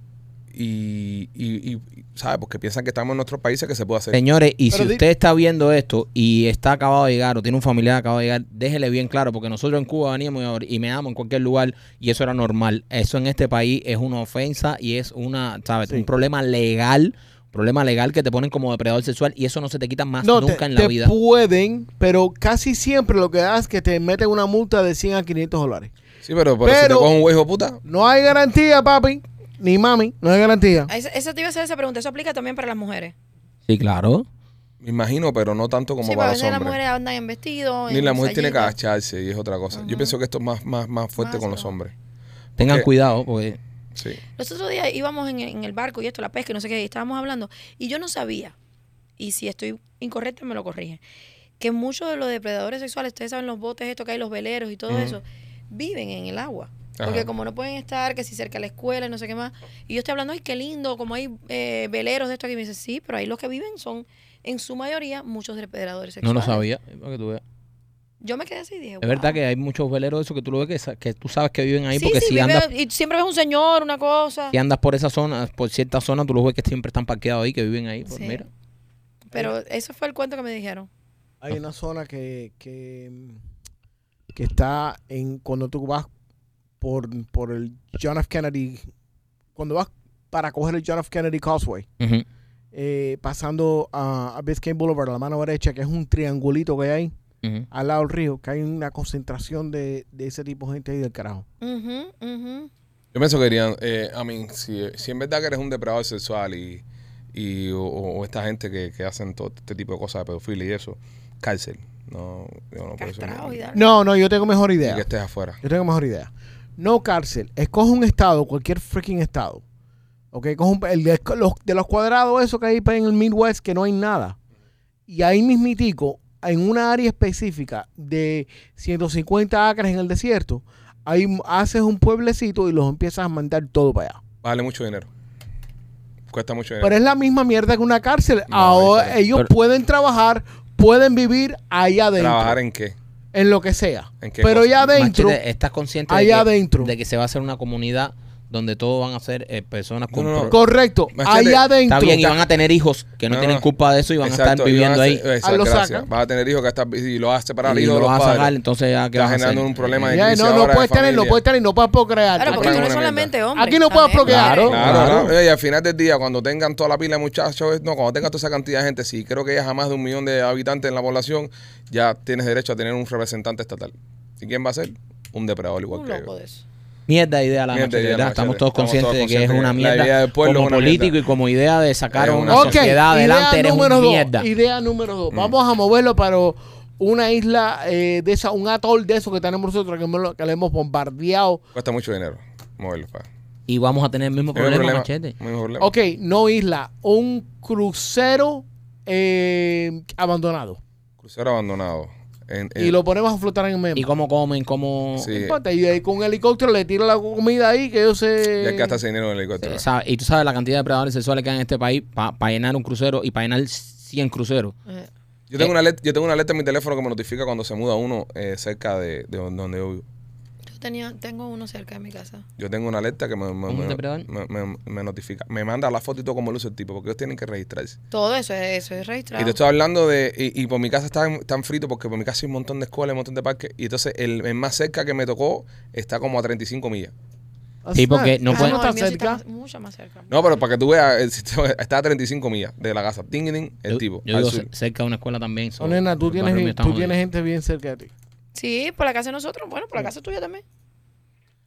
S1: y, y, y, ¿sabes? Porque piensan que estamos en nuestros países que se puede hacer.
S2: Señores, y
S3: Pero
S2: si
S3: di-
S2: usted está viendo esto y está acabado de llegar o tiene un familiar acabado de llegar, déjele bien claro, porque nosotros en Cuba veníamos y ahora- y me amo en cualquier lugar y eso era normal. Eso en este país es una ofensa y es una, ¿sabes?
S3: Sí.
S2: Un problema legal, problema legal que te ponen como depredador sexual y eso no se te quita más
S3: No,
S2: nunca
S3: te,
S2: en la
S3: te
S2: vida.
S3: pueden, pero casi siempre lo que da es que te meten una multa de 100 a 500 dólares.
S1: Sí, pero, pero, si te
S3: Pero-
S1: cogen un güey hijo de puta,
S3: No hay garantía, papi, ni mami, no hay
S1: Ah.
S3: garantía.
S5: Esa, esa Ah, te iba a hacer esa pregunta. Eso aplica también para las mujeres.
S2: Sí, claro.
S1: me imagino, pero no tanto como
S5: sí, porque a
S1: para los
S5: veces las
S1: hombres.
S5: mujeres andan en vestido.
S1: Ni
S5: en
S1: la mujer tiene que
S5: sayita.
S1: agacharse y es otra cosa. Yo
S5: Ujú.
S1: pienso que esto es más, más, más fuerte
S5: Más,
S1: con los
S5: ¿no?
S1: hombres.
S2: Tengan
S1: Porque-
S2: cuidado, porque
S1: Sí.
S5: Los otros días íbamos en, en el barco y esto, la pesca y no sé qué, y estábamos hablando. Y yo no sabía, y si estoy incorrecta me lo corrigen, que muchos de los depredadores sexuales, ustedes saben los botes, esto que hay, los veleros y todo
S1: Ujú.
S5: eso, viven en el agua.
S1: Ajá.
S5: Porque como no pueden estar, que si cerca de la escuela y no sé qué más. Y yo estoy hablando, ay, qué lindo, como hay eh, veleros de esto aquí. Y me dice, sí, pero ahí los que viven son, en su mayoría, muchos depredadores
S2: no
S5: sexuales.
S2: lo sabía. para que tú veas.
S5: Yo me quedé así y dije,
S2: Es
S5: "Wow".
S2: verdad que hay muchos veleros de esos que tú lo ves que, sa- que tú sabes que viven ahí
S5: Sí,
S2: porque
S5: sí,
S2: si
S5: vive-
S2: andas
S5: y siempre ves un señor, una cosa.
S2: si andas por esa zona, por cierta zona, tú los ves que siempre están parqueados ahí, que viven ahí. Pues
S5: Sí.
S2: mira.
S5: Pero ese fue el cuento que me dijeron.
S3: Hay una zona que, que, que está en cuando tú vas por, por el John F. Kennedy, cuando vas para coger el John F. Kennedy Causeway,
S2: Ujú.
S3: eh, pasando a, a Biscayne Boulevard a la mano derecha, que es un triangulito que hay ahí,
S2: Ujú.
S3: al lado del río, que hay una concentración de, de ese tipo de gente ahí del carajo.
S5: Ujú, ujú.
S1: Yo pienso que dirían, eh, I mean, si, si en verdad que eres un depredador sexual y, y o, o- o esta gente que, que hacen todo este tipo de cosas de pedofilia y eso, cárcel. No, yo no puedo decir
S5: Castrados
S1: nada.
S5: y tal.
S3: No, no, yo tengo mejor
S1: Y
S3: idea.
S1: que estés afuera.
S3: Yo tengo mejor idea. No cárcel. Escoge un estado, cualquier freaking estado. Ok, coge un- el- el- los- de los cuadrados esos que hay pa- en el Midwest que no hay nada. Y ahí mismitico, en una área específica de 150 acres en el desierto, ahí m- haces un pueblecito y los empiezas a mandar todo para allá.
S1: Vale mucho dinero. Cuesta mucho dinero.
S3: Pero es la misma mierda que una cárcel.
S1: No,
S3: Ahora
S1: pero-
S3: ellos
S2: pero-
S3: pueden trabajar, pueden vivir allá adentro.
S1: ¿Trabajar
S3: en,
S1: en qué?
S3: lo que sea.
S1: ¿En qué
S3: Pero
S1: cosa?
S3: allá adentro,
S2: Machete, ¿estás consciente
S3: allá
S2: de, que,
S3: adentro.
S2: de que se va a hacer una comunidad donde todos van a ser eh, personas con...
S1: No, no, no.
S2: pro-
S3: correcto,
S1: Machete,
S3: allá adentro.
S2: Está bien, y van a tener hijos que no,
S1: No,
S2: tienen
S1: no.
S2: culpa de eso y van a
S1: Exacto,
S2: estar
S1: y
S2: viviendo
S1: van a
S2: ahí.
S1: ser- Exacto,
S3: Ah, lo
S1: gracias.
S3: sacan.
S1: Vas a tener hijos que estás, y lo vas a separar al
S2: Y
S1: hijo de
S2: lo
S1: los
S2: vas a
S1: padres.
S2: sacar, entonces ya
S1: Estás
S2: ¿qué vas a hacer?
S1: generando un problema de
S2: Eh,
S3: Ya,
S1: crisis
S3: no, no
S1: ahora de
S3: puedes tener, no
S1: familia.
S3: puedes tener, no puedes procrear.
S5: Claro, porque
S1: Aquí
S5: tú
S1: no
S5: no
S1: hay
S5: solamente Ah,
S1: una
S5: hombres.
S3: Aquí no puedes
S5: también
S3: procrear.
S5: mujeres.
S1: Claro,
S2: Claro.
S1: claro. Y al final del día, cuando tengan toda la pila de muchachos, no, cuando tengan toda esa cantidad de gente, si creo que ya jamás de un millón de habitantes en la población, ya tienes derecho a tener un representante estatal. ¿Y quién va a ser? Un depredador igual
S5: Un
S1: que
S5: loco
S1: yo.
S5: de eso.
S2: Mierda de idea la
S1: Mierda de
S2: machete,
S1: idea la
S2: ¿verdad? Estamos
S1: machete.
S2: todos
S1: Estamos
S2: conscientes
S1: todos
S2: de que es una
S1: conscientes. La idea
S2: mierda
S1: del pueblo
S2: como
S1: es una mierda.
S2: político y como idea de sacar
S1: Es
S2: a una
S1: una
S2: sociedad adelante eres
S3: número
S2: una
S3: dos,
S2: mierda.
S3: Idea número
S1: Mm.
S3: dos. Vamos a moverlo para una isla eh, de esa, un atol de eso que tenemos nosotros que, hemos- que le hemos bombardeado.
S1: Cuesta mucho dinero moverlos para.
S2: Y vamos a tener el
S1: Mismo
S2: mismo problema,
S1: problema.
S2: machete.
S1: mismo problema.
S3: Ok, no isla, un crucero eh, abandonado.
S1: Crucero abandonado. En- en-
S3: Y lo ponemos a flotar en el
S2: Y
S3: medio.
S2: cómo comen,
S1: Eh.
S2: cómo... eh,
S1: Sí.
S3: No importa, y ahí con un helicóptero le tira la comida ahí que ellos se...
S1: ya que hasta ese dinero en el helicóptero.
S2: Eh, sabe- Y tú sabes la cantidad de depredadores sexuales que hay en este país para llenar un crucero y para llenar 100 cruceros.
S5: Eh,
S1: Yo tengo, una alerta, yo tengo una alerta en mi teléfono que me notifica cuando se muda uno eh, cerca de, de donde yo vivo.
S5: Yo tenía, tengo uno cerca de mi casa.
S1: Yo tengo una alerta que me, me,
S2: ¿Un
S1: me-
S2: depredador?
S1: me- me- me notifica. Me manda la foto y todo como luce el tipo, porque ellos tienen que registrarse.
S5: Todo eso es, eso es
S1: Y
S5: registrado.
S1: te estoy hablando de. Y, y por mi casa está tan frito porque por mi casa hay un montón de escuelas, un montón de parques. Y entonces el, el más cerca que me tocó está como a 35 millas.
S3: Así
S2: Sí, porque
S3: está.
S2: no
S5: Ah,
S2: pueden-
S3: Eso
S5: el
S3: está
S5: mío sí
S3: cerca.
S5: más- mucho más cerca.
S1: No, pero para que tú veas, el sitio está a 35 millas de la casa. Ding, ding, el
S2: Yo-
S1: tipo.
S2: Yo
S1: al
S2: vivo
S1: sur.
S2: cer- cerca de una escuela también. so,
S3: No, nena, tú
S2: el barrio mío
S3: tienes,
S2: está
S3: tú
S2: jodido.
S3: tienes gente bien cerca de ti.
S5: Sí, por la casa de nosotros. Bueno, por la casa tuya también.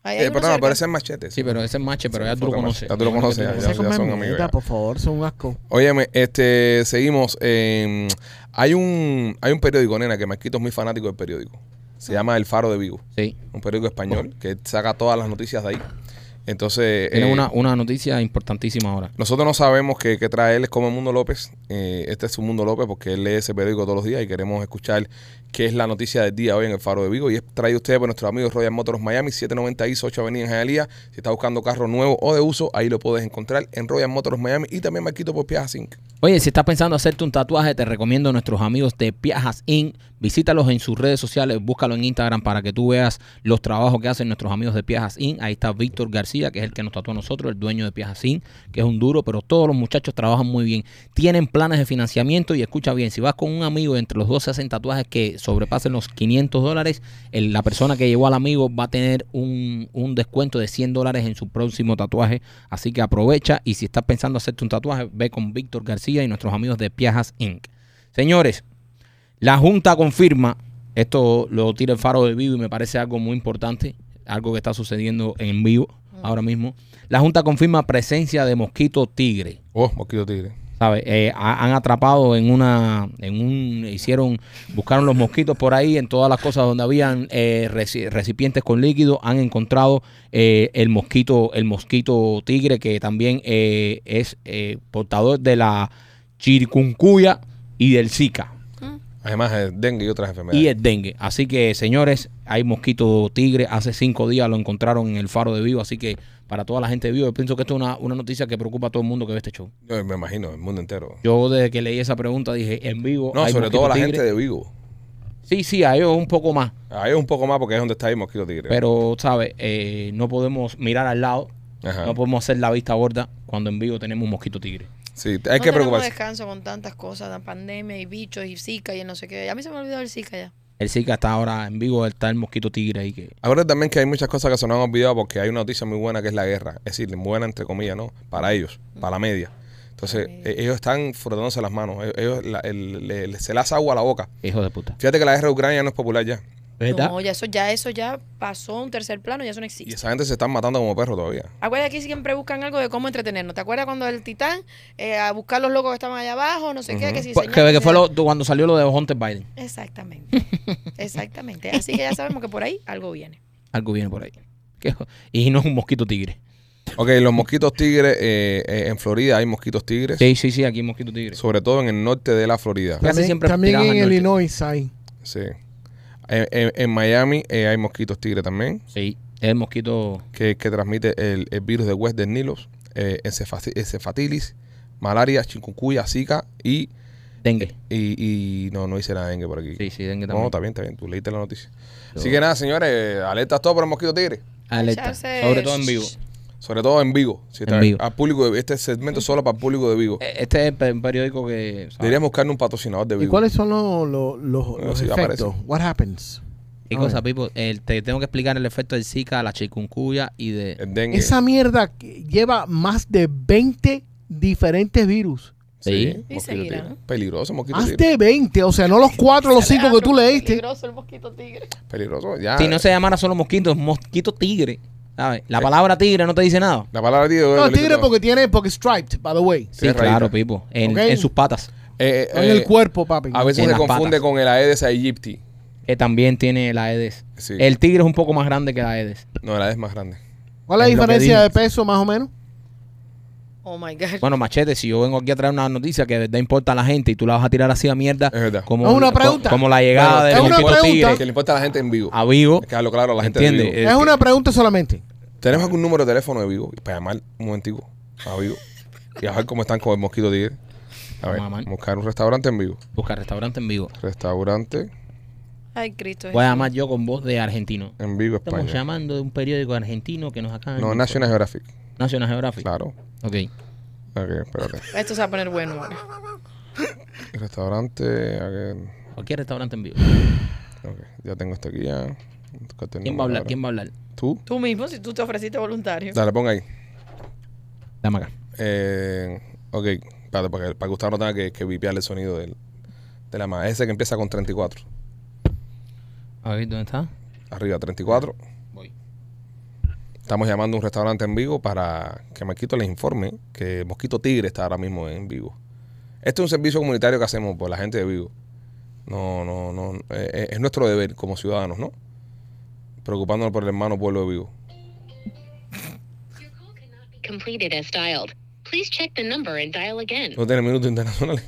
S5: Ahí hay
S1: Mm. Eh,
S5: uno
S1: perdón,
S5: cerca.
S1: pero ese es machete.
S2: Sí, pero ese es mache, pero ya tú lo
S1: Enfoca más.
S2: conoces.
S1: Ya tú lo conoces, Ah, ya,
S3: Ese
S1: ya
S3: come
S1: son
S3: mierda,
S1: amigos, ya.
S3: por favor, son un asco.
S1: Óyeme, este, seguimos. eh, hay un hay un periódico, nena, que Marquito es muy fanático del periódico. Se llama El Faro de Vigo.
S2: Sí.
S1: Un periódico español que saca todas las noticias de ahí. Entonces.
S2: Tiene
S1: eh,
S2: una, una noticia importantísima ahora.
S1: Nosotros no sabemos qué, qué trae él, es como Mundo López. Eh, este es su Mundo López porque él lee ese periódico todos los días y queremos escuchar que es la noticia del día hoy en el Faro de Vigo y es traído a ustedes por nuestros amigos Royal Motors Miami, 790 East 8 Avenida en Hialeah. Si estás buscando carro nuevo o de uso, ahí lo puedes encontrar en Royal Motors Miami y también Marquito por Piazza Inc.
S2: Oye, si estás pensando hacerte un tatuaje, te recomiendo a nuestros amigos de Piajas Inc. Visítalos en sus redes sociales, búscalo en Instagram para que tú veas los trabajos que hacen nuestros amigos de Piajas Inc. Ahí está Víctor García, que es el que nos tatuó a nosotros, el dueño de Piajas Inc., que es un duro, pero todos los muchachos trabajan muy bien. Tienen planes de financiamiento y escucha bien, si vas con un amigo y entre los dos se hacen tatuajes que sobrepasen los 500 dólares, el- la persona que llevó al amigo va a tener un, un descuento de 100 dólares en su próximo tatuaje. Así que aprovecha y si estás pensando hacerte un tatuaje, ve con Víctor García y nuestros amigos de Piajas Inc. Señores, la Junta confirma, esto lo tira el faro de vivo y me parece algo muy importante, algo que está sucediendo en vivo ahora mismo. La Junta confirma presencia de mosquito tigre.
S1: Oh, Mosquito Tigre.
S2: ¿sabes? Eh, ha- han atrapado en una, en un, hicieron, buscaron los mosquitos por ahí, en todas las cosas donde habían eh, reci- recipientes con líquido, han encontrado eh, el mosquito, el mosquito tigre que también eh, es eh, portador de la chircuncuya y del Zika
S1: Además, el dengue y otras enfermedades.
S2: y el dengue. Así que, señores, hay mosquito tigre. Hace cinco días lo encontraron en el faro de vivo. Así que, para toda la gente de vivo, yo pienso que esto es una, una noticia que preocupa a todo el mundo que ve este show.
S1: Yo me imagino, el mundo entero.
S2: Yo desde que leí esa pregunta dije, en vivo.
S1: No,
S2: Oh, hay
S1: sobre
S2: mosquito
S1: todo la
S2: tigre.
S1: gente de Vigo.
S2: Sí, sí, a ellos un poco más.
S1: Ahí es un poco más porque es donde está ahí Mosquito Tigre.
S2: Pero, ¿sabes? Eh, no podemos mirar al lado.
S1: Ajá.
S2: No podemos hacer la vista gorda cuando en vivo tenemos un mosquito tigre.
S1: sí, hay que preocuparse.
S5: descanso con tantas cosas, la pandemia y bichos y Zika y el no sé qué. A mí se me ha olvidado el Zika ya.
S2: El Zika está ahora en vivo, está el mosquito tigre ahí que...
S1: Ahora también que hay muchas cosas que se nos han olvidado porque hay una noticia muy buena que es la guerra. Es decir, buena entre comillas, ¿no? Para ellos, para la media. Entonces, eh, ellos están frotándose las manos. Ellos- Ellos, la- el- le- le- se las agua a la boca.
S2: Hijo de puta.
S1: Fíjate que la guerra de Ucrania no es popular ya.
S2: ¿Verdad?
S5: No, ya eso ya, eso ya pasó a un tercer plano, ya eso no existe.
S1: Y esa gente se están matando como perros todavía.
S5: Acuérdate que siempre buscan algo de cómo entretenernos. ¿Te acuerdas cuando el Titán, eh, a buscar los locos que estaban allá abajo, no sé qué, que si
S2: Pues,
S5: señal,
S2: que, que
S5: si
S2: fue
S5: señal?
S2: lo- cuando salió lo de Hunter Biden.
S5: Exactamente, exactamente. Así que ya sabemos que por ahí algo viene.
S2: Algo viene por ahí. ¿Qué jo- Y no es un mosquito tigre.
S1: Ok, los mosquitos tigres, eh, eh, en Florida hay mosquitos tigres.
S2: Sí, sí, sí, aquí hay mosquito tigre.
S1: Sobre todo en el norte de la Florida.
S2: Casi
S3: También,
S2: siempre
S3: también
S2: tiraban
S3: en
S2: al norte.
S3: Illinois hay.
S1: Sí. En, en- en Miami eh, hay mosquitos tigres también.
S2: Sí, es el mosquito...
S1: que, que transmite el, el virus de West del Nilo, eh, encefati- encefatilis, malaria, chikungunya, zika y,
S2: Dengue.
S1: y, y- no, no hice nada de dengue por aquí.
S2: Sí, sí, dengue
S1: no,
S2: también.
S1: está bien, está bien, tú leíste la noticia.
S2: Yo-
S1: Así que nada, señores, alertas todo por el mosquito tigre,
S2: Alerta.
S5: Echarse-
S2: Sobre todo en vivo.
S1: sobre todo en Vigo. Si
S2: En
S1: está-
S2: Vigo.
S1: Al público de- este segmento es solo para el público de Vigo.
S2: Eh, Este es el pe- periódico que... ¿sabes?
S1: Deberíamos buscar un patrocinador de
S3: ¿Y
S1: Vigo.
S3: cuáles son lo- lo- los, los,
S1: Bueno, sí, aparece.
S3: efectos? What happens?
S2: ¿Qué
S3: A
S2: cosa,
S3: ver.
S2: Pipo? El- te tengo que explicar el efecto del Zika, la chikungunya y de...
S1: El dengue.
S3: Esa mierda que lleva más de 20 diferentes virus.
S2: Sí.
S5: Y
S1: mosquito
S5: seguirá,
S1: tigre.
S5: ¿no?
S1: Peligroso mosquito
S3: Más
S1: tigre.
S3: de 20, o sea, no los 4 o los 5 que tú leíste.
S5: el mosquito tigre.
S1: Peligroso, ya.
S2: Si no se llamara solo mosquito, es mosquito tigre. ¿sabes?
S1: Eh.
S2: La palabra tigre no te dice nada.
S1: La palabra tigre.
S3: No,
S1: duele
S3: el tigre
S1: todo.
S3: porque tiene, porque striped, by the way.
S2: Sí,
S1: Tiene
S2: claro,
S1: rayita.
S2: Pipo. En,
S3: Ok.
S2: en sus patas.
S1: Eh, eh,
S3: En el
S1: eh,
S3: cuerpo, papi.
S1: A veces se
S2: En las
S1: confunde
S2: patas.
S1: con el Aedes aegypti.
S2: Que eh, también tiene la Aedes.
S1: Sí.
S2: El tigre es un poco más grande que la Aedes.
S1: No, el Aedes es más grande.
S3: ¿Cuál es la
S2: es lo que
S3: diferencia
S2: digo.
S3: de peso, más o menos?
S5: Oh my God.
S2: Bueno, machete, si yo vengo aquí a traer una noticia que de verdad importa a la gente y tú la vas a tirar así a mierda.
S1: Es verdad.
S2: Como,
S3: Es una pregunta.
S2: co- Como la llegada
S1: Bueno,
S2: del
S3: es una
S2: mosquito
S3: pregunta.
S1: Que
S2: tigre
S1: le importa a la gente en vivo.
S2: a Vigo.
S1: Hay que dejarlo claro a la gente
S2: Ah, Entiende,
S1: de Vigo.
S2: eh,
S3: es
S2: que-
S3: una pregunta solamente.
S1: ¿Tenemos algún número de teléfono de Vigo? Para llamar un momentico a Vigo y a ver cómo están con el mosquito tigre. A ver,
S2: Mamá.
S1: buscar un restaurante en Vigo.
S2: Busca restaurante en Vigo.
S1: Restaurante
S5: Ay, Cristo.
S2: Voy a
S5: Jesús.
S2: llamar yo con voz de argentino.
S1: en Vigo,
S2: Estamos
S1: España.
S2: llamando de un periódico argentino que nos acaba
S1: No, National Geographic.
S2: National Geographic.
S1: Claro.
S2: Ok.
S1: Ok, espérate.
S5: Esto se va a poner bueno ahora.
S1: Restaurante. a ver,
S2: Cualquier restaurante en vivo.
S1: ok, Ya tengo esto aquí ya. Buscate el
S2: ¿Quién
S1: número
S2: va a hablar?
S1: ahora.
S2: ¿Quién va a hablar?
S1: ¿Tú?
S5: Tú mismo, si tú te ofreciste voluntario.
S1: Dale, ponga ahí.
S2: Dame acá.
S1: Eh, ok, espérate, para que, para que Gustavo no tenga que, que vipear el sonido del, de la madre. Ese que empieza con 34.
S2: A ver, ¿dónde está?
S1: Arriba, 34.
S2: Voy.
S1: Estamos llamando a un restaurante en Vigo para que Marquito les informe que Mosquito Tigre está ahora mismo en Vigo. Este es un servicio comunitario que hacemos por la gente de Vigo. No, no, no. eh, eh, es nuestro deber como ciudadanos, ¿no? Preocupándonos por el hermano pueblo de Vigo.
S7: Your call cannot be completed as dialed. Please check the number and dial again.
S1: No tiene minutos internacionales.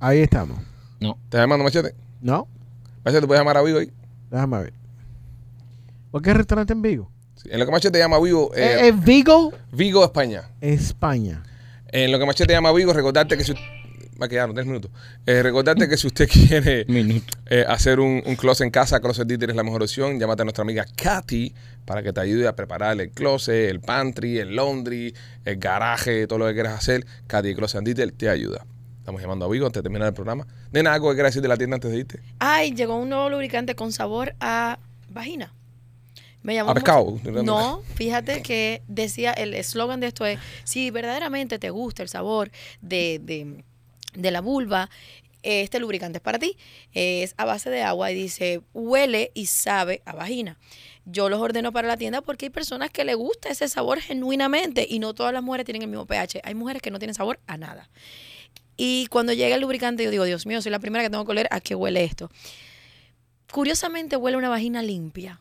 S3: Ahí estamos.
S2: No.
S1: ¿Estás llamando, Machete?
S3: No,
S1: Parece que te puedes llamar a Vigo ahí.
S3: déjame ver. ¿Por qué restaurante en Vigo?
S1: Sí, En lo que Machete llama Vigo,
S3: Es
S1: eh,
S3: Vigo,
S1: Vigo, España.
S3: España.
S1: En lo que Machete llama Vigo, recordarte que si. Va a quedar tres minutos. Eh, recordarte que si usted quiere
S2: Minuto.
S1: eh, hacer un, un closet en casa, Closet Dieter es la mejor opción. Llámate a nuestra amiga Katy para que te ayude a preparar el closet, el pantry, el laundry, el garaje, todo lo que quieras hacer. Katy de Closet Dieter te ayuda. Estamos llamando a Vigo antes de terminar el programa. Nena, algo que quieras decir de la tienda antes de irte.
S5: Ay, llegó un nuevo lubricante con sabor a vagina. Me llamó
S1: A
S5: mucho-
S1: pescado.
S5: No, fíjate que decía, el eslogan de esto es, si verdaderamente te gusta el sabor de, de- de la vulva, eh, este lubricante es para ti. Es a base de agua y dice, huele y sabe a vagina. Yo los ordeno para la tienda porque hay personas que le gusta ese sabor genuinamente y no todas las mujeres tienen el mismo pH. Hay mujeres que no tienen sabor a nada. Y cuando llega el lubricante, yo digo, Dios mío, soy la primera que tengo que oler a qué huele esto. Curiosamente huele a una vagina limpia,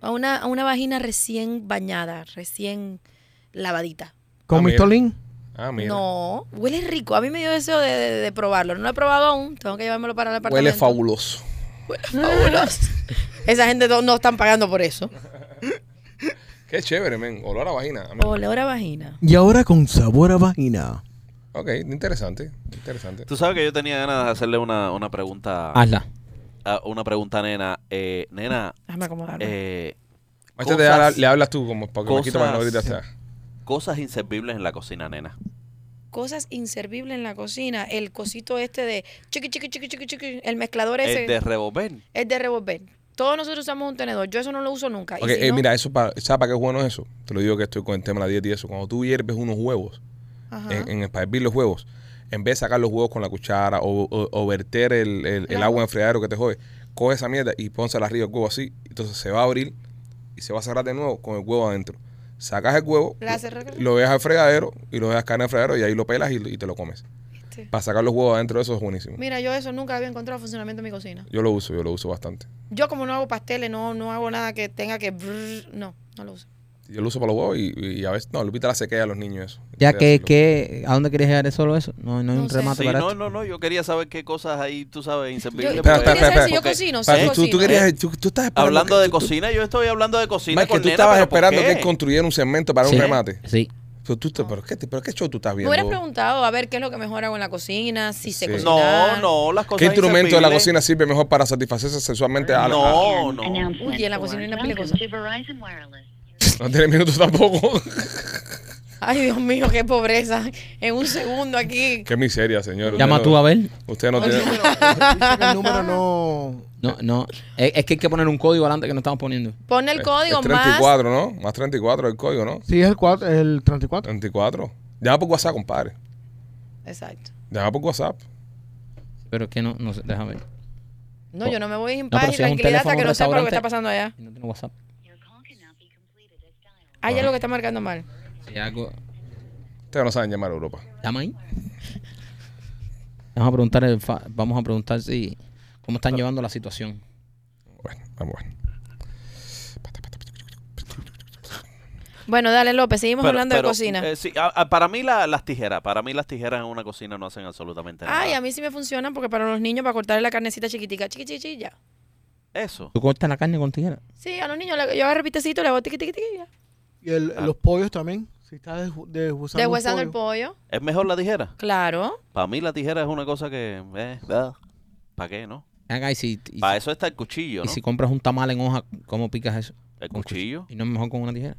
S5: a una, a una vagina recién bañada, recién lavadita.
S3: ¿Con
S1: Ah, mira.
S3: Mistolín?
S1: Ah, mira.
S5: No, huele rico. A mí me dio deseo de, de- de probarlo. No lo he probado aún, tengo que llevármelo para el apartamento.
S1: Huele fabuloso.
S5: fabuloso. Esa gente no, no están pagando por eso.
S1: Qué chévere, men. Olor a vagina. amén.
S5: Olor a vagina.
S3: Y ahora con sabor a vagina.
S1: Ok, interesante. Interesante.
S4: Tú sabes que yo tenía ganas de hacerle una, una pregunta
S2: Hazla.
S4: a- una pregunta a nena. Eh, nena,
S5: Déjame acomodarme.
S4: eh,
S1: Machete,
S4: cosas-
S1: habla- le hablas tú como para que Maquito
S4: cosas-
S1: Manolo ahorita está.
S4: cosas inservibles en la cocina, nena.
S5: Cosas inservibles en la cocina. El cosito este de chiqui, chiqui, chiqui, chiqui, chiqui. El mezclador ese.
S4: El Eh, de revolver.
S5: es de revolver. Todos nosotros usamos un tenedor. Yo eso no lo uso nunca. Y
S1: Ok,
S5: si
S1: eh,
S5: no-
S1: mira, eso para, ¿sabes para qué es bueno eso? Te lo digo que estoy con el tema de la dieta y eso. Cuando tú hierves unos huevos,
S5: Ajá.
S1: en, en- para hervir los huevos, en vez de sacar los huevos con la cuchara o, o- o verter el, el- el
S5: Claro.
S1: agua en el fregadero que te jode, coge esa mierda y pónsela arriba del huevo así. Entonces se va a abrir y se va a cerrar de nuevo con el huevo adentro. Sacas el huevo,
S5: La cerré-
S1: lo dejas al fregadero y lo dejas caer en el fregadero y ahí lo pelas y, y te lo comes.
S5: Este.
S1: Para sacar los huevos adentro, eso es buenísimo.
S5: Mira, yo eso nunca había encontrado funcionamiento en mi cocina.
S1: Yo lo uso, yo lo uso bastante.
S5: Yo como no hago pasteles, no, no hago nada que tenga que... brrr, no, no lo uso.
S1: Yo lo uso para los huevos y, y a veces, no, Lupita la sequea a los niños eso.
S8: Ya
S1: Sí,
S8: que,
S1: así lo-
S8: que, ¿a dónde quieres llegar? ¿Es solo eso? No, no hay
S5: No
S8: un
S5: sé.
S8: remate
S4: Sí,
S8: para
S4: no,
S8: esto.
S4: no, no. Yo quería saber qué cosas hay, tú sabes,
S5: Yo,
S4: inservibles.
S5: yo
S1: Espera,
S5: quería
S1: espera,
S4: porque-
S1: espera,
S5: saber si yo
S4: porque-
S5: cocino. si
S1: Para,
S5: yo
S1: tú, tú
S5: cocino.
S1: querías, tú, tú estás esperando
S4: Hablando
S1: que-
S4: de
S1: tú-
S4: cocina, yo estoy hablando de cocina.
S1: Más que
S4: con
S1: tú
S4: nena,
S1: estabas
S4: pero ¿por
S1: esperando
S4: qué?
S1: que él construyera un segmento para
S2: Sí.
S1: un remate.
S2: Sí.
S1: Pero, tú te- pero, ¿qué, te- pero qué show tú estás
S5: Me
S1: viendo?
S5: hubieras preguntado a ver qué es lo que mejor hago en la cocina, si sé
S1: Sí.
S5: cocinar.
S4: No, no, las cosas
S1: ¿Qué instrumento de la
S4: inservibles-
S1: cocina sirve mejor para satisfacerse sexualmente? a la- a-
S4: No, no.
S7: Announcement
S5: Uy, en la
S7: for
S5: cocina hay una
S7: Welcome
S5: peligrosa.
S7: to Verizon Wireless.
S1: no tiene minutos tampoco.
S5: Ay, Dios mío, qué pobreza. En un segundo aquí.
S1: qué miseria, señor.
S2: Llama
S1: Usted
S2: tú
S1: no-
S2: a ver.
S1: Usted no tiene...
S3: Dice que el número no...
S2: No, no. Es, es que hay que poner un código adelante que no estamos poniendo.
S5: Pon el
S1: es-
S5: código
S1: es
S5: más...
S1: 34, ¿no? Más 34 el código, ¿no?
S3: Sí, es el, cuatro- el 34.
S1: 34. Llama por WhatsApp, compadre.
S5: Exacto.
S1: Llama por WhatsApp.
S2: Pero es que no, no sé, déjame ver.
S5: No, yo no me voy en
S2: No,
S5: paz
S2: pero
S5: y
S2: si es un
S5: tranquilidad hasta
S2: teléfono,
S5: que
S2: un
S5: no sepa lo que
S2: restaurante.
S5: está pasando allá.
S2: No tiene WhatsApp.
S7: Your call cannot be completed as dialed.
S5: Ah, ya lo que está marcando mal.
S2: Si algo...
S1: Ustedes no saben llamar a Europa.
S2: Llama ahí. Vamos a preguntar, el fa- vamos a preguntar si cómo están llevando la situación.
S1: Bueno, vamos a ver.
S5: Bueno, dale, López, seguimos
S4: Pero-
S5: hablando
S4: pero,
S5: de cocina.
S4: eh, sí, a- a- para mí la- las tijeras, para mí las tijeras en una cocina no hacen absolutamente nada.
S5: Ay, a mí sí me funcionan porque para los niños, para cortarle la carnecita chiquitica, chiqui, chiqui, chiqui, ya.
S4: Eso.
S2: ¿Tú cortas la carne con tijera?
S5: Sí, a los niños, le- yo agarro el pitecito, le hago tiqui, tiqui, tiqui, ya.
S3: Y el-
S4: Ah.
S3: los pollos también. Si está deshu- deshuesando, un
S5: Deshuesando el
S3: pollo.
S5: pollo.
S4: ¿Es mejor la tijera?
S5: Claro.
S4: Para mí la tijera es una cosa que... ¿Para qué, no?
S2: Acá, y si, y,
S4: Para
S2: si-
S4: eso está el cuchillo,
S2: y
S4: ¿no?
S2: si compras un tamal en hoja, ¿cómo picas eso?
S4: El
S2: Con
S4: cuchillo.
S2: Y no es mejor con una tijera.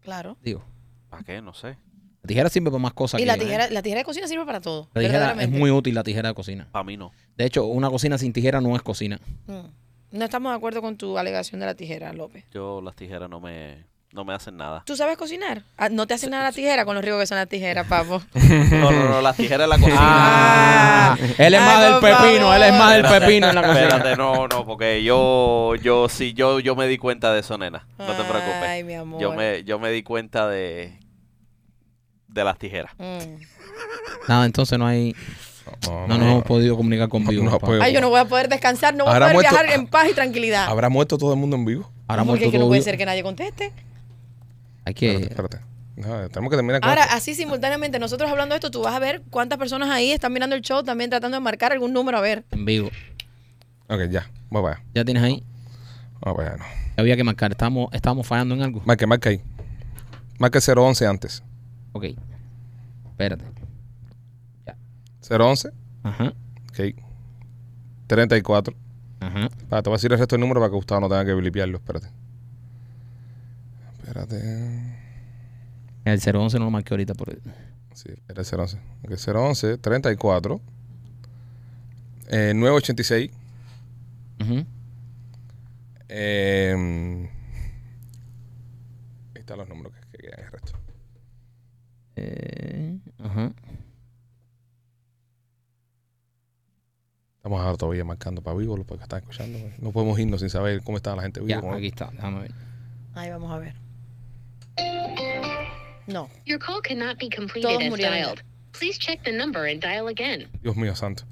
S5: Claro.
S2: Digo,
S4: ¿Para qué? No sé.
S2: la tijera sirve para más cosas.
S5: Y
S2: que-
S5: la tijera, la tijera de cocina sirve para todo.
S2: La tijera es
S5: verdaderamente.
S2: muy útil, la tijera de cocina.
S4: Para mí no.
S2: De hecho, una cocina sin tijera no es cocina.
S5: Mm. No estamos de acuerdo con tu alegación de la tijera, López.
S4: Yo las tijeras no me, no me hacen nada.
S5: ¿Tú sabes cocinar? Ah, No te hacen nada la tijera con los ricos que son las tijeras, papo.
S4: No, no, no, las tijeras en la cocina.
S5: Ah,
S2: él es
S5: ay,
S2: más del
S5: por
S2: pepino, él es más del
S4: Espérate,
S2: pepino en la cocina.
S4: Espérate, no, no, porque yo, yo sí, yo, yo me di cuenta de eso, nena. No te preocupes.
S5: Ay, mi amor.
S4: Yo me, yo me di cuenta de, de las tijeras.
S5: Mm.
S2: Nada, entonces no hay.
S1: No,
S2: No nos hemos podido comunicar con
S1: No,
S2: Vigo.
S1: no
S2: papá.
S1: puedo.
S5: Ay, yo no voy a poder descansar, no voy a
S1: Habrá
S5: poder
S1: muerto-
S5: viajar en paz y tranquilidad.
S1: Ah, ¿Habrá muerto todo el mundo en vivo?
S2: Ahora ha
S5: porque
S2: muerto
S5: es que no
S2: todo
S5: puede
S2: Vigo.
S5: ser que nadie conteste.
S2: Hay que.
S1: Espérate, espérate. No, tenemos que terminar con
S5: Ahora,
S1: esto.
S5: así simultáneamente, nosotros hablando de esto, tú vas a ver cuántas personas ahí están mirando el show, también tratando de marcar algún número, a ver.
S2: En Vigo.
S1: Ok, ya. Voy para allá.
S2: ¿Ya tienes ahí?
S1: Vamos para allá. No.
S2: Había que marcar. Estamos, estamos fallando en algo.
S1: Marque, marque ahí. Marque 011 antes.
S2: Ok. Espérate.
S1: 011.
S2: Ajá.
S1: Ok. 34.
S2: Ajá.
S1: Para, te voy a decir el resto del número para que Gustavo no tenga que blipearlo. Espérate. Espérate.
S2: El 011 no lo marqué ahorita. Por...
S1: Sí, era el 011. Ok, 011, 34. Eh, 986.
S2: Ujú.
S1: Eh, ahí están los números que, que quedan en el resto.
S2: Eh, ajá.
S1: Estamos ahora todavía marcando para vivo, los que están escuchando. pues. No podemos irnos sin saber cómo está la gente vivo.
S2: Ya,
S1: ¿no?
S2: aquí está. Déjame ver.
S5: Ahí vamos a ver. No.
S7: Your call cannot be completed
S5: Todos
S7: as
S5: murieron.
S7: dialed. Please check the number and dial again.
S1: Dios mío santo.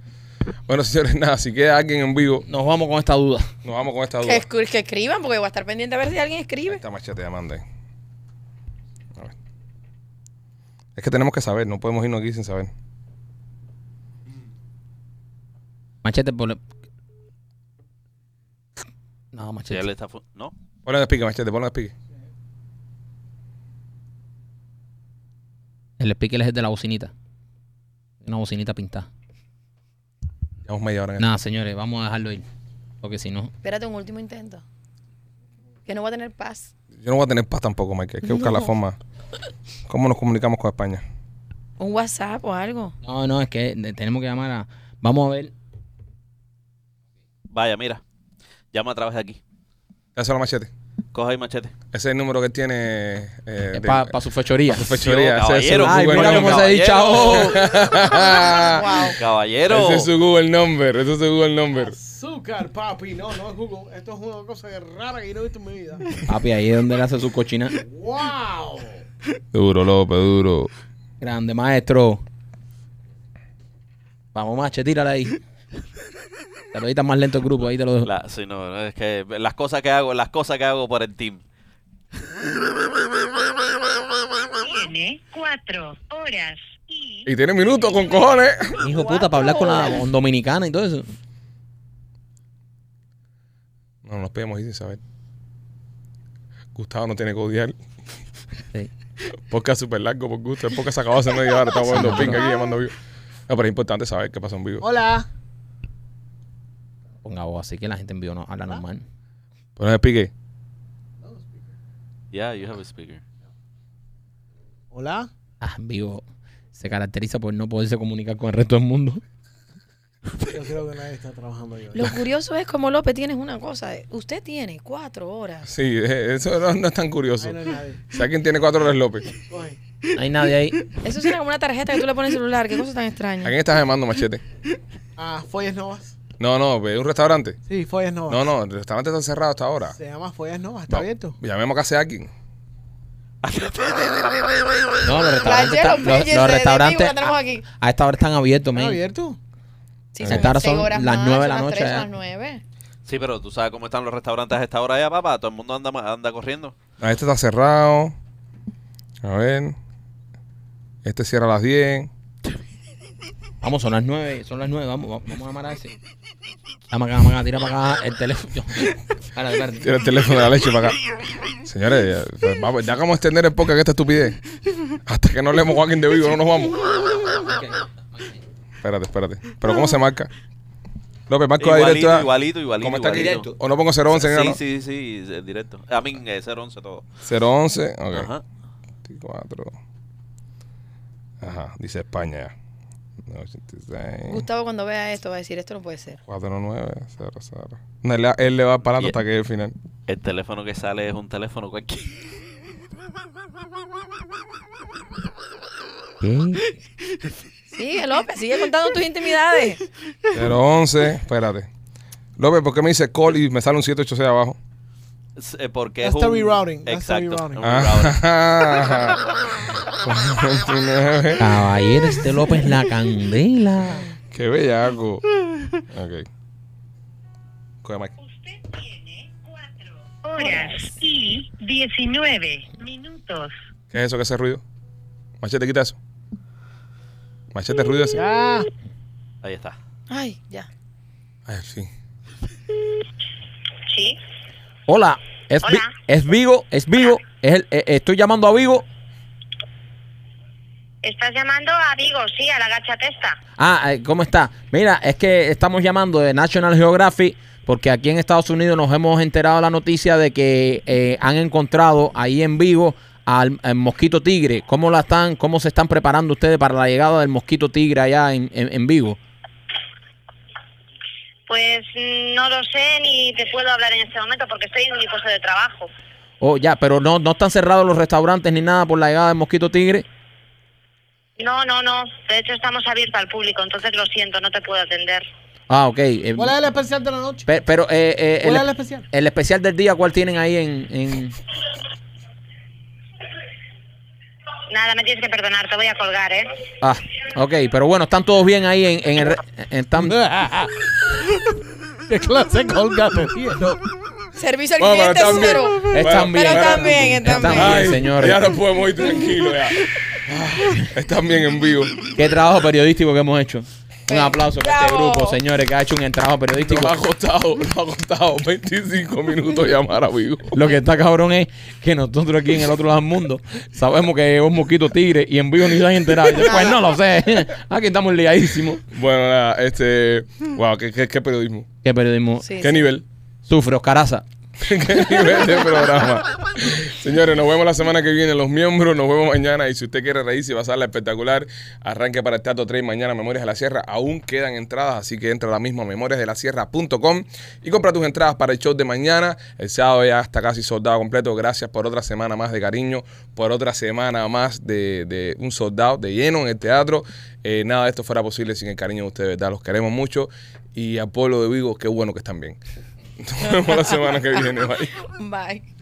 S1: Bueno, señores, nada, si queda alguien en vivo,
S2: Nos vamos con esta duda.
S1: nos vamos con esta duda.
S5: Que, escri- que escriban, porque voy a estar pendiente a ver si alguien escribe.
S1: Esta machete manda ahí. A ver. Es que tenemos que saber, no podemos irnos aquí sin saber.
S2: Machete por... No, machete.
S4: Ya le está fu- ¿No?
S1: Ponle el pique, machete, ponle el pique.
S2: El speaker es el de la bocinita. Una bocinita pintada.
S1: Llevamos media hora en
S2: Nada, señores, vamos a dejarlo ir. Porque si no.
S5: Espérate un último intento. Que no va a tener paz.
S1: esto. Yo no voy a tener paz tampoco, Mike. Hay que buscar la forma. ¿Cómo nos comunicamos con España?
S5: Un WhatsApp o algo.
S2: No, no, es que de- tenemos que llamar a. Vamos a ver.
S4: Vaya, mira. Llama a través de aquí.
S1: Eso es la machete.
S4: Coge ahí machete.
S1: Ese es el número que tiene. Eh,
S2: Para su fechoría.
S1: su fechoría. Ese es su
S4: caballero.
S2: Ay,
S1: Google
S2: mira
S1: number.
S2: cómo se dice, chao. Ah.
S4: Caballero.
S1: Ese es su Google number. Ese es su Google number.
S3: Azúcar, papi. No, no es Google. Esto es una cosa que rara que yo no he visto en mi vida.
S2: Papi, ahí es donde le hace su cochina.
S3: ¡Wow!
S1: Duro, López, duro.
S2: Grande, maestro. Vamos, mache, tírala ahí. Te lo editas más lento el grupo, ahí te lo dejo.
S4: La- sí, no, no, es que las cosas que hago, las cosas que hago por el team.
S7: Tiene cuatro horas y
S1: Y tiene minutos con cojones.
S2: Hijo de puta, para hablar con la con dominicana y todo eso.
S1: No, nos podemos ir sin saber. Gustavo no tiene que odiar.
S2: Sí.
S1: Podcast súper largo por gusto. El podcast se acabó hace media hora. Estamos viendo ping aquí llamando vivo. No, pero es importante saber qué pasó en vivo.
S3: Hola.
S2: Ponga voz así que la gente en vivo no habla normal.
S1: Ponle el pique.
S4: Yeah, you have a speaker.
S3: Hola.
S2: Ah, en vivo se caracteriza por no poderse comunicar con el resto del mundo.
S3: Yo creo que nadie está trabajando ahí. hoy.
S5: Lo curioso es como López tienes una cosa. de- Usted tiene cuatro horas.
S1: Sí, eh, eso no, no es tan curioso.
S3: Ahí no hay nadie.
S1: ¿Sabes quién tiene cuatro horas, López?
S3: Coge.
S2: No hay nadie ahí.
S5: Eso suena como una tarjeta que tú le pones en el celular. Qué cosa tan
S1: ¿A
S5: extraña.
S1: quién estás llamando, machete?
S3: Ah, Follas Novas.
S1: No, no, ¿es un restaurante?
S3: Sí, Follas Novas.
S1: No, no, el restaurante está cerrado hasta ahora.
S3: Se llama Follas Novas. ¿Está
S1: No,
S3: abierto?
S1: Llamemos casi a alguien.
S2: No, los restaurantes,
S5: Playero,
S2: están- los-
S5: píllese
S2: los
S5: de ti,
S2: restaurantes
S5: porque tenemos aquí.
S2: a esta hora están abiertos,
S3: ¿Está
S2: men.
S3: abierto?
S5: Sí,
S2: Esta hora
S5: seis
S2: son las
S5: más,
S2: nueve de
S5: son
S2: la noche ¿eh?
S5: tres,
S2: ya.
S5: son las nueve.
S4: Sí, pero tú sabes cómo están los restaurantes a esta hora ya, papá. Todo el mundo anda, ma- anda corriendo.
S1: Ah, Este está cerrado. A ver. Este cierra a las 10.
S2: Vamos, son las nueve, son las nueve, vamos, vamos, vamos a llamar a ese. Dame acá, dame acá, tira para acá el teléfono. Espérate, espérate.
S1: Tiene el teléfono de la leche para acá. Señores, ya, pues, vamos, ya vamos a extender el podcast que esta estupidez. Hasta que no leemos Joaquín de vivo, no nos vamos. Espérate, espérate. ¿Pero cómo se marca? López, marco la
S4: Igualito,
S1: directa.
S4: igualito, igualito.
S1: ¿Cómo Ah, está aquí?
S4: igualito.
S1: ¿O no pongo 011 en
S4: Sí, sí, sí, sí, directo. A mí, eh, 011 todo.
S1: 011, ok.
S4: Ajá.
S1: 24. Ajá, dice España ya. 86.
S5: Gustavo cuando vea esto va a decir, esto no puede ser.
S1: 49, 00. No, él, le- él le va parando
S4: Y-
S1: hasta que el final.
S4: El teléfono que sale es un teléfono cualquiera.
S5: Sigue, López, sigue contando tus intimidades.
S1: 011, espérate. López, ¿por qué me dice call y me sale un 786 abajo?
S4: Es, eh, Porque
S3: That's
S4: es
S3: the
S4: un...
S3: rerouting, that's the
S4: Exacto.
S3: rerouting.
S4: un router.
S1: Ah. 29.
S2: Caballero este López la candela.
S1: Qué bellaco. Ok. Coge, Mike.
S7: horas y 19 minutos.
S1: ¿Qué es eso? ¿Qué es ese ruido? Machete, quita eso. Machete, ruido ese.
S3: Ya.
S4: Ahí está.
S5: Ay, ya.
S1: Ay, al fin.
S6: Sí.
S2: Hola, es, Vi-
S6: Hola.
S2: es Vigo, es Vigo, es el- eh, eh, estoy llamando a Vigo.
S6: Estás llamando a Vigo, sí, a la gacha testa.
S2: Ah, eh, ¿cómo está? Mira, es que estamos llamando de National Geographic porque aquí en Estados Unidos nos hemos enterado la noticia de que eh, han encontrado ahí en Vigo al, al mosquito tigre. ¿Cómo la están, cómo se están preparando ustedes para la llegada del mosquito tigre allá en, en- en Vigo?
S6: Pues mm, no lo sé ni te puedo hablar en este momento porque estoy en mi puesto de trabajo.
S2: Oh, ya, pero no, no están cerrados los restaurantes ni nada por la llegada del mosquito tigre.
S6: No, no, no. De hecho, estamos abiertos al público, entonces lo siento, no te puedo atender.
S2: Ah, ok. eh,
S3: ¿Cuál es el especial de la noche?
S2: pe- pero eh, eh, el,
S3: ¿Cuál es el especial?
S2: el especial del día, ¿cuál tienen ahí en...? en-
S6: Nada, me tienes que perdonar, te voy a colgar, ¿eh?
S2: Ah, ok, pero bueno, están todos bien ahí en, en el... re- están-
S3: ¿Qué clase de colgate, tío?
S5: Servicio al
S1: Bueno, pero
S5: cliente
S1: están bien.
S5: cero.
S2: Están bien.
S5: Pero también, están
S2: Están
S5: bien.
S2: bien,
S1: Ay,
S2: señores.
S1: Ya nos podemos ir tranquilos ya. Están bien en vivo.
S2: Qué trabajo periodístico que hemos hecho. Un
S5: Sí.
S2: aplauso para este
S5: Eh, Bravo.
S2: grupo, señores, que ha hecho un trabajo periodístico.
S1: Nos ha costado, nos ha costado 25 minutos llamar a Vigo.
S2: Lo que está cabrón es que nosotros aquí en el otro lado del mundo sabemos que es un mosquito tigre y en vivo ni se han enterado. Y yo, Pues no lo sé. Aquí estamos liadísimos.
S1: Bueno, nada, este. Wow, qué, qué- qué periodismo.
S2: ¿Qué periodismo?
S5: Sí,
S1: ¿Qué
S5: sí.
S1: nivel?
S2: Sufre, Oscaraza.
S1: ¿Qué nivel de programa? Señores, nos vemos la semana que viene, los miembros, nos vemos mañana. Y si usted quiere reírse y pasarla espectacular, arranque para el Teatro 3 mañana, Memorias de la Sierra. Aún quedan entradas, así que entra ahora mismo a memoriasdelasierra.com y compra tus entradas para el show de mañana. El sábado ya está casi soldado completo. Gracias por otra semana más de cariño, por otra semana más de, de un soldado de lleno en el teatro. Eh, nada de esto fuera posible sin el cariño de ustedes, ¿verdad? Los queremos mucho. Y a Pueblo de Vigo, qué bueno que están bien. Nos vemos la semana que viene. Bye.
S5: Bye.